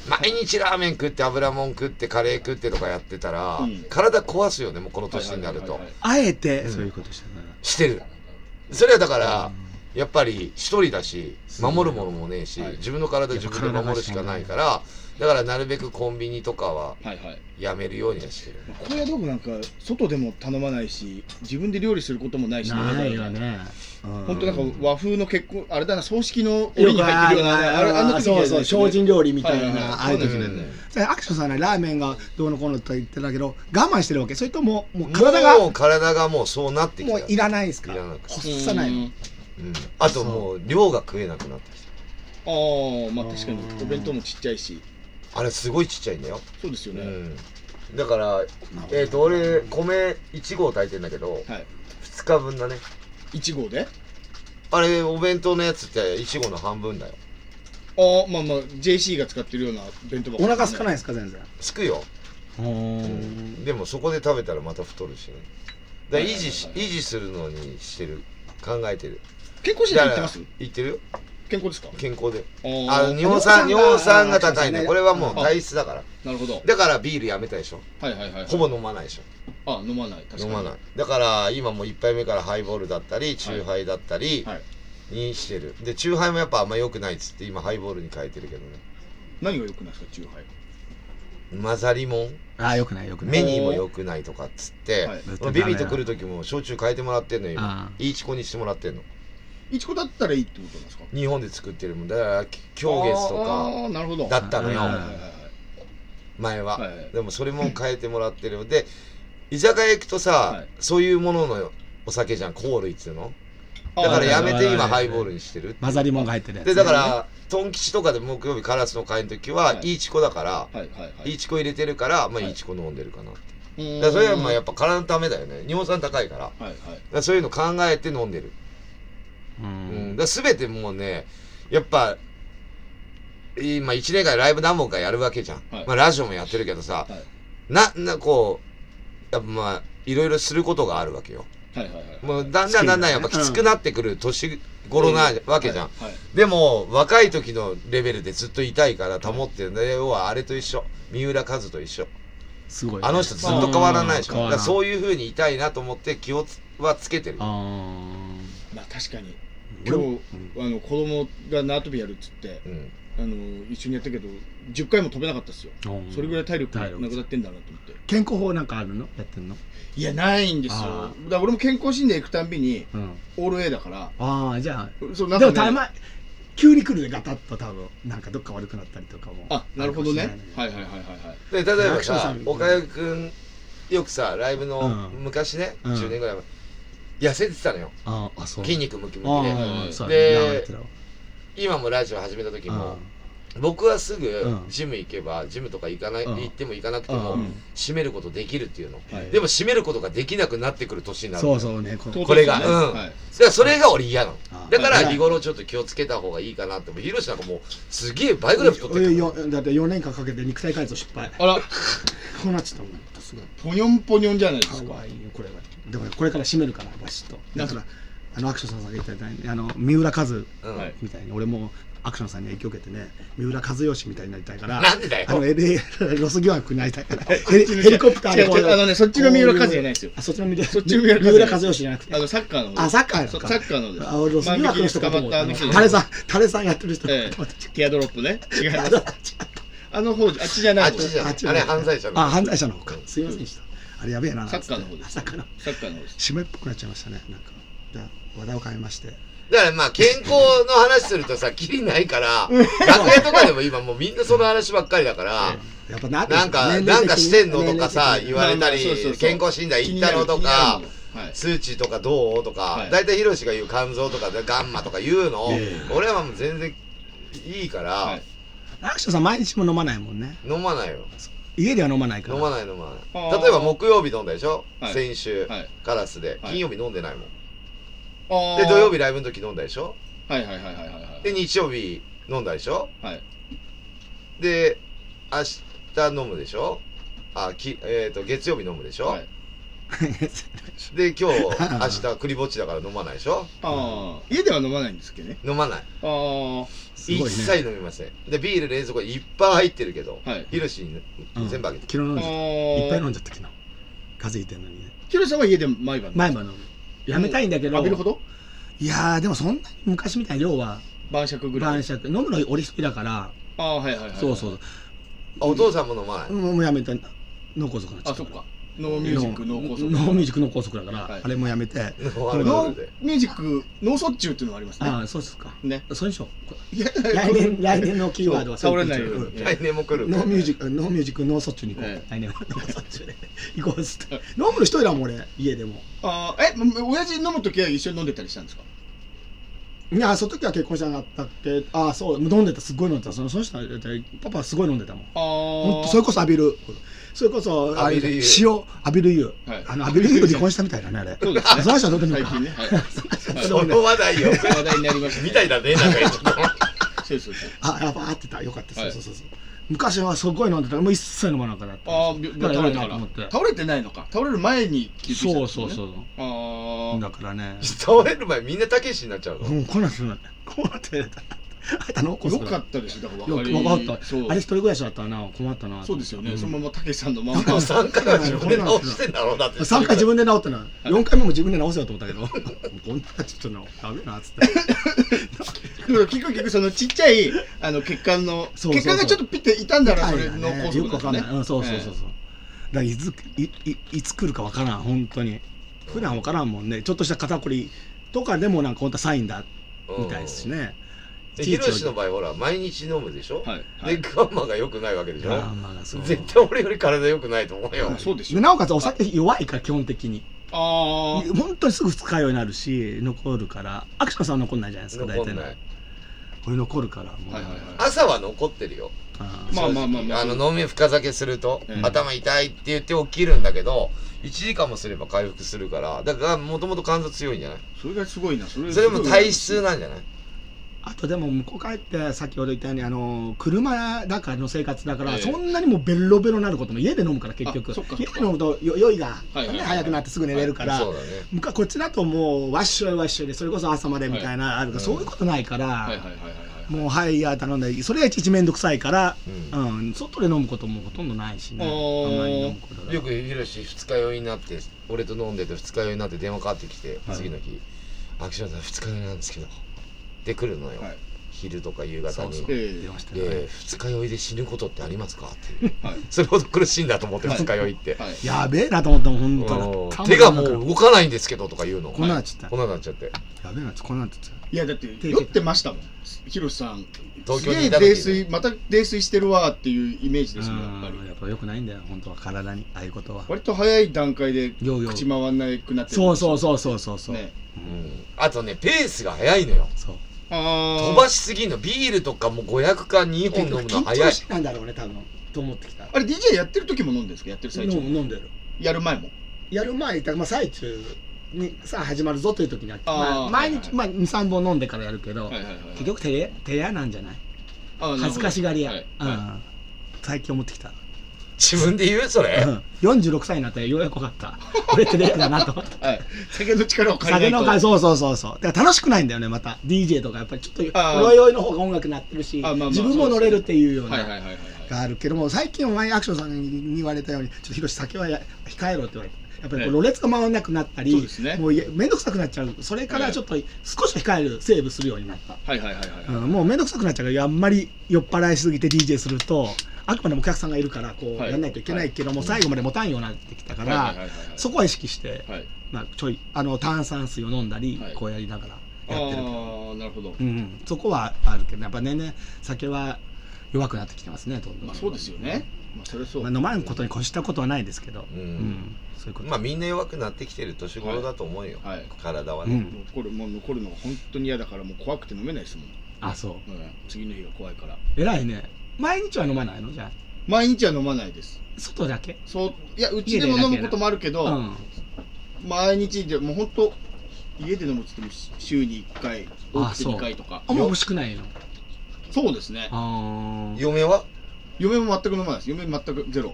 Speaker 1: 毎日ラーメン食って油もん食ってカレー食ってとかやってたら、
Speaker 2: うん
Speaker 1: 体壊すよねもうこの
Speaker 2: い。
Speaker 1: 年になると、
Speaker 2: はいはいはい
Speaker 5: あえてそういうことしてたな
Speaker 1: してるそれはだから、やっぱり一人だし守るものもねえし、
Speaker 2: はい
Speaker 1: 自分の体自分で守るしかないからだからなるべくコンビニとかは
Speaker 2: はいはいはい。
Speaker 1: やめるようにはしてる
Speaker 2: まあ高野豆腐なんか、外でも頼まないし、自分で料理することもないしね。
Speaker 5: ないよね
Speaker 2: 本当なんか和風の結婚あれだな葬式の
Speaker 5: よ
Speaker 2: 折
Speaker 5: く
Speaker 2: に
Speaker 5: あ
Speaker 2: 入って
Speaker 5: る
Speaker 2: るようなあれあの
Speaker 5: あ
Speaker 2: 時
Speaker 5: そうそう精進料理みたい
Speaker 2: はいはいはい
Speaker 5: なああいう時
Speaker 2: そう
Speaker 5: で
Speaker 2: だよ
Speaker 5: ね
Speaker 2: ね
Speaker 5: それアクションさんはねラーメンがどうのこうのと言ってたけど我慢してるわけそれとももう体が
Speaker 1: も
Speaker 5: も
Speaker 1: う体がもうそうなってきた
Speaker 5: ういらないですか
Speaker 1: いらない
Speaker 5: 欲さない
Speaker 1: う
Speaker 5: の
Speaker 1: んあともう量が食えなくなってき
Speaker 2: ああまあ確かに
Speaker 5: うん
Speaker 2: お弁当もちっちゃいし
Speaker 1: たあれすごいちっちゃいんだよ、
Speaker 2: そうですよ
Speaker 1: う
Speaker 2: ね、
Speaker 1: ん、だから
Speaker 5: なるほど
Speaker 1: えっ、と俺米1合炊いてんだけど
Speaker 2: はい
Speaker 1: 2日分だね
Speaker 2: 1号で
Speaker 1: あれお弁当のやつって1合の半分だよ
Speaker 2: ああまあまあ JC が使ってるような弁当箱
Speaker 5: お腹空かない
Speaker 2: い
Speaker 5: ですか全然
Speaker 1: すくよでもそこで食べたらまた太るしねだから維持し
Speaker 2: はいはい
Speaker 1: 維持するのにしてる考えてる
Speaker 2: 健康診
Speaker 1: だ
Speaker 2: 断
Speaker 1: から
Speaker 2: 行ってます
Speaker 1: 言ってるよ
Speaker 2: 健康ですか
Speaker 1: 健康で
Speaker 2: あ
Speaker 1: あ
Speaker 2: あ
Speaker 1: の尿酸尿
Speaker 5: 尿
Speaker 1: 酸
Speaker 5: 酸
Speaker 1: が
Speaker 5: が
Speaker 1: 高いね
Speaker 5: そうですね
Speaker 1: これはもう体質だから
Speaker 2: なるほど
Speaker 1: だからビールやめたでしょ
Speaker 2: はいはいはい
Speaker 1: ほぼ飲まないでしょ
Speaker 2: あ飲まない確かに
Speaker 1: 飲まないだから今も1杯目からハイボールだったりチューハイだったり
Speaker 2: はい
Speaker 1: にしてるでチューハイもやっぱあんま良くないっつって今ハイボールに変えてるけどね
Speaker 2: 何が良くないですかチューハイ
Speaker 1: 混ざりもん
Speaker 5: ああよくないよくな
Speaker 1: メ
Speaker 5: い
Speaker 1: ニューも良くないとかっつって
Speaker 2: はい
Speaker 5: だって
Speaker 1: ビビと来る時も焼酎変えてもらってんのよ今
Speaker 5: ああ
Speaker 1: いいチコにしてもらってんの
Speaker 2: いちこだったらいいってことなんですか
Speaker 1: 日本で作ってるもんだから狂月と
Speaker 2: ああ
Speaker 1: か
Speaker 2: なるほど
Speaker 1: だったのよ
Speaker 2: はいはいはいはい
Speaker 1: 前は、
Speaker 2: はいはい
Speaker 1: でもそれも変えてもらってるで居酒屋行くとさ、
Speaker 2: はい
Speaker 1: そういうもののお酒じゃんコールっつうの
Speaker 2: あ
Speaker 1: だからやめて
Speaker 5: はいはい
Speaker 1: 今
Speaker 5: はい
Speaker 1: ハイボールにしてる
Speaker 5: 混ざりもんが入ってるやつ
Speaker 1: でだからトン吉とかで木曜日カラスの会の時は、
Speaker 2: は
Speaker 1: い、
Speaker 2: い
Speaker 1: いチコだから、、
Speaker 2: はいはいはい
Speaker 1: い
Speaker 2: い
Speaker 1: チコ入れてるから、まあ、
Speaker 2: はい
Speaker 1: いいチコ飲んでるかなって、
Speaker 2: うーん
Speaker 1: だからそれはまあやっぱ体のためだよね尿酸高いからだか
Speaker 2: はいはい
Speaker 1: らそういうの考えて飲んでる
Speaker 5: う
Speaker 1: うん、
Speaker 5: ん
Speaker 1: だから全てもうねやっぱ今1年間ライブ何本かやるわけじゃん、
Speaker 2: はい
Speaker 1: まあ、ラジオもやってるけどさ、
Speaker 2: はい
Speaker 1: ななこうやっぱまあいろいろすることがあるわけよ
Speaker 2: はいはいはい
Speaker 1: もうだんだんだんだんやっぱきつくなってくる年頃なわけじゃん、
Speaker 2: はいはい
Speaker 1: でも若い時のレベルでずっと痛いから保ってるんだよ要はあれと一緒三浦和と一緒
Speaker 5: すごいね
Speaker 1: あの人ずっと変わらないでしょ
Speaker 5: 変わ
Speaker 1: だ
Speaker 5: ら
Speaker 1: か
Speaker 5: な
Speaker 1: ら
Speaker 5: い
Speaker 1: そういうふうに痛いなと思って気をつはつけてる
Speaker 5: あ
Speaker 2: まあ確かに
Speaker 5: うん
Speaker 2: 今日、あの子供が縄跳びやるっつって
Speaker 1: うん
Speaker 2: あの一緒にやったけど10回も飛べなかったですよ、
Speaker 5: ー
Speaker 2: それぐらい体力な
Speaker 5: 体
Speaker 2: く
Speaker 5: 力
Speaker 2: なってんだなと思って
Speaker 5: 健康法なんかあるのやってんの
Speaker 2: いやないんですよだ
Speaker 5: あ
Speaker 2: から俺も健康診断行くたんびに
Speaker 5: うん
Speaker 2: オール A だから
Speaker 5: ああじゃあ
Speaker 2: そう
Speaker 5: でも
Speaker 2: ね
Speaker 5: たま急に来るでガタッと多分なんかどっか悪くなったりとかも
Speaker 2: あなるほどね
Speaker 5: あかもし
Speaker 2: はいいはい
Speaker 5: れな
Speaker 2: はいはいは
Speaker 1: で
Speaker 2: い
Speaker 1: 例えば
Speaker 5: 役所さ
Speaker 1: さ
Speaker 5: ん
Speaker 1: 岡谷君よくさライブの
Speaker 5: うん
Speaker 1: 昔ね、
Speaker 5: うん
Speaker 1: 10年ぐらい前痩せてたのよ
Speaker 5: ああそう
Speaker 1: 筋肉ムキムキで
Speaker 5: ああそう
Speaker 1: で
Speaker 5: 流れてたわ
Speaker 1: 今もラジオ始めた時も
Speaker 5: あ
Speaker 1: 僕はすぐ
Speaker 5: うん
Speaker 1: ジム行けばジムとか行かない
Speaker 5: うん
Speaker 1: 行っても行かなくて
Speaker 5: う
Speaker 1: も
Speaker 5: ん
Speaker 1: 締めることできるっていうの
Speaker 2: はい
Speaker 1: でも締めることができなくなってくる年になる
Speaker 5: そうそうねこ
Speaker 2: 唐突
Speaker 1: これが
Speaker 2: ね
Speaker 1: うん
Speaker 2: はい
Speaker 1: だからそれが俺嫌なの
Speaker 5: あ
Speaker 1: だから
Speaker 2: はい
Speaker 1: 日頃ちょっと気をつけた方がいいかなってもうヒロシなんかもうすげえ倍ぐらい太って
Speaker 5: い
Speaker 1: る
Speaker 5: やいやだって4年間かけて肉体改造失敗
Speaker 2: あら
Speaker 5: こうなっちゃったもんすご
Speaker 2: ポ
Speaker 5: い
Speaker 2: ニョンポニョンじゃないです
Speaker 5: か
Speaker 2: か
Speaker 5: わいいよこれはでもこれから締めるからバシッと
Speaker 2: な
Speaker 5: だ
Speaker 2: んか
Speaker 5: からあのアクションさんが言ったみたいにあの三浦和
Speaker 1: うん
Speaker 2: はい
Speaker 5: みたいに俺もアクションさんに影響を受けてね三浦和義みたいになりたいから
Speaker 1: なんでだよ
Speaker 5: あの LA ロス疑惑になり たいからヘリヘリコプターで
Speaker 2: 違う違うあのねそっちの三浦和也じゃないですよ
Speaker 5: あそっちの三浦
Speaker 2: そっちの三浦和也
Speaker 5: 三浦和義じゃなくて
Speaker 2: あのサッカーの
Speaker 5: あサッカーや
Speaker 2: そ
Speaker 5: ろ
Speaker 2: サッカーのです
Speaker 5: あ俺ロス疑惑の人かと思ったあ
Speaker 2: 万
Speaker 5: の
Speaker 2: 引き捕まったあの人
Speaker 5: タレさんタレさんやってる人か
Speaker 2: え
Speaker 5: と
Speaker 2: え
Speaker 5: 思って
Speaker 2: ティアドロップね違いますあの方じゃあっちじゃな
Speaker 1: あ
Speaker 2: い
Speaker 1: っ
Speaker 2: 方
Speaker 1: ちじゃない
Speaker 5: あっちじゃ
Speaker 1: あ
Speaker 5: な
Speaker 1: れ
Speaker 5: い
Speaker 1: 犯罪者の
Speaker 5: あ犯罪者の方かすいませんでしたあれやべえな
Speaker 2: サッカーの方です
Speaker 5: サッカーの
Speaker 2: サッカーの方です
Speaker 5: 締めっぽくなっちゃいましたねなんかじゃあ話題を変えまして
Speaker 1: だからまあ健康の話するとさキリない から楽屋とかでも今もうみんなその話ばっかりだから
Speaker 5: やっぱな
Speaker 1: なんか
Speaker 5: 年齢
Speaker 1: なん
Speaker 5: 的に
Speaker 1: かしてんのとか
Speaker 5: 年
Speaker 1: さ
Speaker 5: 齢的に
Speaker 1: 言われたり
Speaker 2: まあまあそうそうそう
Speaker 1: 健康診断行ったのと
Speaker 2: 気
Speaker 1: か
Speaker 2: になる気になるはい
Speaker 1: 数値とかどうとか
Speaker 2: はい
Speaker 1: 大体ヒロシが言う肝臓とかでガンマとか言うのを俺はもう全然いいか
Speaker 2: は
Speaker 1: ら
Speaker 2: い
Speaker 5: アクションさん毎日も飲まないもんね
Speaker 1: 飲まないよ
Speaker 5: 家では飲まないから
Speaker 1: 飲まない飲ま
Speaker 2: あ
Speaker 1: な
Speaker 2: ー
Speaker 1: い例えば木曜日飲んだでしょ
Speaker 2: はい
Speaker 1: 先週
Speaker 2: はい
Speaker 1: カラスで
Speaker 2: はい
Speaker 1: 金曜日飲んでないもん
Speaker 2: あー
Speaker 1: で土曜日ライブの時飲んだでしょ
Speaker 2: はいはいはいはいはいはい
Speaker 1: で日曜日飲んだでしょ
Speaker 2: はい
Speaker 1: で明日飲むでしょあき、えー、と月曜日飲むでしょ、
Speaker 2: はい
Speaker 1: で今日明日クリぼっちだから飲まないでしょ
Speaker 2: ああ家では飲まないんですけどね
Speaker 1: 飲まない
Speaker 2: ああは
Speaker 5: すごい
Speaker 1: 一
Speaker 5: ね
Speaker 1: 切飲みませんでビール冷蔵庫いっぱい入ってるけど、
Speaker 2: はい
Speaker 1: ヒロシに
Speaker 5: うん
Speaker 1: 全部あげて、
Speaker 5: 昨日飲んじゃったいっぱい飲ん
Speaker 2: い
Speaker 5: じゃった昨日風邪ひいてんのにね
Speaker 2: ヒロシさんは家で毎晩
Speaker 5: 前も飲むやめたいんだけど
Speaker 2: 浴びるほど
Speaker 5: いやーでもそんなに昔みたいに量は
Speaker 2: 晩酌ぐらい
Speaker 5: 晩酌飲むの俺一人だから
Speaker 2: ああはいはいはい
Speaker 5: そうそう
Speaker 1: あお父さんも飲まない、
Speaker 5: もうもうやめた脳梗塞になっちゃ
Speaker 2: あ
Speaker 5: った
Speaker 2: そっ
Speaker 5: から
Speaker 2: かノーミュージックノーコーソ
Speaker 5: ノーミュージック脳梗塞だから、
Speaker 2: はい
Speaker 5: あれもやめて
Speaker 1: ノーアルコー
Speaker 2: ノ
Speaker 1: ルで
Speaker 2: ーミュージックノー卒中っていうのがありますね
Speaker 5: ああそうですか
Speaker 2: ね
Speaker 5: それでしょこ
Speaker 2: いや
Speaker 5: 来年来年のキーワードは
Speaker 2: そう
Speaker 5: そ
Speaker 2: 倒れ
Speaker 5: う
Speaker 2: ないように
Speaker 1: 来年も来る
Speaker 5: ノーミュージ
Speaker 1: ッ
Speaker 5: ックノーミュージックノーソッチュに行こう、
Speaker 2: ええ
Speaker 5: 来年はノーソッチュで行こうっつって飲むの一人だもん俺家でも
Speaker 2: ああえも親父飲む時は一緒に飲んでたりしたんですか
Speaker 5: いやその時は結婚してなかったっけああそう飲んでたすごい飲んでたそのその人はだってパパはすごい飲んでたもん
Speaker 2: ああ
Speaker 5: ほんとそれこそ浴びるそれこそあれ
Speaker 1: 浴びる
Speaker 5: 塩浴びる湯、
Speaker 2: はい
Speaker 5: あの浴びる湯と離婚したみたいだねあれ
Speaker 2: そうですね
Speaker 5: その人はどうでもいい
Speaker 2: 最近
Speaker 5: か
Speaker 2: ねはい
Speaker 1: クその話題よ
Speaker 2: 話題になりましたね
Speaker 1: みたいだねなんか 言っちゃった
Speaker 2: そうそうそう
Speaker 5: あやっぱ合ってたよかった、
Speaker 2: はい
Speaker 5: そうそうそうそう昔はすごい飲んでたもう一切飲まなくなった
Speaker 2: ああ
Speaker 5: だ
Speaker 2: び
Speaker 5: か
Speaker 2: 倒れ
Speaker 5: らやばい
Speaker 2: たか
Speaker 5: なと
Speaker 2: ら
Speaker 5: 思って
Speaker 2: 倒れてないのか倒れる前に気づいたん
Speaker 5: そう
Speaker 2: です
Speaker 5: そ
Speaker 2: ね
Speaker 5: うそう
Speaker 2: あ
Speaker 5: だからね
Speaker 1: 倒れる前みんなたけしになっちゃうの、
Speaker 5: うんこんなんするのこうなってたあんたの
Speaker 2: あ
Speaker 5: こ
Speaker 2: よかったですよだから
Speaker 5: よ
Speaker 2: 分かり
Speaker 5: くわかった
Speaker 2: そう
Speaker 5: あれ一人暮らしだったらな困ったな
Speaker 2: そうですよね、
Speaker 5: ん
Speaker 2: そのままたけしさんのま ま
Speaker 1: もう3回は自分で直してんだろうなって
Speaker 5: 3回自分で治ってない4回目も自分で治せよと思っ たけどこんなちょっとなダメなっつって
Speaker 2: でも結構結構そのちっちゃいあの血管の
Speaker 5: そうそうそう
Speaker 2: 血管がちょっとピッて傷んだらそ
Speaker 5: 痛
Speaker 2: れ
Speaker 5: い
Speaker 2: の
Speaker 5: よね
Speaker 2: 高
Speaker 5: よ
Speaker 2: 速
Speaker 5: くわかんない、うん、そうそうそうそう、だからいついいいつ来るかわからん本当に普段わからんもんねちょっとした肩こりとかでもなんか本当はサインだみたいですしね
Speaker 1: でヒロシの場合ほら毎日飲むでしょ、
Speaker 2: はいはい
Speaker 1: でガンマが良くないわけでしょ
Speaker 5: ガンマがそう
Speaker 1: 絶対俺より体良くないと思うよ
Speaker 2: あそうです
Speaker 5: で
Speaker 2: よ
Speaker 5: なおかつお酒弱いから基本的に
Speaker 2: あー
Speaker 5: 本当にすぐ二日酔いになるし残るからアクションさんは残んないじゃないですか大
Speaker 1: 残
Speaker 5: 体
Speaker 1: ん
Speaker 5: の
Speaker 1: ない
Speaker 5: これ残るからもう、
Speaker 2: はいはいはい
Speaker 1: 朝は残ってるよ
Speaker 5: あ
Speaker 2: まあまあまあまあ
Speaker 1: あの飲み深酒すると、
Speaker 2: ええ
Speaker 1: 頭痛いって言って起きるんだけど1時間もすれば回復するからだからもともと肝臓強いんじゃない
Speaker 2: それがすごいなそれ
Speaker 1: それも体質なんじゃない
Speaker 5: あとでも向こう帰って先ほど言ったようにあの車だからの生活だから、
Speaker 2: ええ
Speaker 5: そんなにもうベロベロになることも家で飲むから結局
Speaker 2: あそっかそっ
Speaker 5: 家
Speaker 2: か
Speaker 5: で飲むとよ酔いが、
Speaker 2: はいはいはい
Speaker 5: ね早くなってすぐ寝れるから、
Speaker 1: そうだね
Speaker 5: 向こうこっちだともうわっしょいわっしょいでそれこそ朝までみたいな、あるからそういうことないから、
Speaker 2: はいはいはいはいはい
Speaker 5: もうはいいや頼んだりそれがいちいち面倒くさいから、
Speaker 1: う
Speaker 5: うん外で飲むこともほとんどないしね
Speaker 2: おー
Speaker 5: あんまり飲むことが
Speaker 1: よくヒロシ二日酔いになって俺と飲んでて二日酔いになって電話かかってきて、
Speaker 5: はい
Speaker 1: 次の日「アクションさん二日酔いなんですけど」で来るのよ、
Speaker 2: はい
Speaker 1: 昼とか夕方に。
Speaker 2: ええ
Speaker 5: 出ましたね、
Speaker 1: で二日酔いで死ぬことってありますかっていう
Speaker 2: はい
Speaker 1: それほど苦しいんだと思って
Speaker 2: はい
Speaker 1: 二日酔いって、
Speaker 2: はい
Speaker 5: やべえなと思ったもん
Speaker 1: うん
Speaker 5: 本当
Speaker 1: 手がもう動かないんですけどとか言うの
Speaker 5: こんなっちゃった
Speaker 1: こんなになっちゃって
Speaker 5: やべえなこんなっちゃった
Speaker 2: いやだって酔ってましたもんヒロシさん
Speaker 1: 東
Speaker 2: す
Speaker 1: 京
Speaker 2: げ
Speaker 1: に
Speaker 2: え
Speaker 1: いた時
Speaker 2: 泥酔また泥酔してるわっていうイメージですもんやっぱり
Speaker 5: うんやっぱ良くないんだよ本当は体にああいうことは
Speaker 2: 割と早い段階で
Speaker 5: ようよう
Speaker 2: 口回んなくなってる
Speaker 5: そうそうそうそうそうそう、
Speaker 2: ね
Speaker 1: うんあとねペースが速いのよ
Speaker 5: そう
Speaker 2: あ
Speaker 1: 飛
Speaker 2: ー
Speaker 1: ばしすぎんのビールとかも500か2本飲むの
Speaker 5: 緊
Speaker 1: 早
Speaker 5: 張
Speaker 1: い
Speaker 5: してたんだろうね多分と思ってきた
Speaker 2: あれ DJ やってる時も飲んでるんですかやってる最
Speaker 5: 飲
Speaker 2: 中
Speaker 5: む飲んでる
Speaker 2: やる前も
Speaker 5: やる前だからまあ最中にさあ始まるぞという時には
Speaker 2: あー
Speaker 5: まあ、毎
Speaker 2: はい
Speaker 5: 日、まあ、23本飲んでからやるけど、
Speaker 2: はいはいはい
Speaker 5: 結局手や手やなんじゃない
Speaker 2: あーなるほど
Speaker 5: 恥ずかしがりや、
Speaker 2: はい
Speaker 5: うん最近思ってきた
Speaker 1: 自分で言うそれ。
Speaker 5: うん、46歳になったらようやく分かった。俺ってレイクだなと思った。
Speaker 2: はい。酒の力を借
Speaker 5: 酒
Speaker 2: り
Speaker 5: の
Speaker 2: ない
Speaker 5: 会、
Speaker 2: と。
Speaker 5: そうそうそうそう。だから楽しくないんだよね、また。DJ とか、やっぱりちょっと、
Speaker 2: あー
Speaker 5: おいおいの方が音楽になってるし、
Speaker 2: あまあまあ
Speaker 5: 自分も乗れるっていうよう
Speaker 2: はいはい
Speaker 5: な、
Speaker 2: はいはいはい。
Speaker 5: があるけども、最近お前、アクションさんに言われたように、ちょっとヒロシ、酒はや控えろって言われた。やっぱりこう
Speaker 2: え
Speaker 5: ろれつが回らなくなった
Speaker 2: そう
Speaker 5: り
Speaker 2: です、ね
Speaker 5: もういえめんどくさくなっちゃう。それからちょっと少し控える、セーブするようになった。
Speaker 2: はいはいはいはい。
Speaker 5: うんもうめんどくさくなっちゃうから、あんまり酔っ払いすぎて DJ すると、あくまでもお客さんがいるから、こう、
Speaker 2: はい
Speaker 5: やんないといけないけども、最後まで持たんようになってきたか
Speaker 2: はい
Speaker 5: ら
Speaker 2: はいはいはい、
Speaker 5: そこは意識して、
Speaker 2: はい。
Speaker 5: まあ、ちょい、あの、炭酸水を飲んだり
Speaker 2: はい、
Speaker 5: こうやりながらやってるけど、
Speaker 2: ああ、なるほど
Speaker 5: う。ん、そこはあるけど、やっぱ年々酒は弱くなってきてますね、どんどん。
Speaker 2: まあそうですよね。まあそれそう。
Speaker 5: まあ飲まんことに越したことはないですけど、
Speaker 1: うん
Speaker 5: うんそういうこと。
Speaker 1: まあみんな弱くなってきてる年頃だと思うよ。
Speaker 2: はいはい
Speaker 1: 体は
Speaker 5: う
Speaker 1: ね。
Speaker 5: ん、
Speaker 2: 残るもう残るのが本当に嫌だからもう怖くて飲めないですもん。
Speaker 5: あ、そう。
Speaker 2: うん次の日が怖いから。
Speaker 5: 偉いね。毎日は飲まないのじゃあ、
Speaker 2: 毎日は飲まないです。
Speaker 5: 外だけ
Speaker 2: そういやうちでも飲むこともあるけど、
Speaker 5: うん。
Speaker 2: 毎日でもう本当家で飲むっつっても週に1回多
Speaker 5: あ、
Speaker 2: くて
Speaker 5: そう。
Speaker 2: 2回とか
Speaker 5: あんま欲しくないの。
Speaker 2: そうですね
Speaker 5: あー
Speaker 1: 嫁は
Speaker 2: 嫁も全く飲まないです嫁全くゼロ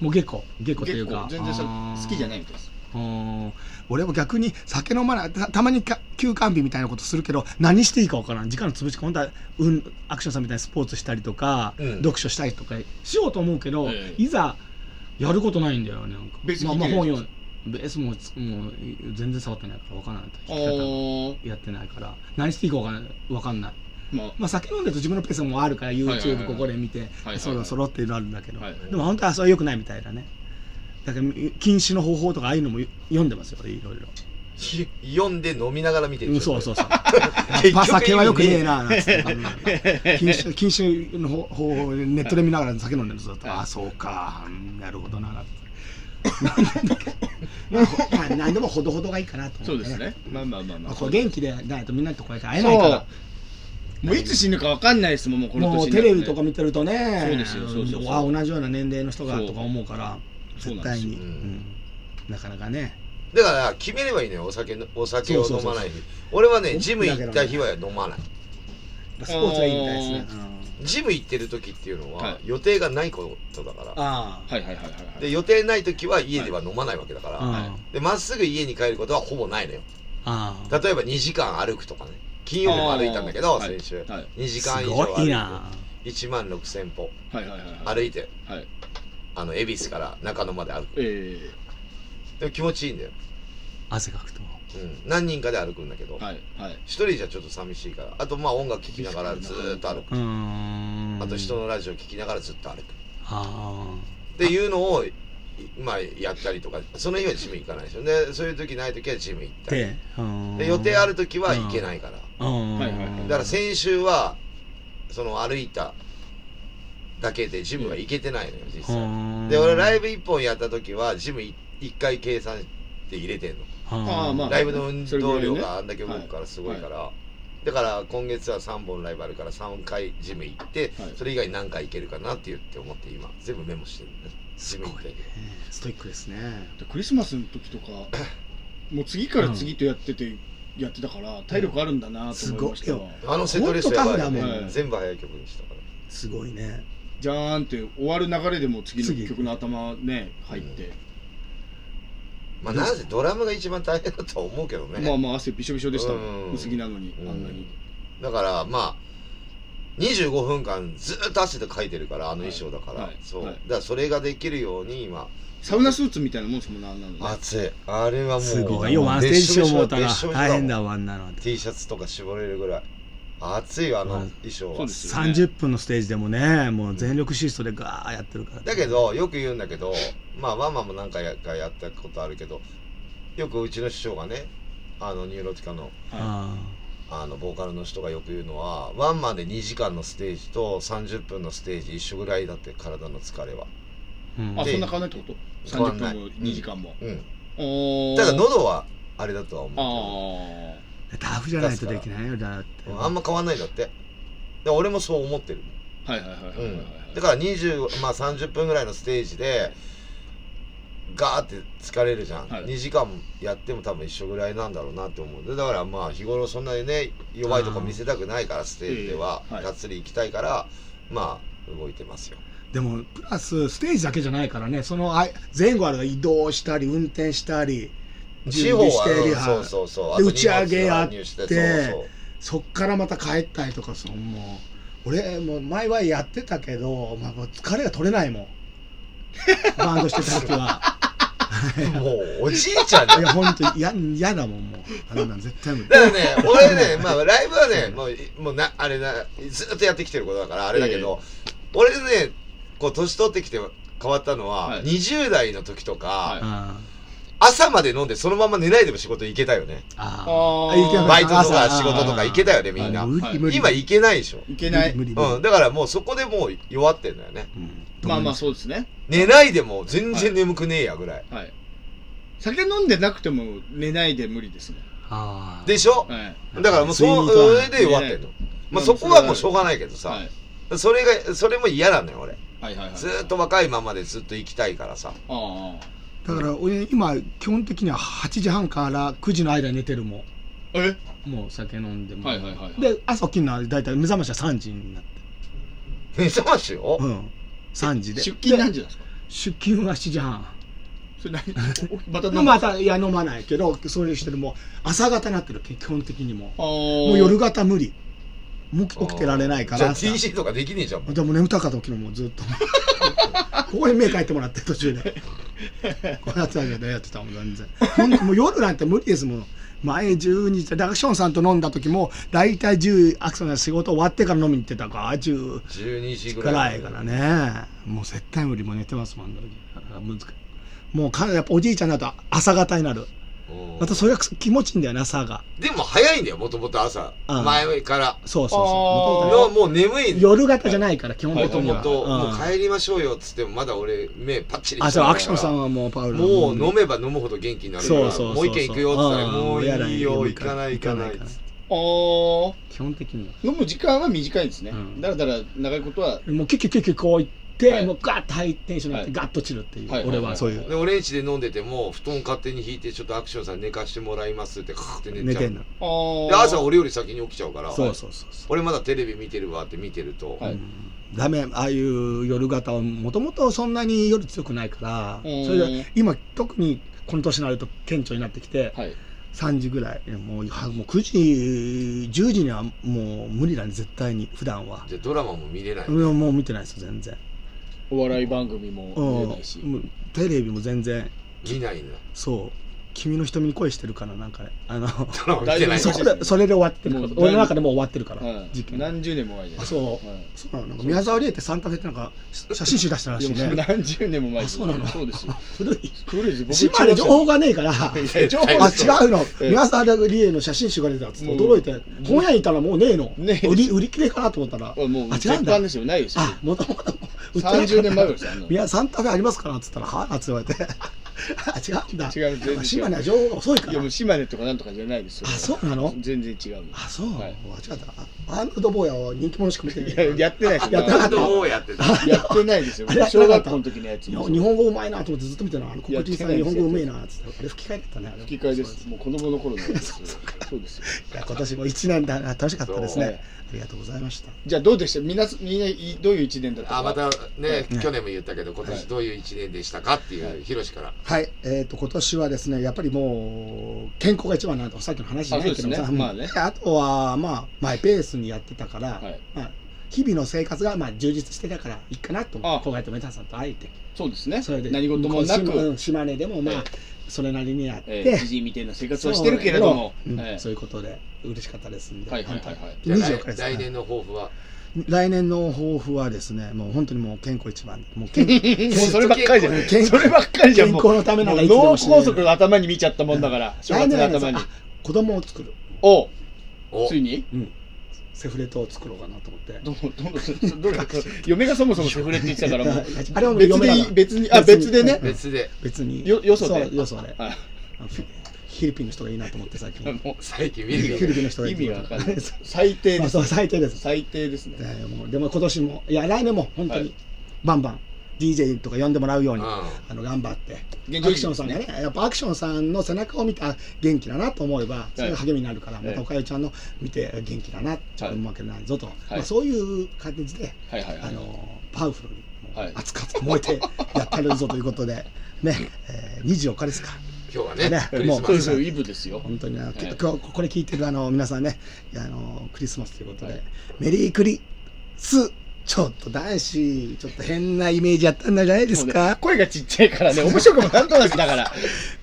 Speaker 5: もう結構結構ってい
Speaker 2: 結
Speaker 5: うか
Speaker 2: 構全然それ
Speaker 5: あー
Speaker 2: 好きじゃないみたいです
Speaker 5: うーん俺も逆に酒飲まないたたまにか休館日みたいなことするけど何していいかわからん時間の潰し本当は、うん、アクションさんみたいにスポーツしたりとか、
Speaker 1: うん
Speaker 5: 読書したりとかしようと思うけど、
Speaker 2: ええ
Speaker 5: いざやることないんだよねなんか
Speaker 2: ベース
Speaker 5: まあ、
Speaker 2: 弾い
Speaker 5: ま
Speaker 2: てる
Speaker 5: あ本読んベースもつもう全然触ってないからわからない
Speaker 2: あ
Speaker 5: 弾き方
Speaker 2: ー
Speaker 5: やってないから何していいかわからないわかんない、
Speaker 2: まあ
Speaker 5: まあ、酒飲んでると自分のペースもあるから
Speaker 2: はいはいはい
Speaker 5: YouTube ここで見て
Speaker 2: はい
Speaker 5: そろそろっていうのあるんだけど、
Speaker 2: はい
Speaker 5: でも本当はそれは良くないみたいだねだから禁止の方法とかああいうのも読んでますよいろいろ。
Speaker 1: ひ読んで飲みながら見てる
Speaker 5: う
Speaker 1: で
Speaker 5: ん、
Speaker 1: しょ
Speaker 5: そう そうそう。
Speaker 1: 結
Speaker 5: まあ
Speaker 1: 局
Speaker 5: 酒はよくねえな、なんつって。禁酒、禁酒の方法をネットで見ながら酒飲んでるずっと。ああ、そうか。うんなるほどな。な んてまあ、まあ何でもほどほどがいいかなと思って、
Speaker 2: そうですね。まあまあまあ
Speaker 5: ま
Speaker 2: ま
Speaker 5: あ
Speaker 2: あ
Speaker 5: こう元気でないとみんなとこうやって会えないから。
Speaker 2: もういつ死ぬかわかんないですもんもうこの
Speaker 5: も
Speaker 2: 年
Speaker 5: う
Speaker 2: にな
Speaker 5: テ
Speaker 2: って
Speaker 5: レビとか見てるとね、
Speaker 2: そうですよそうそうそう
Speaker 5: あ同じような年齢の人が
Speaker 2: そう
Speaker 5: とか思うから、
Speaker 2: そうなん
Speaker 5: 絶
Speaker 2: で
Speaker 5: 対
Speaker 2: すよ
Speaker 5: に、
Speaker 1: うん
Speaker 5: うんなかなかね、
Speaker 1: だから決めればいいのよお酒のお酒を
Speaker 5: そうそ
Speaker 1: 飲
Speaker 5: うそう
Speaker 1: まない日俺はね
Speaker 5: そう
Speaker 1: ジム行った日は飲まない
Speaker 5: スポーツがいいみたいですね。うん
Speaker 1: ジム行ってる時っていうのは、
Speaker 2: はい
Speaker 1: 予定がないことだから
Speaker 5: あ
Speaker 2: はいはいはいはいは
Speaker 1: で
Speaker 2: い
Speaker 1: 予定ない時は家では飲まないわけだから、
Speaker 5: あ、うん
Speaker 1: でまっすぐ家に帰ることはほぼないのよ
Speaker 5: ああ。
Speaker 1: 例えば2時間歩くとかね金曜日も歩いたんだけど
Speaker 2: あー
Speaker 1: 先週、
Speaker 2: はいはい
Speaker 1: 2時間以
Speaker 5: す
Speaker 1: 上
Speaker 5: ご
Speaker 1: 歩
Speaker 5: いな。
Speaker 1: て1万6000歩
Speaker 2: はいはいはいはい
Speaker 1: 歩いて
Speaker 2: はい
Speaker 1: あの恵比寿から中野まで歩く
Speaker 2: え
Speaker 1: でも気持ちいいんだよ、
Speaker 5: 汗かくと。
Speaker 1: うん、何人かで歩くんだけど、
Speaker 2: ー
Speaker 1: 一
Speaker 2: はいはい
Speaker 1: 人じゃちょっと寂しいからあとまあ音楽聴きながらずーっと歩く
Speaker 5: うーん。
Speaker 1: あと人のラジオ聞きながらずっと歩くっ
Speaker 5: あ
Speaker 1: ていうのをいまあやったりとかその日はジム行かないですよでそういう時ない時はジム行っ
Speaker 5: あ。
Speaker 1: たり
Speaker 5: で、うーん
Speaker 1: で予定ある時は行けないから
Speaker 5: うーん。
Speaker 2: はいはいはい
Speaker 1: だから先週はその歩いただけでジムは行けてないのよ実
Speaker 5: う
Speaker 1: 際
Speaker 5: ーん
Speaker 1: で俺ライブ1本やった時はジム1回計算して入れてんの
Speaker 2: あ
Speaker 5: あ
Speaker 2: ーまあ
Speaker 1: ライブの運動量
Speaker 2: それぐらいね
Speaker 1: があんだけ動くからすごいからだから今月は3本ライブあるから3回ジム行って
Speaker 2: はい
Speaker 1: それ以外に何回行けるかなって言って思って今全部メモしてるんだ
Speaker 5: すごいね。ストイックですね。
Speaker 2: でクリスマスの時 とかもう次から次とやってて、やってたから体力あるんだなと思いました
Speaker 5: すご
Speaker 2: わ
Speaker 5: い
Speaker 1: あのセットリストやばいよね
Speaker 2: んと
Speaker 5: ほ
Speaker 2: タフだもん
Speaker 1: 全部早い曲にしたから
Speaker 5: すごいね。
Speaker 2: じゃーんって終わる流れでもう次
Speaker 5: 次
Speaker 2: の曲の頭ね入って、
Speaker 1: まあなぜドラムが一番大変だとは思うけどね
Speaker 2: まあまあ汗びしょびしょでしたもん
Speaker 1: うん
Speaker 2: 薄着なのにあ
Speaker 1: うん
Speaker 2: んなに、
Speaker 1: だからまあ25分間ずっと汗でかいてるからあの衣装だから、
Speaker 2: はいはい
Speaker 1: そう、
Speaker 2: はい
Speaker 1: だからそれができるように今
Speaker 2: サウナスーツみたいなもんですもんなあんなのね
Speaker 1: 暑いあれはもう
Speaker 5: すごい。よ、ワンステージしよう思うたら
Speaker 1: 別所
Speaker 5: 大変だ
Speaker 1: 別所
Speaker 5: わ、あんなの。
Speaker 1: だもん T シャツとか絞れるぐらい暑いよあの
Speaker 5: まあ
Speaker 1: 衣装は、
Speaker 2: そうですよね
Speaker 5: 30分のステージでもね、もう全力疾走でガーやってるから。
Speaker 1: だけ、どよく言うんだけどまあワンマンも何回かやったことあるけどよくうちの師匠がねあのニューロティカの
Speaker 5: あ
Speaker 1: あのボーカルの人がよく言うのはワンマンで2時間のステージと30分のステージ一緒ぐらいだって体の疲れは
Speaker 5: ーうん
Speaker 2: あ
Speaker 1: で
Speaker 2: そんな変わんないってこと
Speaker 1: 変わん
Speaker 2: 30
Speaker 1: ない
Speaker 2: 分も2時間も、
Speaker 1: うん
Speaker 2: おー
Speaker 1: ただ喉はあれだとは思
Speaker 2: あ
Speaker 5: タフじゃないとできないよ、だって
Speaker 1: うけ。どあんま変わんないんだってで俺もそう思ってる、
Speaker 2: あはいはいはいは
Speaker 1: う
Speaker 2: いはい
Speaker 1: ん
Speaker 2: はい、
Speaker 1: だから20、まあ、30分ぐらいのステージでガーって疲れるじゃん、
Speaker 2: はい
Speaker 1: 2時間やっても多分一緒ぐらいなんだろうなって思うでだからまあ日頃そんなにね弱いとこ見せたくないからステージでは
Speaker 2: ええはい
Speaker 1: がっつり行きたいからまあ動いてますよ
Speaker 5: でもプラスステージだけじゃないからねそのあい前後ある移動したり運転したり
Speaker 1: 地
Speaker 5: 準
Speaker 1: 方
Speaker 5: 備してリ
Speaker 1: は
Speaker 5: ハ
Speaker 1: そうそうそう
Speaker 5: で
Speaker 1: あと
Speaker 5: 打ち上げやっ
Speaker 1: 荷物
Speaker 5: て
Speaker 1: 搬入してそうそう
Speaker 5: そっからまた帰ったりとかそのもう俺もう前はやってたけど、まあ、もう疲れが取れないもん バンドしてた 時は
Speaker 1: もうおじいちゃんだ
Speaker 5: い
Speaker 1: よ
Speaker 5: や本当嫌嫌だもんもうあんなん絶 対無理
Speaker 1: だからね、俺ね、まあ、ライブはね、もう、もうな、あれだ、ずっとやってきてることだから、あれだけど、俺ね、こう、年取ってきて変わったのは、
Speaker 2: はい
Speaker 1: 20代の時とか、
Speaker 2: はい
Speaker 5: あ
Speaker 1: 朝まで飲んで、そのまま寝ないでも仕事行けたよね。
Speaker 5: あ
Speaker 2: あ
Speaker 5: いけな
Speaker 2: ー
Speaker 5: い
Speaker 1: バイトとか仕事とか行けたよね、みんな。
Speaker 5: 無理無理
Speaker 1: 今行けないでしょ。
Speaker 2: いけない。
Speaker 5: 無理無理
Speaker 1: うん、だからもうそこでもう弱ってんだよね。
Speaker 5: うん
Speaker 2: まあまあそうですね。
Speaker 1: 寝ないでも全然眠くねえやぐらい。
Speaker 2: はい。酒飲んでなくても寝ないで無理ですね。
Speaker 5: あー
Speaker 1: でしょ
Speaker 2: はい。
Speaker 1: だからもうそ
Speaker 5: 睡
Speaker 1: の
Speaker 5: 眠とは
Speaker 1: 上で弱ってんの
Speaker 2: ね。
Speaker 1: まあそこはもうしょうがないけどさ
Speaker 2: は、い。
Speaker 1: それが、それも嫌なのよ、俺。
Speaker 2: はいはいはい。
Speaker 1: ずーっと。若いままでずっと生きたいからさ。
Speaker 2: ああ。
Speaker 5: だから俺今基本的には8時半から9時の間に寝てるも
Speaker 2: え
Speaker 5: んもう酒飲んでも、
Speaker 2: はいはいはいはい。
Speaker 5: で朝起きるのは大体目覚ましは3時になって
Speaker 1: 目覚ましを
Speaker 5: うん3時で
Speaker 2: 出勤何時なんですか
Speaker 5: 出勤は7時半
Speaker 2: それ何また飲む
Speaker 5: またいや飲まないけどそういう人でもう朝方になってる基本的にも
Speaker 2: あー
Speaker 5: もう夜型無理もう起きてられないから
Speaker 1: じ
Speaker 5: 朝
Speaker 1: ゃあ TC とかできねえじゃんもう
Speaker 5: でも眠たかった時のもうずっと ここに目描いてもらって途中でこうやってたけどやってたもん全然ほんともう夜なんて無理ですもん前12時だからショーンさんと飲んだ時も大体10アクションが仕事終わってから飲みに行ってたから10
Speaker 1: 12時ぐ
Speaker 5: く
Speaker 1: ら
Speaker 5: ら
Speaker 1: い
Speaker 5: いからねもう絶対無理もう寝てますもんあの時だから難しいもうかやっぱおじいちゃんになると朝方になる
Speaker 1: うん
Speaker 5: またそれが気持ちいいんだよね朝が
Speaker 1: でも早いんだよもともと朝
Speaker 5: うん
Speaker 1: 前から
Speaker 5: そうそう
Speaker 2: あー
Speaker 5: そ
Speaker 1: の
Speaker 5: う
Speaker 1: もう眠いんだよ
Speaker 5: 夜型じゃないから基本
Speaker 1: も
Speaker 5: 的
Speaker 1: と
Speaker 5: に
Speaker 1: も
Speaker 5: は、
Speaker 1: と
Speaker 5: う
Speaker 1: も
Speaker 5: ん
Speaker 1: う帰りましょうよっつってもまだ俺目パッチリ
Speaker 5: あ
Speaker 1: して
Speaker 5: そう
Speaker 1: ないから
Speaker 5: アクションさんはもうパウル
Speaker 1: もう飲めば飲むほど元気になるから
Speaker 5: そうそうそうそう
Speaker 1: もう一軒行くよっつったら
Speaker 5: うん
Speaker 1: もういい
Speaker 5: も
Speaker 1: よ
Speaker 5: う
Speaker 1: 行
Speaker 5: や
Speaker 1: からな
Speaker 5: ないい
Speaker 1: 行かないっつって
Speaker 2: あー
Speaker 5: 基本的には
Speaker 2: 飲む時間は短いですね
Speaker 5: うん。
Speaker 2: だらだら長いことは。
Speaker 5: もうキュキュキュキュこう行って、
Speaker 2: はい
Speaker 5: もうガッとハイテンションになって、
Speaker 2: は
Speaker 5: ガッと散るっていう、
Speaker 2: はい
Speaker 5: 俺はそういう、
Speaker 2: はい
Speaker 1: で俺ん家で飲んでても布団勝手に引いてちょっとアクションさん寝かしてもらいますってカーって寝
Speaker 5: 寝
Speaker 1: ちゃ
Speaker 5: て
Speaker 1: うん
Speaker 5: の
Speaker 1: で
Speaker 2: あー
Speaker 1: 朝俺より先に起きちゃうから
Speaker 5: そうそうそうそう
Speaker 1: 俺まだテレビ見てるわって見てると
Speaker 2: はい
Speaker 5: ダメああいう夜型はもともとそんなに夜強くないから、
Speaker 2: うん
Speaker 5: それで今特にこの年になると顕著になってきて、
Speaker 2: はい。
Speaker 5: 3時ぐらいもうはもう9時10時にはもう無理なんで絶対に普段は、
Speaker 1: でドラマも見れない
Speaker 5: うんもう見てないですよ全然、
Speaker 2: お笑い番組も
Speaker 5: うん
Speaker 2: 出ないし。
Speaker 5: もうテレビも全然
Speaker 1: 見ないんだ
Speaker 5: そう君の瞳に恋してるからなんかねあ の
Speaker 1: ドラマ見てない
Speaker 2: 大丈
Speaker 5: そ
Speaker 2: 夫
Speaker 5: こでそれで終わって
Speaker 2: もう
Speaker 5: る
Speaker 2: だいぶ
Speaker 5: 俺の中でもう終わってるから、
Speaker 2: はい
Speaker 5: 事件
Speaker 2: 何十年も前じゃないですか
Speaker 5: そ
Speaker 2: は
Speaker 5: うそうなのなんか宮沢りえってサンタフェってなんか写真集出したら
Speaker 2: い
Speaker 5: しい
Speaker 2: いやもう
Speaker 5: ね
Speaker 2: 何十年も前です
Speaker 5: あそうなの
Speaker 2: そうですよ。
Speaker 5: 古い
Speaker 2: 古いです。僕
Speaker 5: 島根情報がねえからあ
Speaker 2: いや情報
Speaker 1: あ
Speaker 5: 違うの
Speaker 2: ええ
Speaker 5: 宮沢りえの写真集が出たっつって驚いて本屋にいたらもうねえの
Speaker 2: ねえ
Speaker 5: 売り売り切れかなと思ったら
Speaker 2: あもう
Speaker 5: あ
Speaker 2: 絶
Speaker 5: 違うんだ
Speaker 2: 版ですよ。ないですよ。
Speaker 5: あもともと売ってない
Speaker 2: 30年前ぐらいですよあんなの。
Speaker 5: 宮サンタフェありますかなっつったらはあっ つって言われてあ違うんだ
Speaker 2: 違う全然違う
Speaker 5: 島根は情報が遅いか
Speaker 2: いや
Speaker 5: ら
Speaker 2: もう島根とかなんとかじゃないですよ。
Speaker 5: あそうなの
Speaker 2: 全然違うの。
Speaker 5: あそう、
Speaker 2: はい
Speaker 5: 間違ったあアーノルド・坊やは人気者しか見てない
Speaker 2: いややってないですよ。
Speaker 5: やってなかった
Speaker 1: どうやってた
Speaker 2: やってないですよ
Speaker 5: あれ。やってな
Speaker 2: 小
Speaker 5: かっ
Speaker 2: 学
Speaker 5: た
Speaker 2: 校の時のやつ
Speaker 5: いや日本語うまいなと思ってずっと見てたのあの黒人さん
Speaker 2: い
Speaker 5: 日
Speaker 2: や
Speaker 5: 本語うめえなっつってあれ吹き替えだったねあれ
Speaker 2: 吹き替えです。もう子供の頃のやつ ですよ。そうですよ。
Speaker 5: いや今年も一年だな楽しかったです
Speaker 2: そう
Speaker 5: ねありがとうございました
Speaker 2: じゃあどうでしたみんな、みんないどういう一年だったか。
Speaker 1: あまたね、
Speaker 5: はい
Speaker 1: 去年も言ったけど今年どういう1年でしたかっていうヒロシから
Speaker 5: はいえっ、と今年はですねやっぱりもう健康が一番なんとさっきの話じゃない
Speaker 2: あ
Speaker 5: けど
Speaker 2: そうです
Speaker 5: さ
Speaker 2: ねまあね
Speaker 5: あとはまあマイペースにやってたから、
Speaker 2: はい
Speaker 5: まあ、日々の生活がまあ充実してたからいいかなと
Speaker 2: あ
Speaker 5: 小林とメタさんと会えて
Speaker 2: そうですね
Speaker 5: それで。
Speaker 2: 何事もな
Speaker 5: こう島う
Speaker 2: く
Speaker 5: ん、島根でもまあ、
Speaker 2: え
Speaker 5: それなりにやって、
Speaker 2: えーじじいみたいな生活はしてるけれども。
Speaker 5: そう,、うん
Speaker 2: えー
Speaker 5: そういうことで嬉しかったですんで、
Speaker 2: はいはいはいはい
Speaker 1: じゃあ
Speaker 5: 24日です、
Speaker 1: 来年の抱負は
Speaker 5: 来年の抱負はですねもう本当にもう健康一番もう 健
Speaker 2: もうそればっかりじゃん
Speaker 5: 健康
Speaker 2: そればっかりじゃんもう
Speaker 5: 健康のためならいつで
Speaker 2: もう
Speaker 5: も
Speaker 2: 脳
Speaker 5: 死ねる
Speaker 2: 梗塞の頭に見ちゃったもんだから正
Speaker 5: 来
Speaker 2: 月の
Speaker 5: 年はね
Speaker 2: 頭に
Speaker 5: あ子供を作る
Speaker 2: お
Speaker 1: お
Speaker 2: ついに
Speaker 5: セフレとを作ろうかなと思って
Speaker 2: どうどうどうどう嫁がそもそもセフレって言ってたからもう
Speaker 5: あれはもう
Speaker 2: 別
Speaker 5: 嫁だ
Speaker 2: で
Speaker 5: から
Speaker 2: 別にあ別でね
Speaker 1: 別で
Speaker 5: 別に
Speaker 2: よよそで
Speaker 5: そうよそで
Speaker 2: はい
Speaker 5: あのフィフィリピンの人がいいなと思って最近フ
Speaker 2: も
Speaker 1: 最近見
Speaker 5: ィ
Speaker 1: るけ
Speaker 5: リ
Speaker 1: ど
Speaker 5: ピンの人
Speaker 2: う
Speaker 5: がい
Speaker 2: 意味
Speaker 5: い
Speaker 2: わかんない
Speaker 5: そう
Speaker 2: 最低
Speaker 5: ま
Speaker 2: で
Speaker 5: あ
Speaker 2: す
Speaker 5: そう最低です
Speaker 2: 最低ですね
Speaker 5: でもうでも今年もいや来年も本当
Speaker 2: は
Speaker 5: に
Speaker 2: い
Speaker 5: バンバン DJ とか呼んでもらうように、
Speaker 1: うん
Speaker 5: あの頑張って
Speaker 2: 現
Speaker 5: ア
Speaker 2: 状維持
Speaker 5: クションさんがねやっぱアクションさんの背中を見てあ元気だなと思えばそれが励みになるから、
Speaker 2: い
Speaker 5: またおかゆちゃんの見て元気だなと思うわけないぞと、まあ、そういう感じで、
Speaker 2: はいはいは
Speaker 5: あ
Speaker 2: い。
Speaker 5: のパワフルにもう
Speaker 2: はい
Speaker 5: 熱く熱く燃え てやってやれるぞということで、ねえー、24日ですか。
Speaker 1: 今日はね
Speaker 5: ね
Speaker 1: クリ
Speaker 5: も
Speaker 1: ス
Speaker 5: う
Speaker 1: マ
Speaker 2: そう
Speaker 1: ス
Speaker 2: そう、イブですよ。
Speaker 5: 本当にあの、
Speaker 2: はい
Speaker 5: 今日これ聞いてるあの皆さんねあのクリスマスということで、メリークリスちょっと男子ちょっと変なイメージやったんじゃないです
Speaker 2: もうね
Speaker 5: か、
Speaker 2: 声がちっちゃいからね、面白くもなんとなくだ から。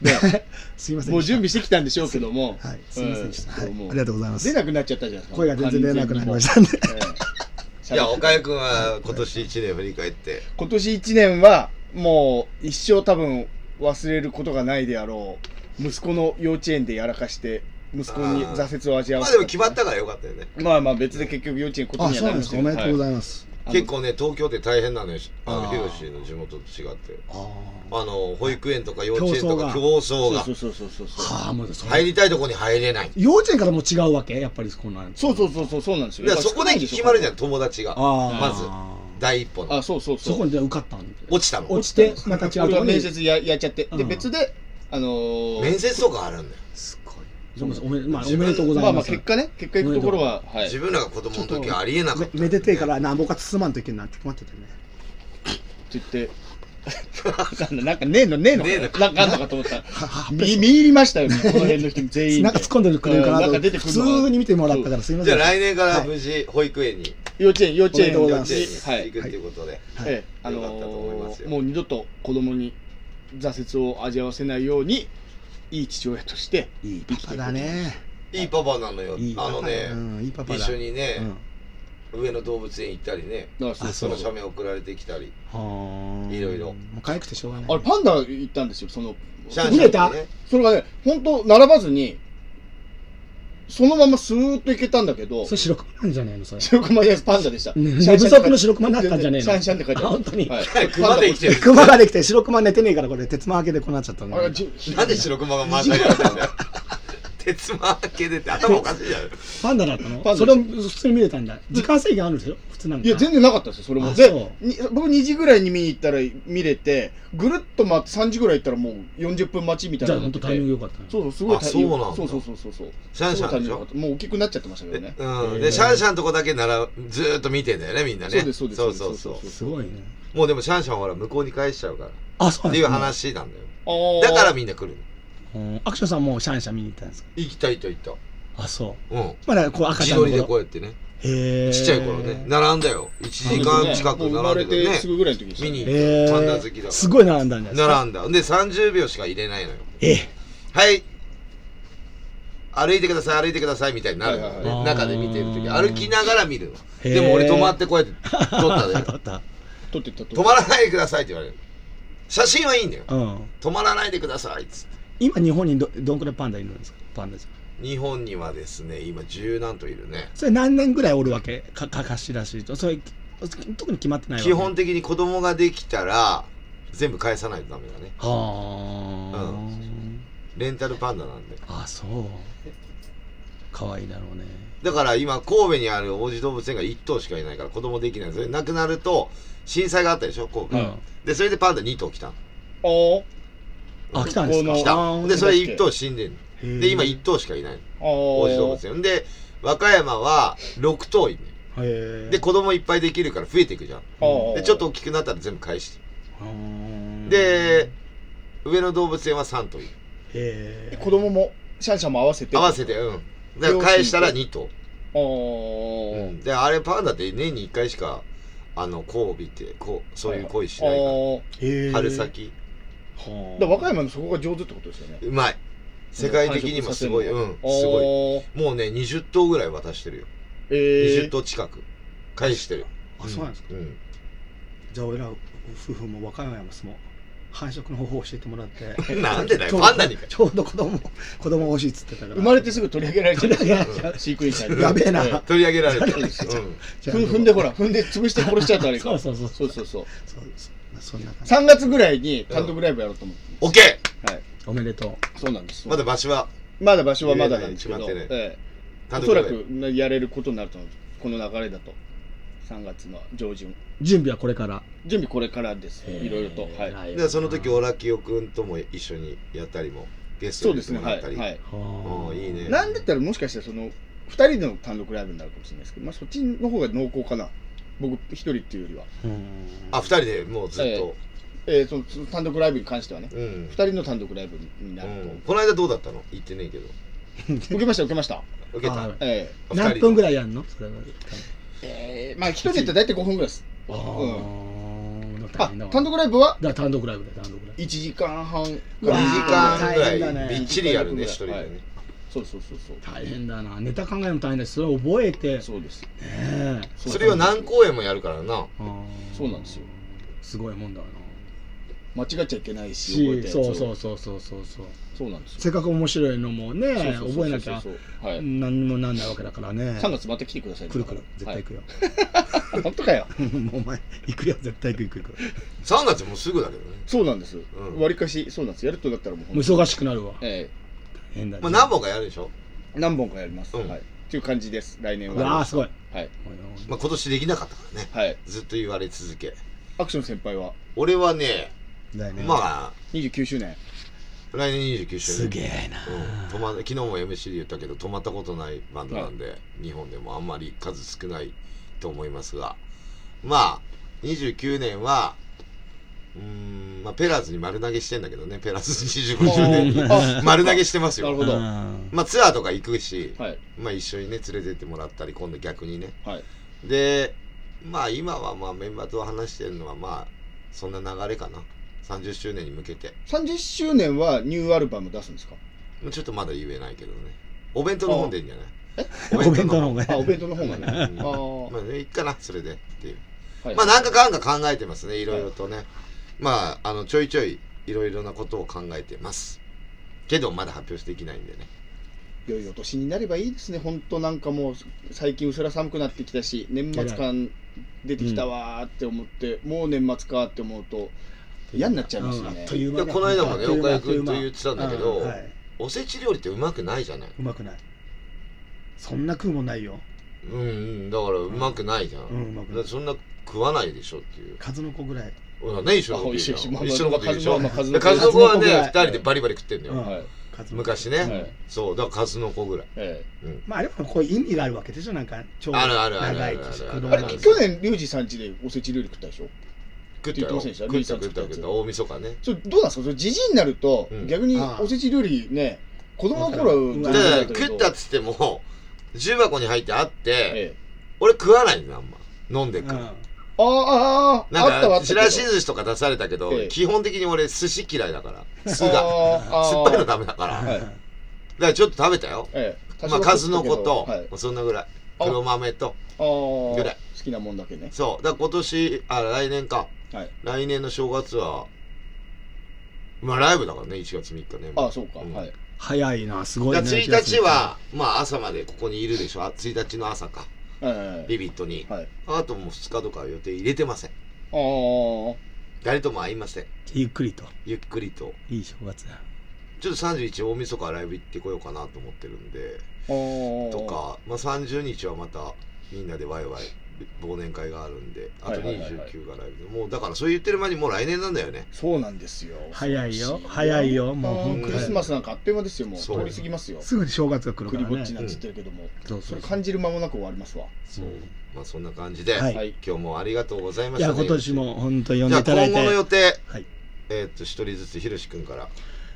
Speaker 2: ね、
Speaker 5: すいません
Speaker 2: もう準備
Speaker 5: 備
Speaker 2: してきたんでしょうけども。
Speaker 5: はいすいませんでした、
Speaker 2: うん
Speaker 5: は
Speaker 2: も
Speaker 5: いうありがとうございま
Speaker 2: 出
Speaker 5: す
Speaker 2: なくなっちゃったじゃないですか。。
Speaker 5: 声が全然出なくなりましたたんで
Speaker 1: いや岡井君は今年1年振り返って
Speaker 2: 今年一年は、もう一生多分忘れることがないであろう。息子の幼稚園でやらかして、息子に挫折を味わわ
Speaker 1: まあ
Speaker 2: せ
Speaker 1: でも決まったからよかったよね
Speaker 2: まあまあ別で結局幼稚園こと
Speaker 5: あ
Speaker 2: には
Speaker 5: そう
Speaker 2: な
Speaker 5: なん
Speaker 2: りますしたい
Speaker 5: でかおめでとうございます、
Speaker 2: ます
Speaker 1: 結構ね東京って大変なのよあの
Speaker 5: あー
Speaker 1: ヒロシの地元と違って
Speaker 5: あ
Speaker 1: あの保育園とか幼稚園とか競
Speaker 5: 競
Speaker 1: 争が
Speaker 2: そうそうそうそうそう。
Speaker 5: あはあもうそ
Speaker 1: 入
Speaker 5: れ
Speaker 1: りたいとこに入れない
Speaker 5: 幼稚園からも違うわけやっぱりこんなん
Speaker 2: そうそうそうそうそうなんですよ。
Speaker 1: だからそこで決まるじゃ
Speaker 2: ん。
Speaker 1: ん友達が
Speaker 5: あ
Speaker 1: まず第一歩の
Speaker 2: あ、そうそうそう。
Speaker 5: そこにじゃあ受かったんで
Speaker 1: 落ちたの
Speaker 5: 落ちてまた
Speaker 2: 俺
Speaker 5: 違うとこ
Speaker 2: は
Speaker 5: ろ
Speaker 2: 面
Speaker 5: に
Speaker 2: 接ややっちゃって、
Speaker 5: う
Speaker 2: で
Speaker 5: ん
Speaker 2: 別であのー
Speaker 1: 面接とかあるんだよ
Speaker 5: すごいそうですおめ,、まあ、おめでとうございます
Speaker 2: まあまあ結果ね結果行くところははい
Speaker 1: 自分らが子供の時はありえなかっ
Speaker 5: め
Speaker 1: た
Speaker 5: めでてえからなんぼか包まんといけんなって困ってたよね
Speaker 2: って言って。わかんないなんかねえのねえの
Speaker 1: ねえの
Speaker 2: なんかあんのか と思ったら
Speaker 5: は
Speaker 2: 見見入りましたよねこの辺の人全員
Speaker 5: なんか突っ込んでくれるかな
Speaker 2: うん
Speaker 5: と
Speaker 2: な
Speaker 5: 思っ
Speaker 2: ん
Speaker 5: て
Speaker 2: 出てく
Speaker 5: 普
Speaker 2: るの
Speaker 5: 通に見てもらったからすみま
Speaker 1: じ
Speaker 5: せ
Speaker 1: ゃあ
Speaker 5: ん
Speaker 1: 来年から無事保育園に
Speaker 2: 幼稚園幼稚園
Speaker 5: おめでとうござ
Speaker 1: 幼
Speaker 5: いま
Speaker 1: 稚園
Speaker 5: す
Speaker 1: に行くっ
Speaker 2: はい
Speaker 1: ていうことで
Speaker 5: はい
Speaker 2: ええあ
Speaker 1: よかったと思い
Speaker 2: の
Speaker 1: ます
Speaker 2: ー
Speaker 1: よ
Speaker 2: もう二度と子供に挫折を味わわせないようにいい父親として
Speaker 5: いいパパだね
Speaker 1: いいパパなのよ
Speaker 5: いいパ
Speaker 1: あ
Speaker 5: パだ
Speaker 1: のね
Speaker 5: うん、いいパパだ
Speaker 1: 一緒にね
Speaker 5: うん、は
Speaker 1: 上野動物園行ったりね
Speaker 2: だから
Speaker 5: あ
Speaker 1: そ
Speaker 5: そう
Speaker 1: の写メ送られてきたり
Speaker 5: ー
Speaker 1: いろいろ
Speaker 5: もう可愛くてしょうがない
Speaker 2: あれパンダ行ったんですよその
Speaker 1: シャン
Speaker 5: 見
Speaker 1: シ
Speaker 5: れ
Speaker 1: ャン
Speaker 5: た
Speaker 1: にね
Speaker 2: それがね本当並ばずにそのままスーッと行けたんだけど
Speaker 5: それ白熊なんじゃないのそれ
Speaker 2: 白熊ですパンダでした。
Speaker 5: ね
Speaker 2: シャンシャン
Speaker 5: 寝不足の白熊になったんじゃねえの
Speaker 2: シャンシャンって書いてある。
Speaker 5: あ本当に
Speaker 2: はい
Speaker 1: 熊で生きてる
Speaker 5: 熊ができて白熊寝てねえからこれ鉄間明けでこうなっちゃったんだ
Speaker 2: あれじゅ
Speaker 1: なんで白熊が真ん中にあったんだよ鉄間開けてて頭おかしいじゃん
Speaker 5: パンダだったの
Speaker 2: パンダ
Speaker 5: それを普通に見れたんだ時間制限あるんですよ普通なんか
Speaker 2: いや、全然なかったですよ、それも。
Speaker 5: あ
Speaker 2: で
Speaker 5: そ、う
Speaker 2: に僕2時ぐらいに見に行ったら見れて、ぐるっと回って3時ぐらい行ったらもう40分待ちみたい
Speaker 5: じゃ
Speaker 2: な
Speaker 5: あ
Speaker 2: のにな
Speaker 5: 本当
Speaker 2: って
Speaker 5: タイミング良かったね
Speaker 2: そうそう、すごい
Speaker 1: あ
Speaker 2: タイミング
Speaker 1: そうなんだ
Speaker 2: そうそうそうそうそう。
Speaker 1: シャンシャンでしょ
Speaker 2: すごいタイミング良かったもう大きくなっちゃってましたけどね。
Speaker 1: うん、でシャンシャンとこだけならずーっと見てんだよねみんなね
Speaker 2: そうですそうです
Speaker 1: そうそうそう
Speaker 5: すごいね
Speaker 1: もうでもシャンシャンはほら向こうに返しちゃうから
Speaker 5: あそ
Speaker 1: っ
Speaker 5: うなん
Speaker 1: て
Speaker 5: で
Speaker 1: いう
Speaker 5: すか
Speaker 1: 話なんだよ
Speaker 2: あー
Speaker 1: だからみんな来るの
Speaker 5: うんアクションさんもシャンシャン見に行ったんですか
Speaker 1: 行きたいと言った
Speaker 5: あそう
Speaker 1: うん
Speaker 5: まあだからこう赤ち
Speaker 1: 自
Speaker 5: ゃん
Speaker 1: 撮
Speaker 5: の頃
Speaker 1: りでこうやってね
Speaker 5: へえ
Speaker 1: ちっちゃい頃ね並んだよ1時間近く
Speaker 2: もう生ま
Speaker 1: 並
Speaker 2: れ
Speaker 1: んで
Speaker 2: て
Speaker 1: たよね
Speaker 2: すぐぐらいの時でした
Speaker 1: 見
Speaker 2: ね。
Speaker 1: に行
Speaker 5: へ
Speaker 1: っ
Speaker 5: え
Speaker 1: たパンダ好きだ
Speaker 5: す
Speaker 1: か
Speaker 5: ごい並んだんじゃないです
Speaker 1: ら
Speaker 5: か
Speaker 1: 並んだで30秒しか入れないのよ
Speaker 5: え
Speaker 1: はい歩いてください歩いてくださいみたいになるの
Speaker 2: はい
Speaker 5: はいは
Speaker 1: ね
Speaker 5: い
Speaker 1: 中で見てる時
Speaker 5: あー
Speaker 1: 歩きながら見るの
Speaker 5: へー
Speaker 1: でも俺止まってこうやって撮ったで
Speaker 5: えだった
Speaker 2: 撮ってったと。
Speaker 1: 止まらないでくださいって言われる写真はいいんだよ
Speaker 5: うん
Speaker 1: 止まらないでくださいっつって
Speaker 5: 今日本にどどんくらいパンダいるんですかパンダじゃん
Speaker 1: 日本にはですね今十何頭いるね
Speaker 5: それ何年ぐらいおるわけかかかしらしいとそれ特に決まってないわけ
Speaker 1: 基本的に子供ができたら全部返さないとダメだね
Speaker 5: はあ、
Speaker 1: うレンタルパンダなんで
Speaker 5: あそう可愛いだろうね
Speaker 1: だから今神戸にある王子動物園が1頭しかいないから子供できないそれなくなると震災があったでしょ神戸、
Speaker 5: うん
Speaker 1: でそれでパンダ2頭来たの
Speaker 2: あー
Speaker 5: あ来たんですか
Speaker 1: 来
Speaker 2: あ
Speaker 1: た
Speaker 2: ー
Speaker 1: でそれ1頭死んでんの
Speaker 5: ー
Speaker 1: で今1頭しかいないの
Speaker 2: あー。
Speaker 1: 王子動物園で和歌山は6頭いんのよ
Speaker 5: へえ
Speaker 1: で子供いっぱいできるから増えていくじゃん
Speaker 2: あー
Speaker 1: でちょっと大きくなったら全部返して
Speaker 5: うん
Speaker 1: で上野動物園は3頭いる
Speaker 5: へえ
Speaker 2: 子供も、シャンシャンも合わせて。
Speaker 1: 合わせてうんだから返したら2頭
Speaker 2: あー
Speaker 1: うんであれパンダって年に1回しかあの交尾ってこうそういう恋しない
Speaker 2: あ
Speaker 1: か
Speaker 2: ー
Speaker 5: へえ
Speaker 1: ら春先
Speaker 5: は
Speaker 2: だ
Speaker 5: あ
Speaker 2: から和歌山のそこが上手ってことですよね。
Speaker 1: うまい世界的にもすごいうんすごい
Speaker 2: い。
Speaker 1: もうね20頭ぐらい渡してるよ
Speaker 2: え
Speaker 1: 20
Speaker 2: ー、
Speaker 1: 頭近く返してる
Speaker 5: あそうなんですか
Speaker 1: うん
Speaker 5: じゃあ俺ら夫婦も和歌山も繁殖の方法を教えてもらって
Speaker 1: なんでだよ
Speaker 5: ちょうど
Speaker 1: パンダにか
Speaker 5: ちょうど子供子供欲しいっつってたから
Speaker 2: 生まれてすぐ取り上げられちゃ
Speaker 5: いやいやいうや
Speaker 2: 飼育員さんに
Speaker 5: やべえな
Speaker 2: ええ
Speaker 1: 取り上げられてる
Speaker 5: 取り上げられ
Speaker 1: うん
Speaker 5: じゃあ
Speaker 2: ふん踏んでほら踏んで潰して殺しちゃったらいいか
Speaker 5: そうそうそう
Speaker 2: そうそうそう
Speaker 5: そうそまあそんな感じ
Speaker 2: 3月ぐらいに単独ライブやろうと思って、
Speaker 1: オッケ
Speaker 5: おめでとう
Speaker 2: そうなんです
Speaker 1: ーまだ場所は
Speaker 2: まだ場所はまだなんですけど、
Speaker 1: 決まってない
Speaker 2: ええ
Speaker 1: 単
Speaker 2: お
Speaker 1: 独
Speaker 2: そ
Speaker 1: ラ
Speaker 2: ら
Speaker 1: イブ
Speaker 2: くやれることになると思うこの流れだと3月の上旬
Speaker 5: 準備はこれから。
Speaker 2: 準備これからですいろいろとはい
Speaker 5: い
Speaker 1: でその時オラキオくんとも一緒にやったりもゲスト
Speaker 2: そう
Speaker 1: に来
Speaker 2: です
Speaker 1: て
Speaker 2: ね
Speaker 1: も
Speaker 2: は
Speaker 1: らっ
Speaker 2: い
Speaker 1: たり、
Speaker 2: はい
Speaker 1: ああいいね
Speaker 2: なんだったらもしかしたらその2人での単独ライブになるかもしれないですけど、まあ、そっちの方が濃厚かな僕1人っていうよりは、
Speaker 1: あ二人でもうずっと、
Speaker 2: えーそのその単独ライブに関してはね
Speaker 1: うん
Speaker 2: 2、人の単独ライブになる
Speaker 1: うんこの間どうだったの言ってねえけど
Speaker 2: と、受けました受けました
Speaker 1: 受けた
Speaker 5: はい
Speaker 2: え
Speaker 5: 何分ぐ
Speaker 1: らい
Speaker 5: らいやんのそれは。
Speaker 2: ええーまあ1人で言ったら大体5分ぐらいです
Speaker 5: あ
Speaker 2: あ
Speaker 5: あ
Speaker 2: 単独ライブは
Speaker 5: だから単独ライブだよ単独ライ
Speaker 2: 1時間半か
Speaker 5: う
Speaker 1: 2
Speaker 2: ら
Speaker 5: わー
Speaker 1: 時間ぐら
Speaker 5: 大変だ
Speaker 1: い
Speaker 5: ね
Speaker 1: びっちりやるね一人で
Speaker 2: はい
Speaker 1: ね
Speaker 2: そうそうそうそう
Speaker 5: ブ大変だなネタ考えるの大変だしそれを覚えて
Speaker 2: そうです
Speaker 5: ねえ
Speaker 1: それは何公演もやるからな
Speaker 5: あー
Speaker 2: そうなんですよ
Speaker 5: すごいもんだよな
Speaker 2: 間違っちゃいけないし覚え
Speaker 5: した
Speaker 2: やつを
Speaker 5: そうそうそうそうそうそう
Speaker 2: そうなんですよ
Speaker 5: せっかく面白いのもね
Speaker 2: そうそうそうそう
Speaker 5: 覚えなきゃ
Speaker 2: はい
Speaker 5: 何にもなんないわけだからね
Speaker 2: 3月また来てくださいね
Speaker 5: 来るから絶対来るよ、
Speaker 2: はいあ本当かよ
Speaker 5: もうお前行くよ絶対行くよ行くよ
Speaker 1: 3月もうすぐだけどね
Speaker 2: そうなんです
Speaker 1: ん
Speaker 2: わりかしそうなんですやるとだったらもう
Speaker 5: も
Speaker 2: 本
Speaker 5: う
Speaker 2: 当に
Speaker 5: 忙しくなるわ
Speaker 2: え
Speaker 5: 変だね
Speaker 1: まあ何本かやるでしょ、
Speaker 2: え何本かやります
Speaker 1: うん
Speaker 2: はいっていう感じです来年
Speaker 5: うわあ
Speaker 2: は
Speaker 5: すごい
Speaker 2: はい
Speaker 1: まあ、今年できなかったからね
Speaker 2: はい
Speaker 1: ずっと言われ続け
Speaker 2: アクション先輩は
Speaker 1: 俺はね
Speaker 5: だよねあ
Speaker 1: まあ
Speaker 2: 29周年
Speaker 1: 来年29周年
Speaker 5: すげえな
Speaker 1: うん、止ま昨日も MC で言ったけど止まったことないバンドなんで、日本でもあんまり数少ないと思いますがまあ29年はうーん、まあ、ペラーズに丸投げしてんだけどねペラーズ25周年に
Speaker 2: あ
Speaker 1: 丸投げしてます
Speaker 2: なるほ
Speaker 1: よ
Speaker 2: ど
Speaker 5: うん
Speaker 1: まあツアーとか行くし、
Speaker 2: はい
Speaker 1: まあ、一緒にね連れてってもらったり今度逆にね
Speaker 2: はい
Speaker 1: でまあ今はまあメンバーと話してるのはまあそんな流れかな30周年に向けて
Speaker 2: 30周年はニューアルバム出すんですか
Speaker 1: もうちょっとまだ言えないけどねお弁当の本でいいんじゃない
Speaker 5: お弁当の方が
Speaker 2: あお弁当の方がねあ
Speaker 1: うん
Speaker 2: ー
Speaker 1: まあね、いっかな、それでっていう。
Speaker 2: はい
Speaker 1: まあ、なんかかんか考えてますね、いろいろとね。まあ、あの、ちょいちょい、いろいろなことを考えてます。けど、まだ発表していきないんでね。
Speaker 2: 良いお年になればいいですね、本当なんかもう、最近、うすら寒くなってきたし、年末感出てきたわーって思って、もう年末かーって思うと、嫌になっちゃいますよ
Speaker 5: うん
Speaker 2: ね
Speaker 5: あっ。という間
Speaker 1: い
Speaker 5: だ
Speaker 1: やこの間もね
Speaker 5: あっという
Speaker 1: 岡
Speaker 5: 間
Speaker 1: 谷君と言ってたんだけど
Speaker 5: うはい
Speaker 1: おせち料理ってうまくないじゃない。
Speaker 5: うまくないそんな食うもんないよ
Speaker 1: うん、うん、だからうまくないじゃん。
Speaker 5: うんうまくない
Speaker 1: だからそんな食わないでしょっていう。
Speaker 5: 数の子ぐらい
Speaker 1: ほらね、一緒のこと言うじゃん
Speaker 2: あ一緒一緒
Speaker 1: 一緒のこと言うでしょ。
Speaker 2: まあまあ数
Speaker 1: で
Speaker 2: の子
Speaker 1: 数の子は
Speaker 5: 数の子ぐ
Speaker 1: ね
Speaker 5: らい、
Speaker 1: 二人でバリバリ食ってんの
Speaker 5: うん
Speaker 1: よ。
Speaker 2: はい
Speaker 5: 数の子
Speaker 1: 昔ね、
Speaker 2: はい
Speaker 1: そう、だから数の子ぐらい。
Speaker 2: え
Speaker 1: うん
Speaker 5: まああれもこういう意味があるわけでしょなんかちょうど
Speaker 1: あるあるある
Speaker 5: 長
Speaker 1: あ
Speaker 5: い
Speaker 1: るある
Speaker 5: 食
Speaker 2: え
Speaker 5: 堂
Speaker 2: あ
Speaker 5: が
Speaker 2: れ、
Speaker 1: ある
Speaker 2: 去年、リュウジさん家でおせち料理食ったでしょ、
Speaker 1: 食ったよ。
Speaker 2: って言ってませんでした
Speaker 1: 食った食った食った。大晦日ね。
Speaker 2: それどうなんですか、それじじいになると、
Speaker 1: うん
Speaker 2: 逆に
Speaker 5: ああ
Speaker 2: おせち料理ね、子供の頃
Speaker 5: うん
Speaker 1: だ
Speaker 5: わ
Speaker 1: か
Speaker 5: かる
Speaker 1: ら食ったっつっても重箱に入ってあって、
Speaker 2: ええ
Speaker 1: 俺食わないんだあんま飲んでっから、
Speaker 2: ああ、ああ、あ
Speaker 1: な
Speaker 2: ったわあ
Speaker 1: んか
Speaker 2: った
Speaker 1: ちらし寿司とか出されたけど、
Speaker 2: ええ
Speaker 1: 基本的に俺寿司嫌いだから
Speaker 2: す
Speaker 1: 酢が酸っぱいの
Speaker 2: だ。
Speaker 1: ダメだから、
Speaker 2: は
Speaker 1: だ
Speaker 2: い
Speaker 1: からちょっと食べたよ、
Speaker 2: ええ
Speaker 1: まあ数の子と、
Speaker 2: はい
Speaker 1: そんなぐらい
Speaker 2: あ
Speaker 1: 黒豆と
Speaker 2: あー
Speaker 1: ぐらい
Speaker 2: 好きなもんだけね。
Speaker 1: そうだから今年あ来年か
Speaker 2: はい。
Speaker 1: 来年の正月はまあライブだからね1月3日ね
Speaker 2: ああ、そうか。
Speaker 1: ん
Speaker 2: はい。
Speaker 5: 早いなすごい
Speaker 1: だ
Speaker 5: ね
Speaker 1: から1日はまあ朝までここにいるでしょあ1日の朝か
Speaker 2: え
Speaker 1: ビビットに、
Speaker 2: はい。
Speaker 1: あともう2日とかは予定入れてません
Speaker 2: あー
Speaker 1: 誰とも会いません
Speaker 5: ゆっくりと
Speaker 1: ゆっくりと
Speaker 5: いい正月だ
Speaker 1: ちょっと31大晦日はライブ行ってこようかなと思ってるんで
Speaker 2: あー。
Speaker 1: とか、まあ、30日はまたみんなでワイワイ忘年会があるんであと
Speaker 2: はいはいはいはい
Speaker 1: 29がライブでもうだからそう言ってる間にもう来年なんだよね
Speaker 2: そうなんですよ。
Speaker 5: 早いよ早いよも
Speaker 2: あ
Speaker 5: う
Speaker 2: ー
Speaker 5: 本当
Speaker 2: ク
Speaker 5: に
Speaker 2: リスマスなんかあっという間ですよ、もう。
Speaker 1: そう
Speaker 2: 通り過ぎますよ。
Speaker 5: すぐに正月が来る
Speaker 2: ク
Speaker 5: か
Speaker 2: リ
Speaker 5: ら
Speaker 2: ぼっち
Speaker 5: ね
Speaker 2: なんつってるけども。
Speaker 5: そう
Speaker 2: そ
Speaker 5: そう
Speaker 2: れ
Speaker 5: そう
Speaker 2: 感じる間もなく終わりますわ。
Speaker 1: そう、まあそんな感じで、
Speaker 5: はい
Speaker 2: はい
Speaker 1: 今日もありがとうございま
Speaker 5: い
Speaker 1: した、
Speaker 5: や
Speaker 1: ね、
Speaker 5: 今年も本当に呼
Speaker 1: じ
Speaker 5: んで
Speaker 1: ゃ
Speaker 5: い
Speaker 1: あ
Speaker 5: ただい
Speaker 1: 今後の
Speaker 5: て
Speaker 1: 予定
Speaker 5: はい
Speaker 1: えーっと一人ずつひろし君から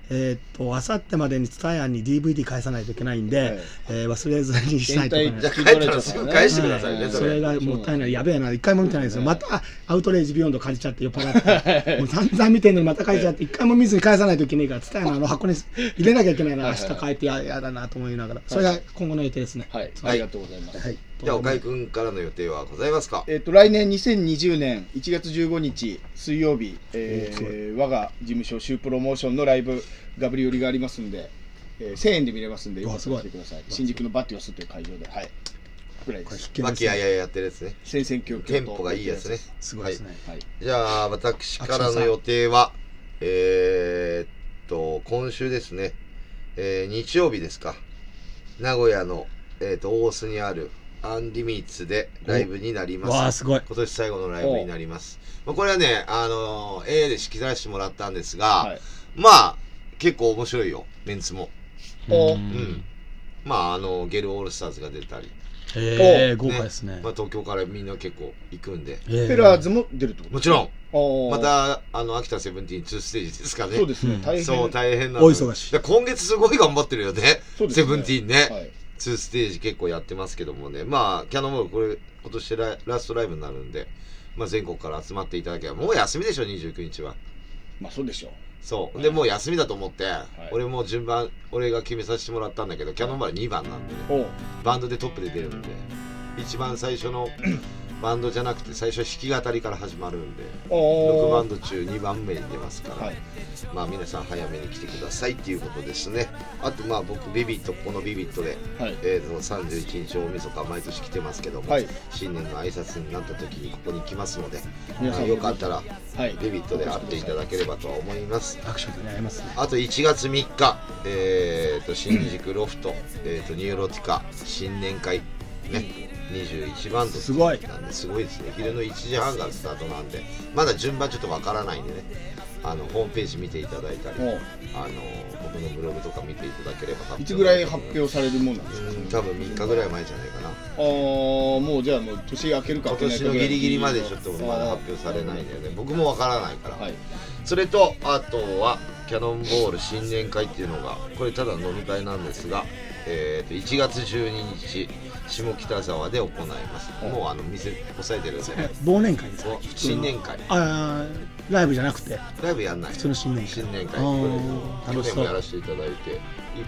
Speaker 5: えーっとあさってまでにツタヤに DVD 返さないといけないん
Speaker 2: はい
Speaker 5: でえー忘れずにしないといけない
Speaker 1: じゃあ帰ったらすぐ返してくださいね、
Speaker 5: はい
Speaker 1: そ
Speaker 5: それ
Speaker 1: れ
Speaker 5: がもったいない、やべえな、一回も見てないんですよ、またアウトレイジビヨンド借りちゃって、酔っ払 って、もう散々見てんのにまた借りちゃって、一回も見ずに返さないといけないから、つたやのあの箱に入れなきゃいけないな、明日帰ってややだなと思いながら、それが今後の予定ですね。
Speaker 2: はい。ありがとうございます。
Speaker 5: はい、
Speaker 1: じゃあ岡井君からの予定はございますか
Speaker 2: えっと来年2020年1月15日水曜日、え
Speaker 5: おー
Speaker 2: ー、我が事務所シュープロモーションのライブガブリ寄りがありますんで、えー、1000円で見れますんでよかったら来てください新宿のバティオスという会場ではいぐらいで
Speaker 5: これ
Speaker 2: す
Speaker 5: 必見
Speaker 1: 和
Speaker 5: です
Speaker 1: 気あい
Speaker 5: ね、
Speaker 1: あいやってるやつね
Speaker 2: 戦々恐々と
Speaker 1: テンポがいいやつね
Speaker 5: すごいですね。
Speaker 2: はい
Speaker 1: じゃあ、私からの予定は、えーっと、今週ですね、えー日曜日ですか、名古屋の、えーっと、大須にある、アンリミッツでライブになります。
Speaker 7: わあ、すごい。
Speaker 1: 今年最後のライブになります。まあ、これはね、あのー A で仕切らせてもらったんですが、
Speaker 2: はい
Speaker 1: まあ、結構面白いよ、メンツも。
Speaker 2: お
Speaker 7: う
Speaker 1: うん。
Speaker 7: ん
Speaker 1: まあ、あの、ゲルオールスターズが出たり、
Speaker 7: へえ、豪華ですね
Speaker 1: ま。あ、東京からみんな結構行くんで、
Speaker 7: へえ
Speaker 2: ペラーズも出るってこ
Speaker 1: もちろん、
Speaker 2: と
Speaker 1: ま
Speaker 2: あ
Speaker 1: た、あの、秋田セブンティーン2ステージですか
Speaker 2: あ
Speaker 1: ね。
Speaker 2: そうですね
Speaker 7: うん
Speaker 2: 大変
Speaker 1: そう、大変な
Speaker 7: お忙しい
Speaker 1: だから今月すごい頑張ってるよね。
Speaker 2: そうです
Speaker 1: セ
Speaker 2: ね
Speaker 1: ブンティーンね。
Speaker 2: はい
Speaker 1: 2ステージ結構やってますけどもね。まあ、キャノンボールこれ、今年でララストライブになるんで、まあ全国から集まっていただければ、もう休みでしょ、29日は。
Speaker 2: まあそうでしょう
Speaker 1: そう。で、もう休みだと思って、
Speaker 2: い
Speaker 1: 俺もう順番、俺が決めさせてもらったんだけど、キャノンボール2番なんで、ね、
Speaker 2: おう
Speaker 1: バンドでトップで出るんで、一番最初 のバンドじゃなくて、最初弾き語りから始まるんで、6
Speaker 2: お
Speaker 1: バ
Speaker 2: う
Speaker 1: ンド中2番目に出ますから、
Speaker 2: はい
Speaker 1: まあ皆さん早めに来てくださいっていうことですねあとまあ僕ビビットこのビビットで、
Speaker 2: はい
Speaker 1: えーと31日大晦日毎年来てますけども、
Speaker 2: はい
Speaker 1: 新年の挨拶になった時にここに来ますので、
Speaker 2: 皆さん
Speaker 1: まあよかったら
Speaker 2: はい
Speaker 1: ビビットで会っていただければとは思います
Speaker 7: アクションで会えますね。
Speaker 1: あと1月3日、えー、と新宿ロフト、えー、とニューロティカ新年会ね21バンド
Speaker 7: すごい
Speaker 1: なんですごいですね昼の1時半がスタートなんでまだ順番ちょっとわからないんでねあのホームページ見ていただいたり
Speaker 2: おう
Speaker 1: あの僕のブログとか見ていただければ
Speaker 2: いつぐらい発表されるもんなんですか
Speaker 1: うん多分3日ぐらい前じゃないかな
Speaker 2: ああもうじゃあもう年明けるか
Speaker 1: 今
Speaker 2: 明けな
Speaker 1: 年
Speaker 2: いか
Speaker 1: の
Speaker 2: ぐらい
Speaker 1: ギリギリまでちょっとまだ発表されないんだよね僕もわからないから、
Speaker 2: はい
Speaker 1: それとあとはキャノンボール新年会っていうのがこれただ飲み会なんですが、えー、と1月12日下北沢で行いますもうあの店押さえてるんですよね
Speaker 7: 忘年会ですか
Speaker 1: そう新年会
Speaker 7: あーライブじゃなくて、
Speaker 1: ライブやんない
Speaker 7: 普通の新年会
Speaker 1: 新。年会
Speaker 7: あー
Speaker 1: これ去
Speaker 7: 楽し
Speaker 1: 年
Speaker 7: そ
Speaker 1: も
Speaker 7: う
Speaker 1: やらせていただいていっ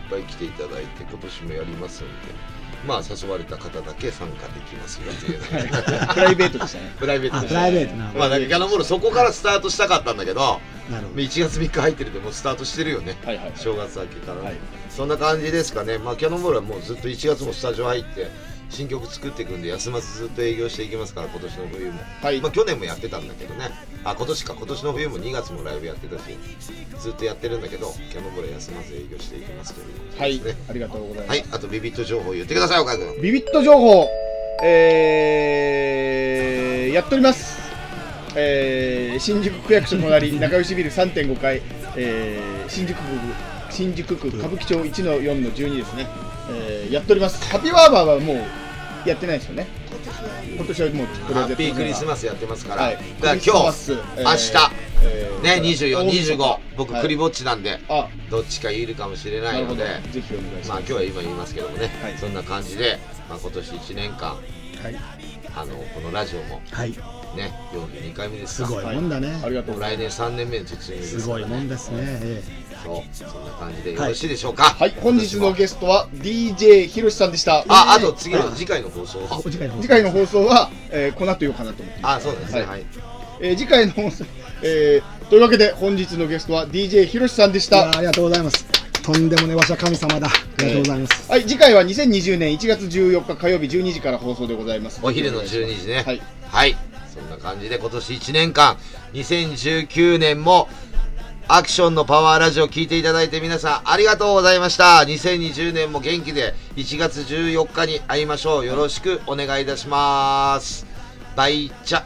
Speaker 1: ぱい来ていただいて今年もやりますんでまあ誘われた方だけ参加できますよっていう
Speaker 2: プライベートでしたね
Speaker 1: プライベート
Speaker 7: あ、
Speaker 1: で
Speaker 7: プ
Speaker 1: す
Speaker 7: ライベートな。
Speaker 1: まあだけどキャノンボールそこからスタートしたかったんだけど
Speaker 7: なるほど。
Speaker 1: 1月3日入ってるでもうスタートしてるよね
Speaker 2: はいはい
Speaker 1: 正月明けからね、
Speaker 2: はい
Speaker 1: そんな感じですかね、まあ、キャノンボールはもうずっと1月もスタジオ入って新曲作っていくんで休まずずっと営業していきますから今年の冬も、
Speaker 2: はい
Speaker 1: まあ、去年もやってたんだけどねあ今年か今年の冬も2月もライブやってたしずっとやってるんだけどキャノンボールは休まず営業していきますということ
Speaker 2: は
Speaker 1: で
Speaker 2: い
Speaker 1: すね
Speaker 2: ありがとうございます
Speaker 1: はい、あとビビット情報言ってください岡井君
Speaker 2: ビビット情報、えー、やっております、えー、新宿区役所隣仲良しビル3.5階、えー、新宿区新宿区歌舞伎町1の4の12ですね、えー、やっておりますハッピーワーバーはもうやってないですよね今年はもうこれ
Speaker 1: ハ
Speaker 2: は
Speaker 1: ッ
Speaker 2: 絶
Speaker 1: ピ
Speaker 2: 対
Speaker 1: ークリスマスやってますから、
Speaker 2: はい
Speaker 1: だから今日、
Speaker 2: クリスマスえーえ
Speaker 1: 明日ね24、25僕、
Speaker 2: はい
Speaker 1: クリぼっちなんで
Speaker 2: あ
Speaker 1: どっちかいるかもしれな
Speaker 2: ないる
Speaker 1: の
Speaker 2: ほど
Speaker 1: で
Speaker 2: ぜひお願いし
Speaker 1: まあ
Speaker 2: ま
Speaker 1: 今日は今言いますけどもね、
Speaker 2: はい
Speaker 1: そんな感じで、まあ、今年1年間
Speaker 7: はい。
Speaker 1: あのこのラジオも
Speaker 7: はい。
Speaker 1: ね42回目です
Speaker 7: す
Speaker 1: か
Speaker 7: ごい
Speaker 1: は
Speaker 7: もんだね
Speaker 2: す。ありがと
Speaker 1: も
Speaker 2: う
Speaker 1: う
Speaker 2: ござい
Speaker 1: 来年3年目に突入です
Speaker 7: すごいもんですね。え
Speaker 1: そうそんな感じでよろしいでしょうかは
Speaker 2: ますはい本日のゲストは DJ ひろしさんでした
Speaker 1: ああと次の次回の放送
Speaker 7: えお次回の方
Speaker 2: 次回の放送は、えーこの後言おうかなと思ってます、
Speaker 1: あそうですね
Speaker 2: はい
Speaker 1: はい、
Speaker 2: えー次回の放送、えーというわけで本日のゲストは DJ ひろしさんでし
Speaker 7: いや
Speaker 2: た
Speaker 7: ーありがとうございます。とんでもね、わしは神様だ。ありがとうございます。
Speaker 2: はい次回は2020年1月14日火曜日12時から放送でございます
Speaker 1: お昼の12時ね
Speaker 2: はい
Speaker 1: はい、そんな感じで今年1年間2019年もアクションのパワーラジオ聞いていただいて皆さんありがとうございました2020年も元気で1月14日に会いましょうよろしくお願いいたしますバイチャ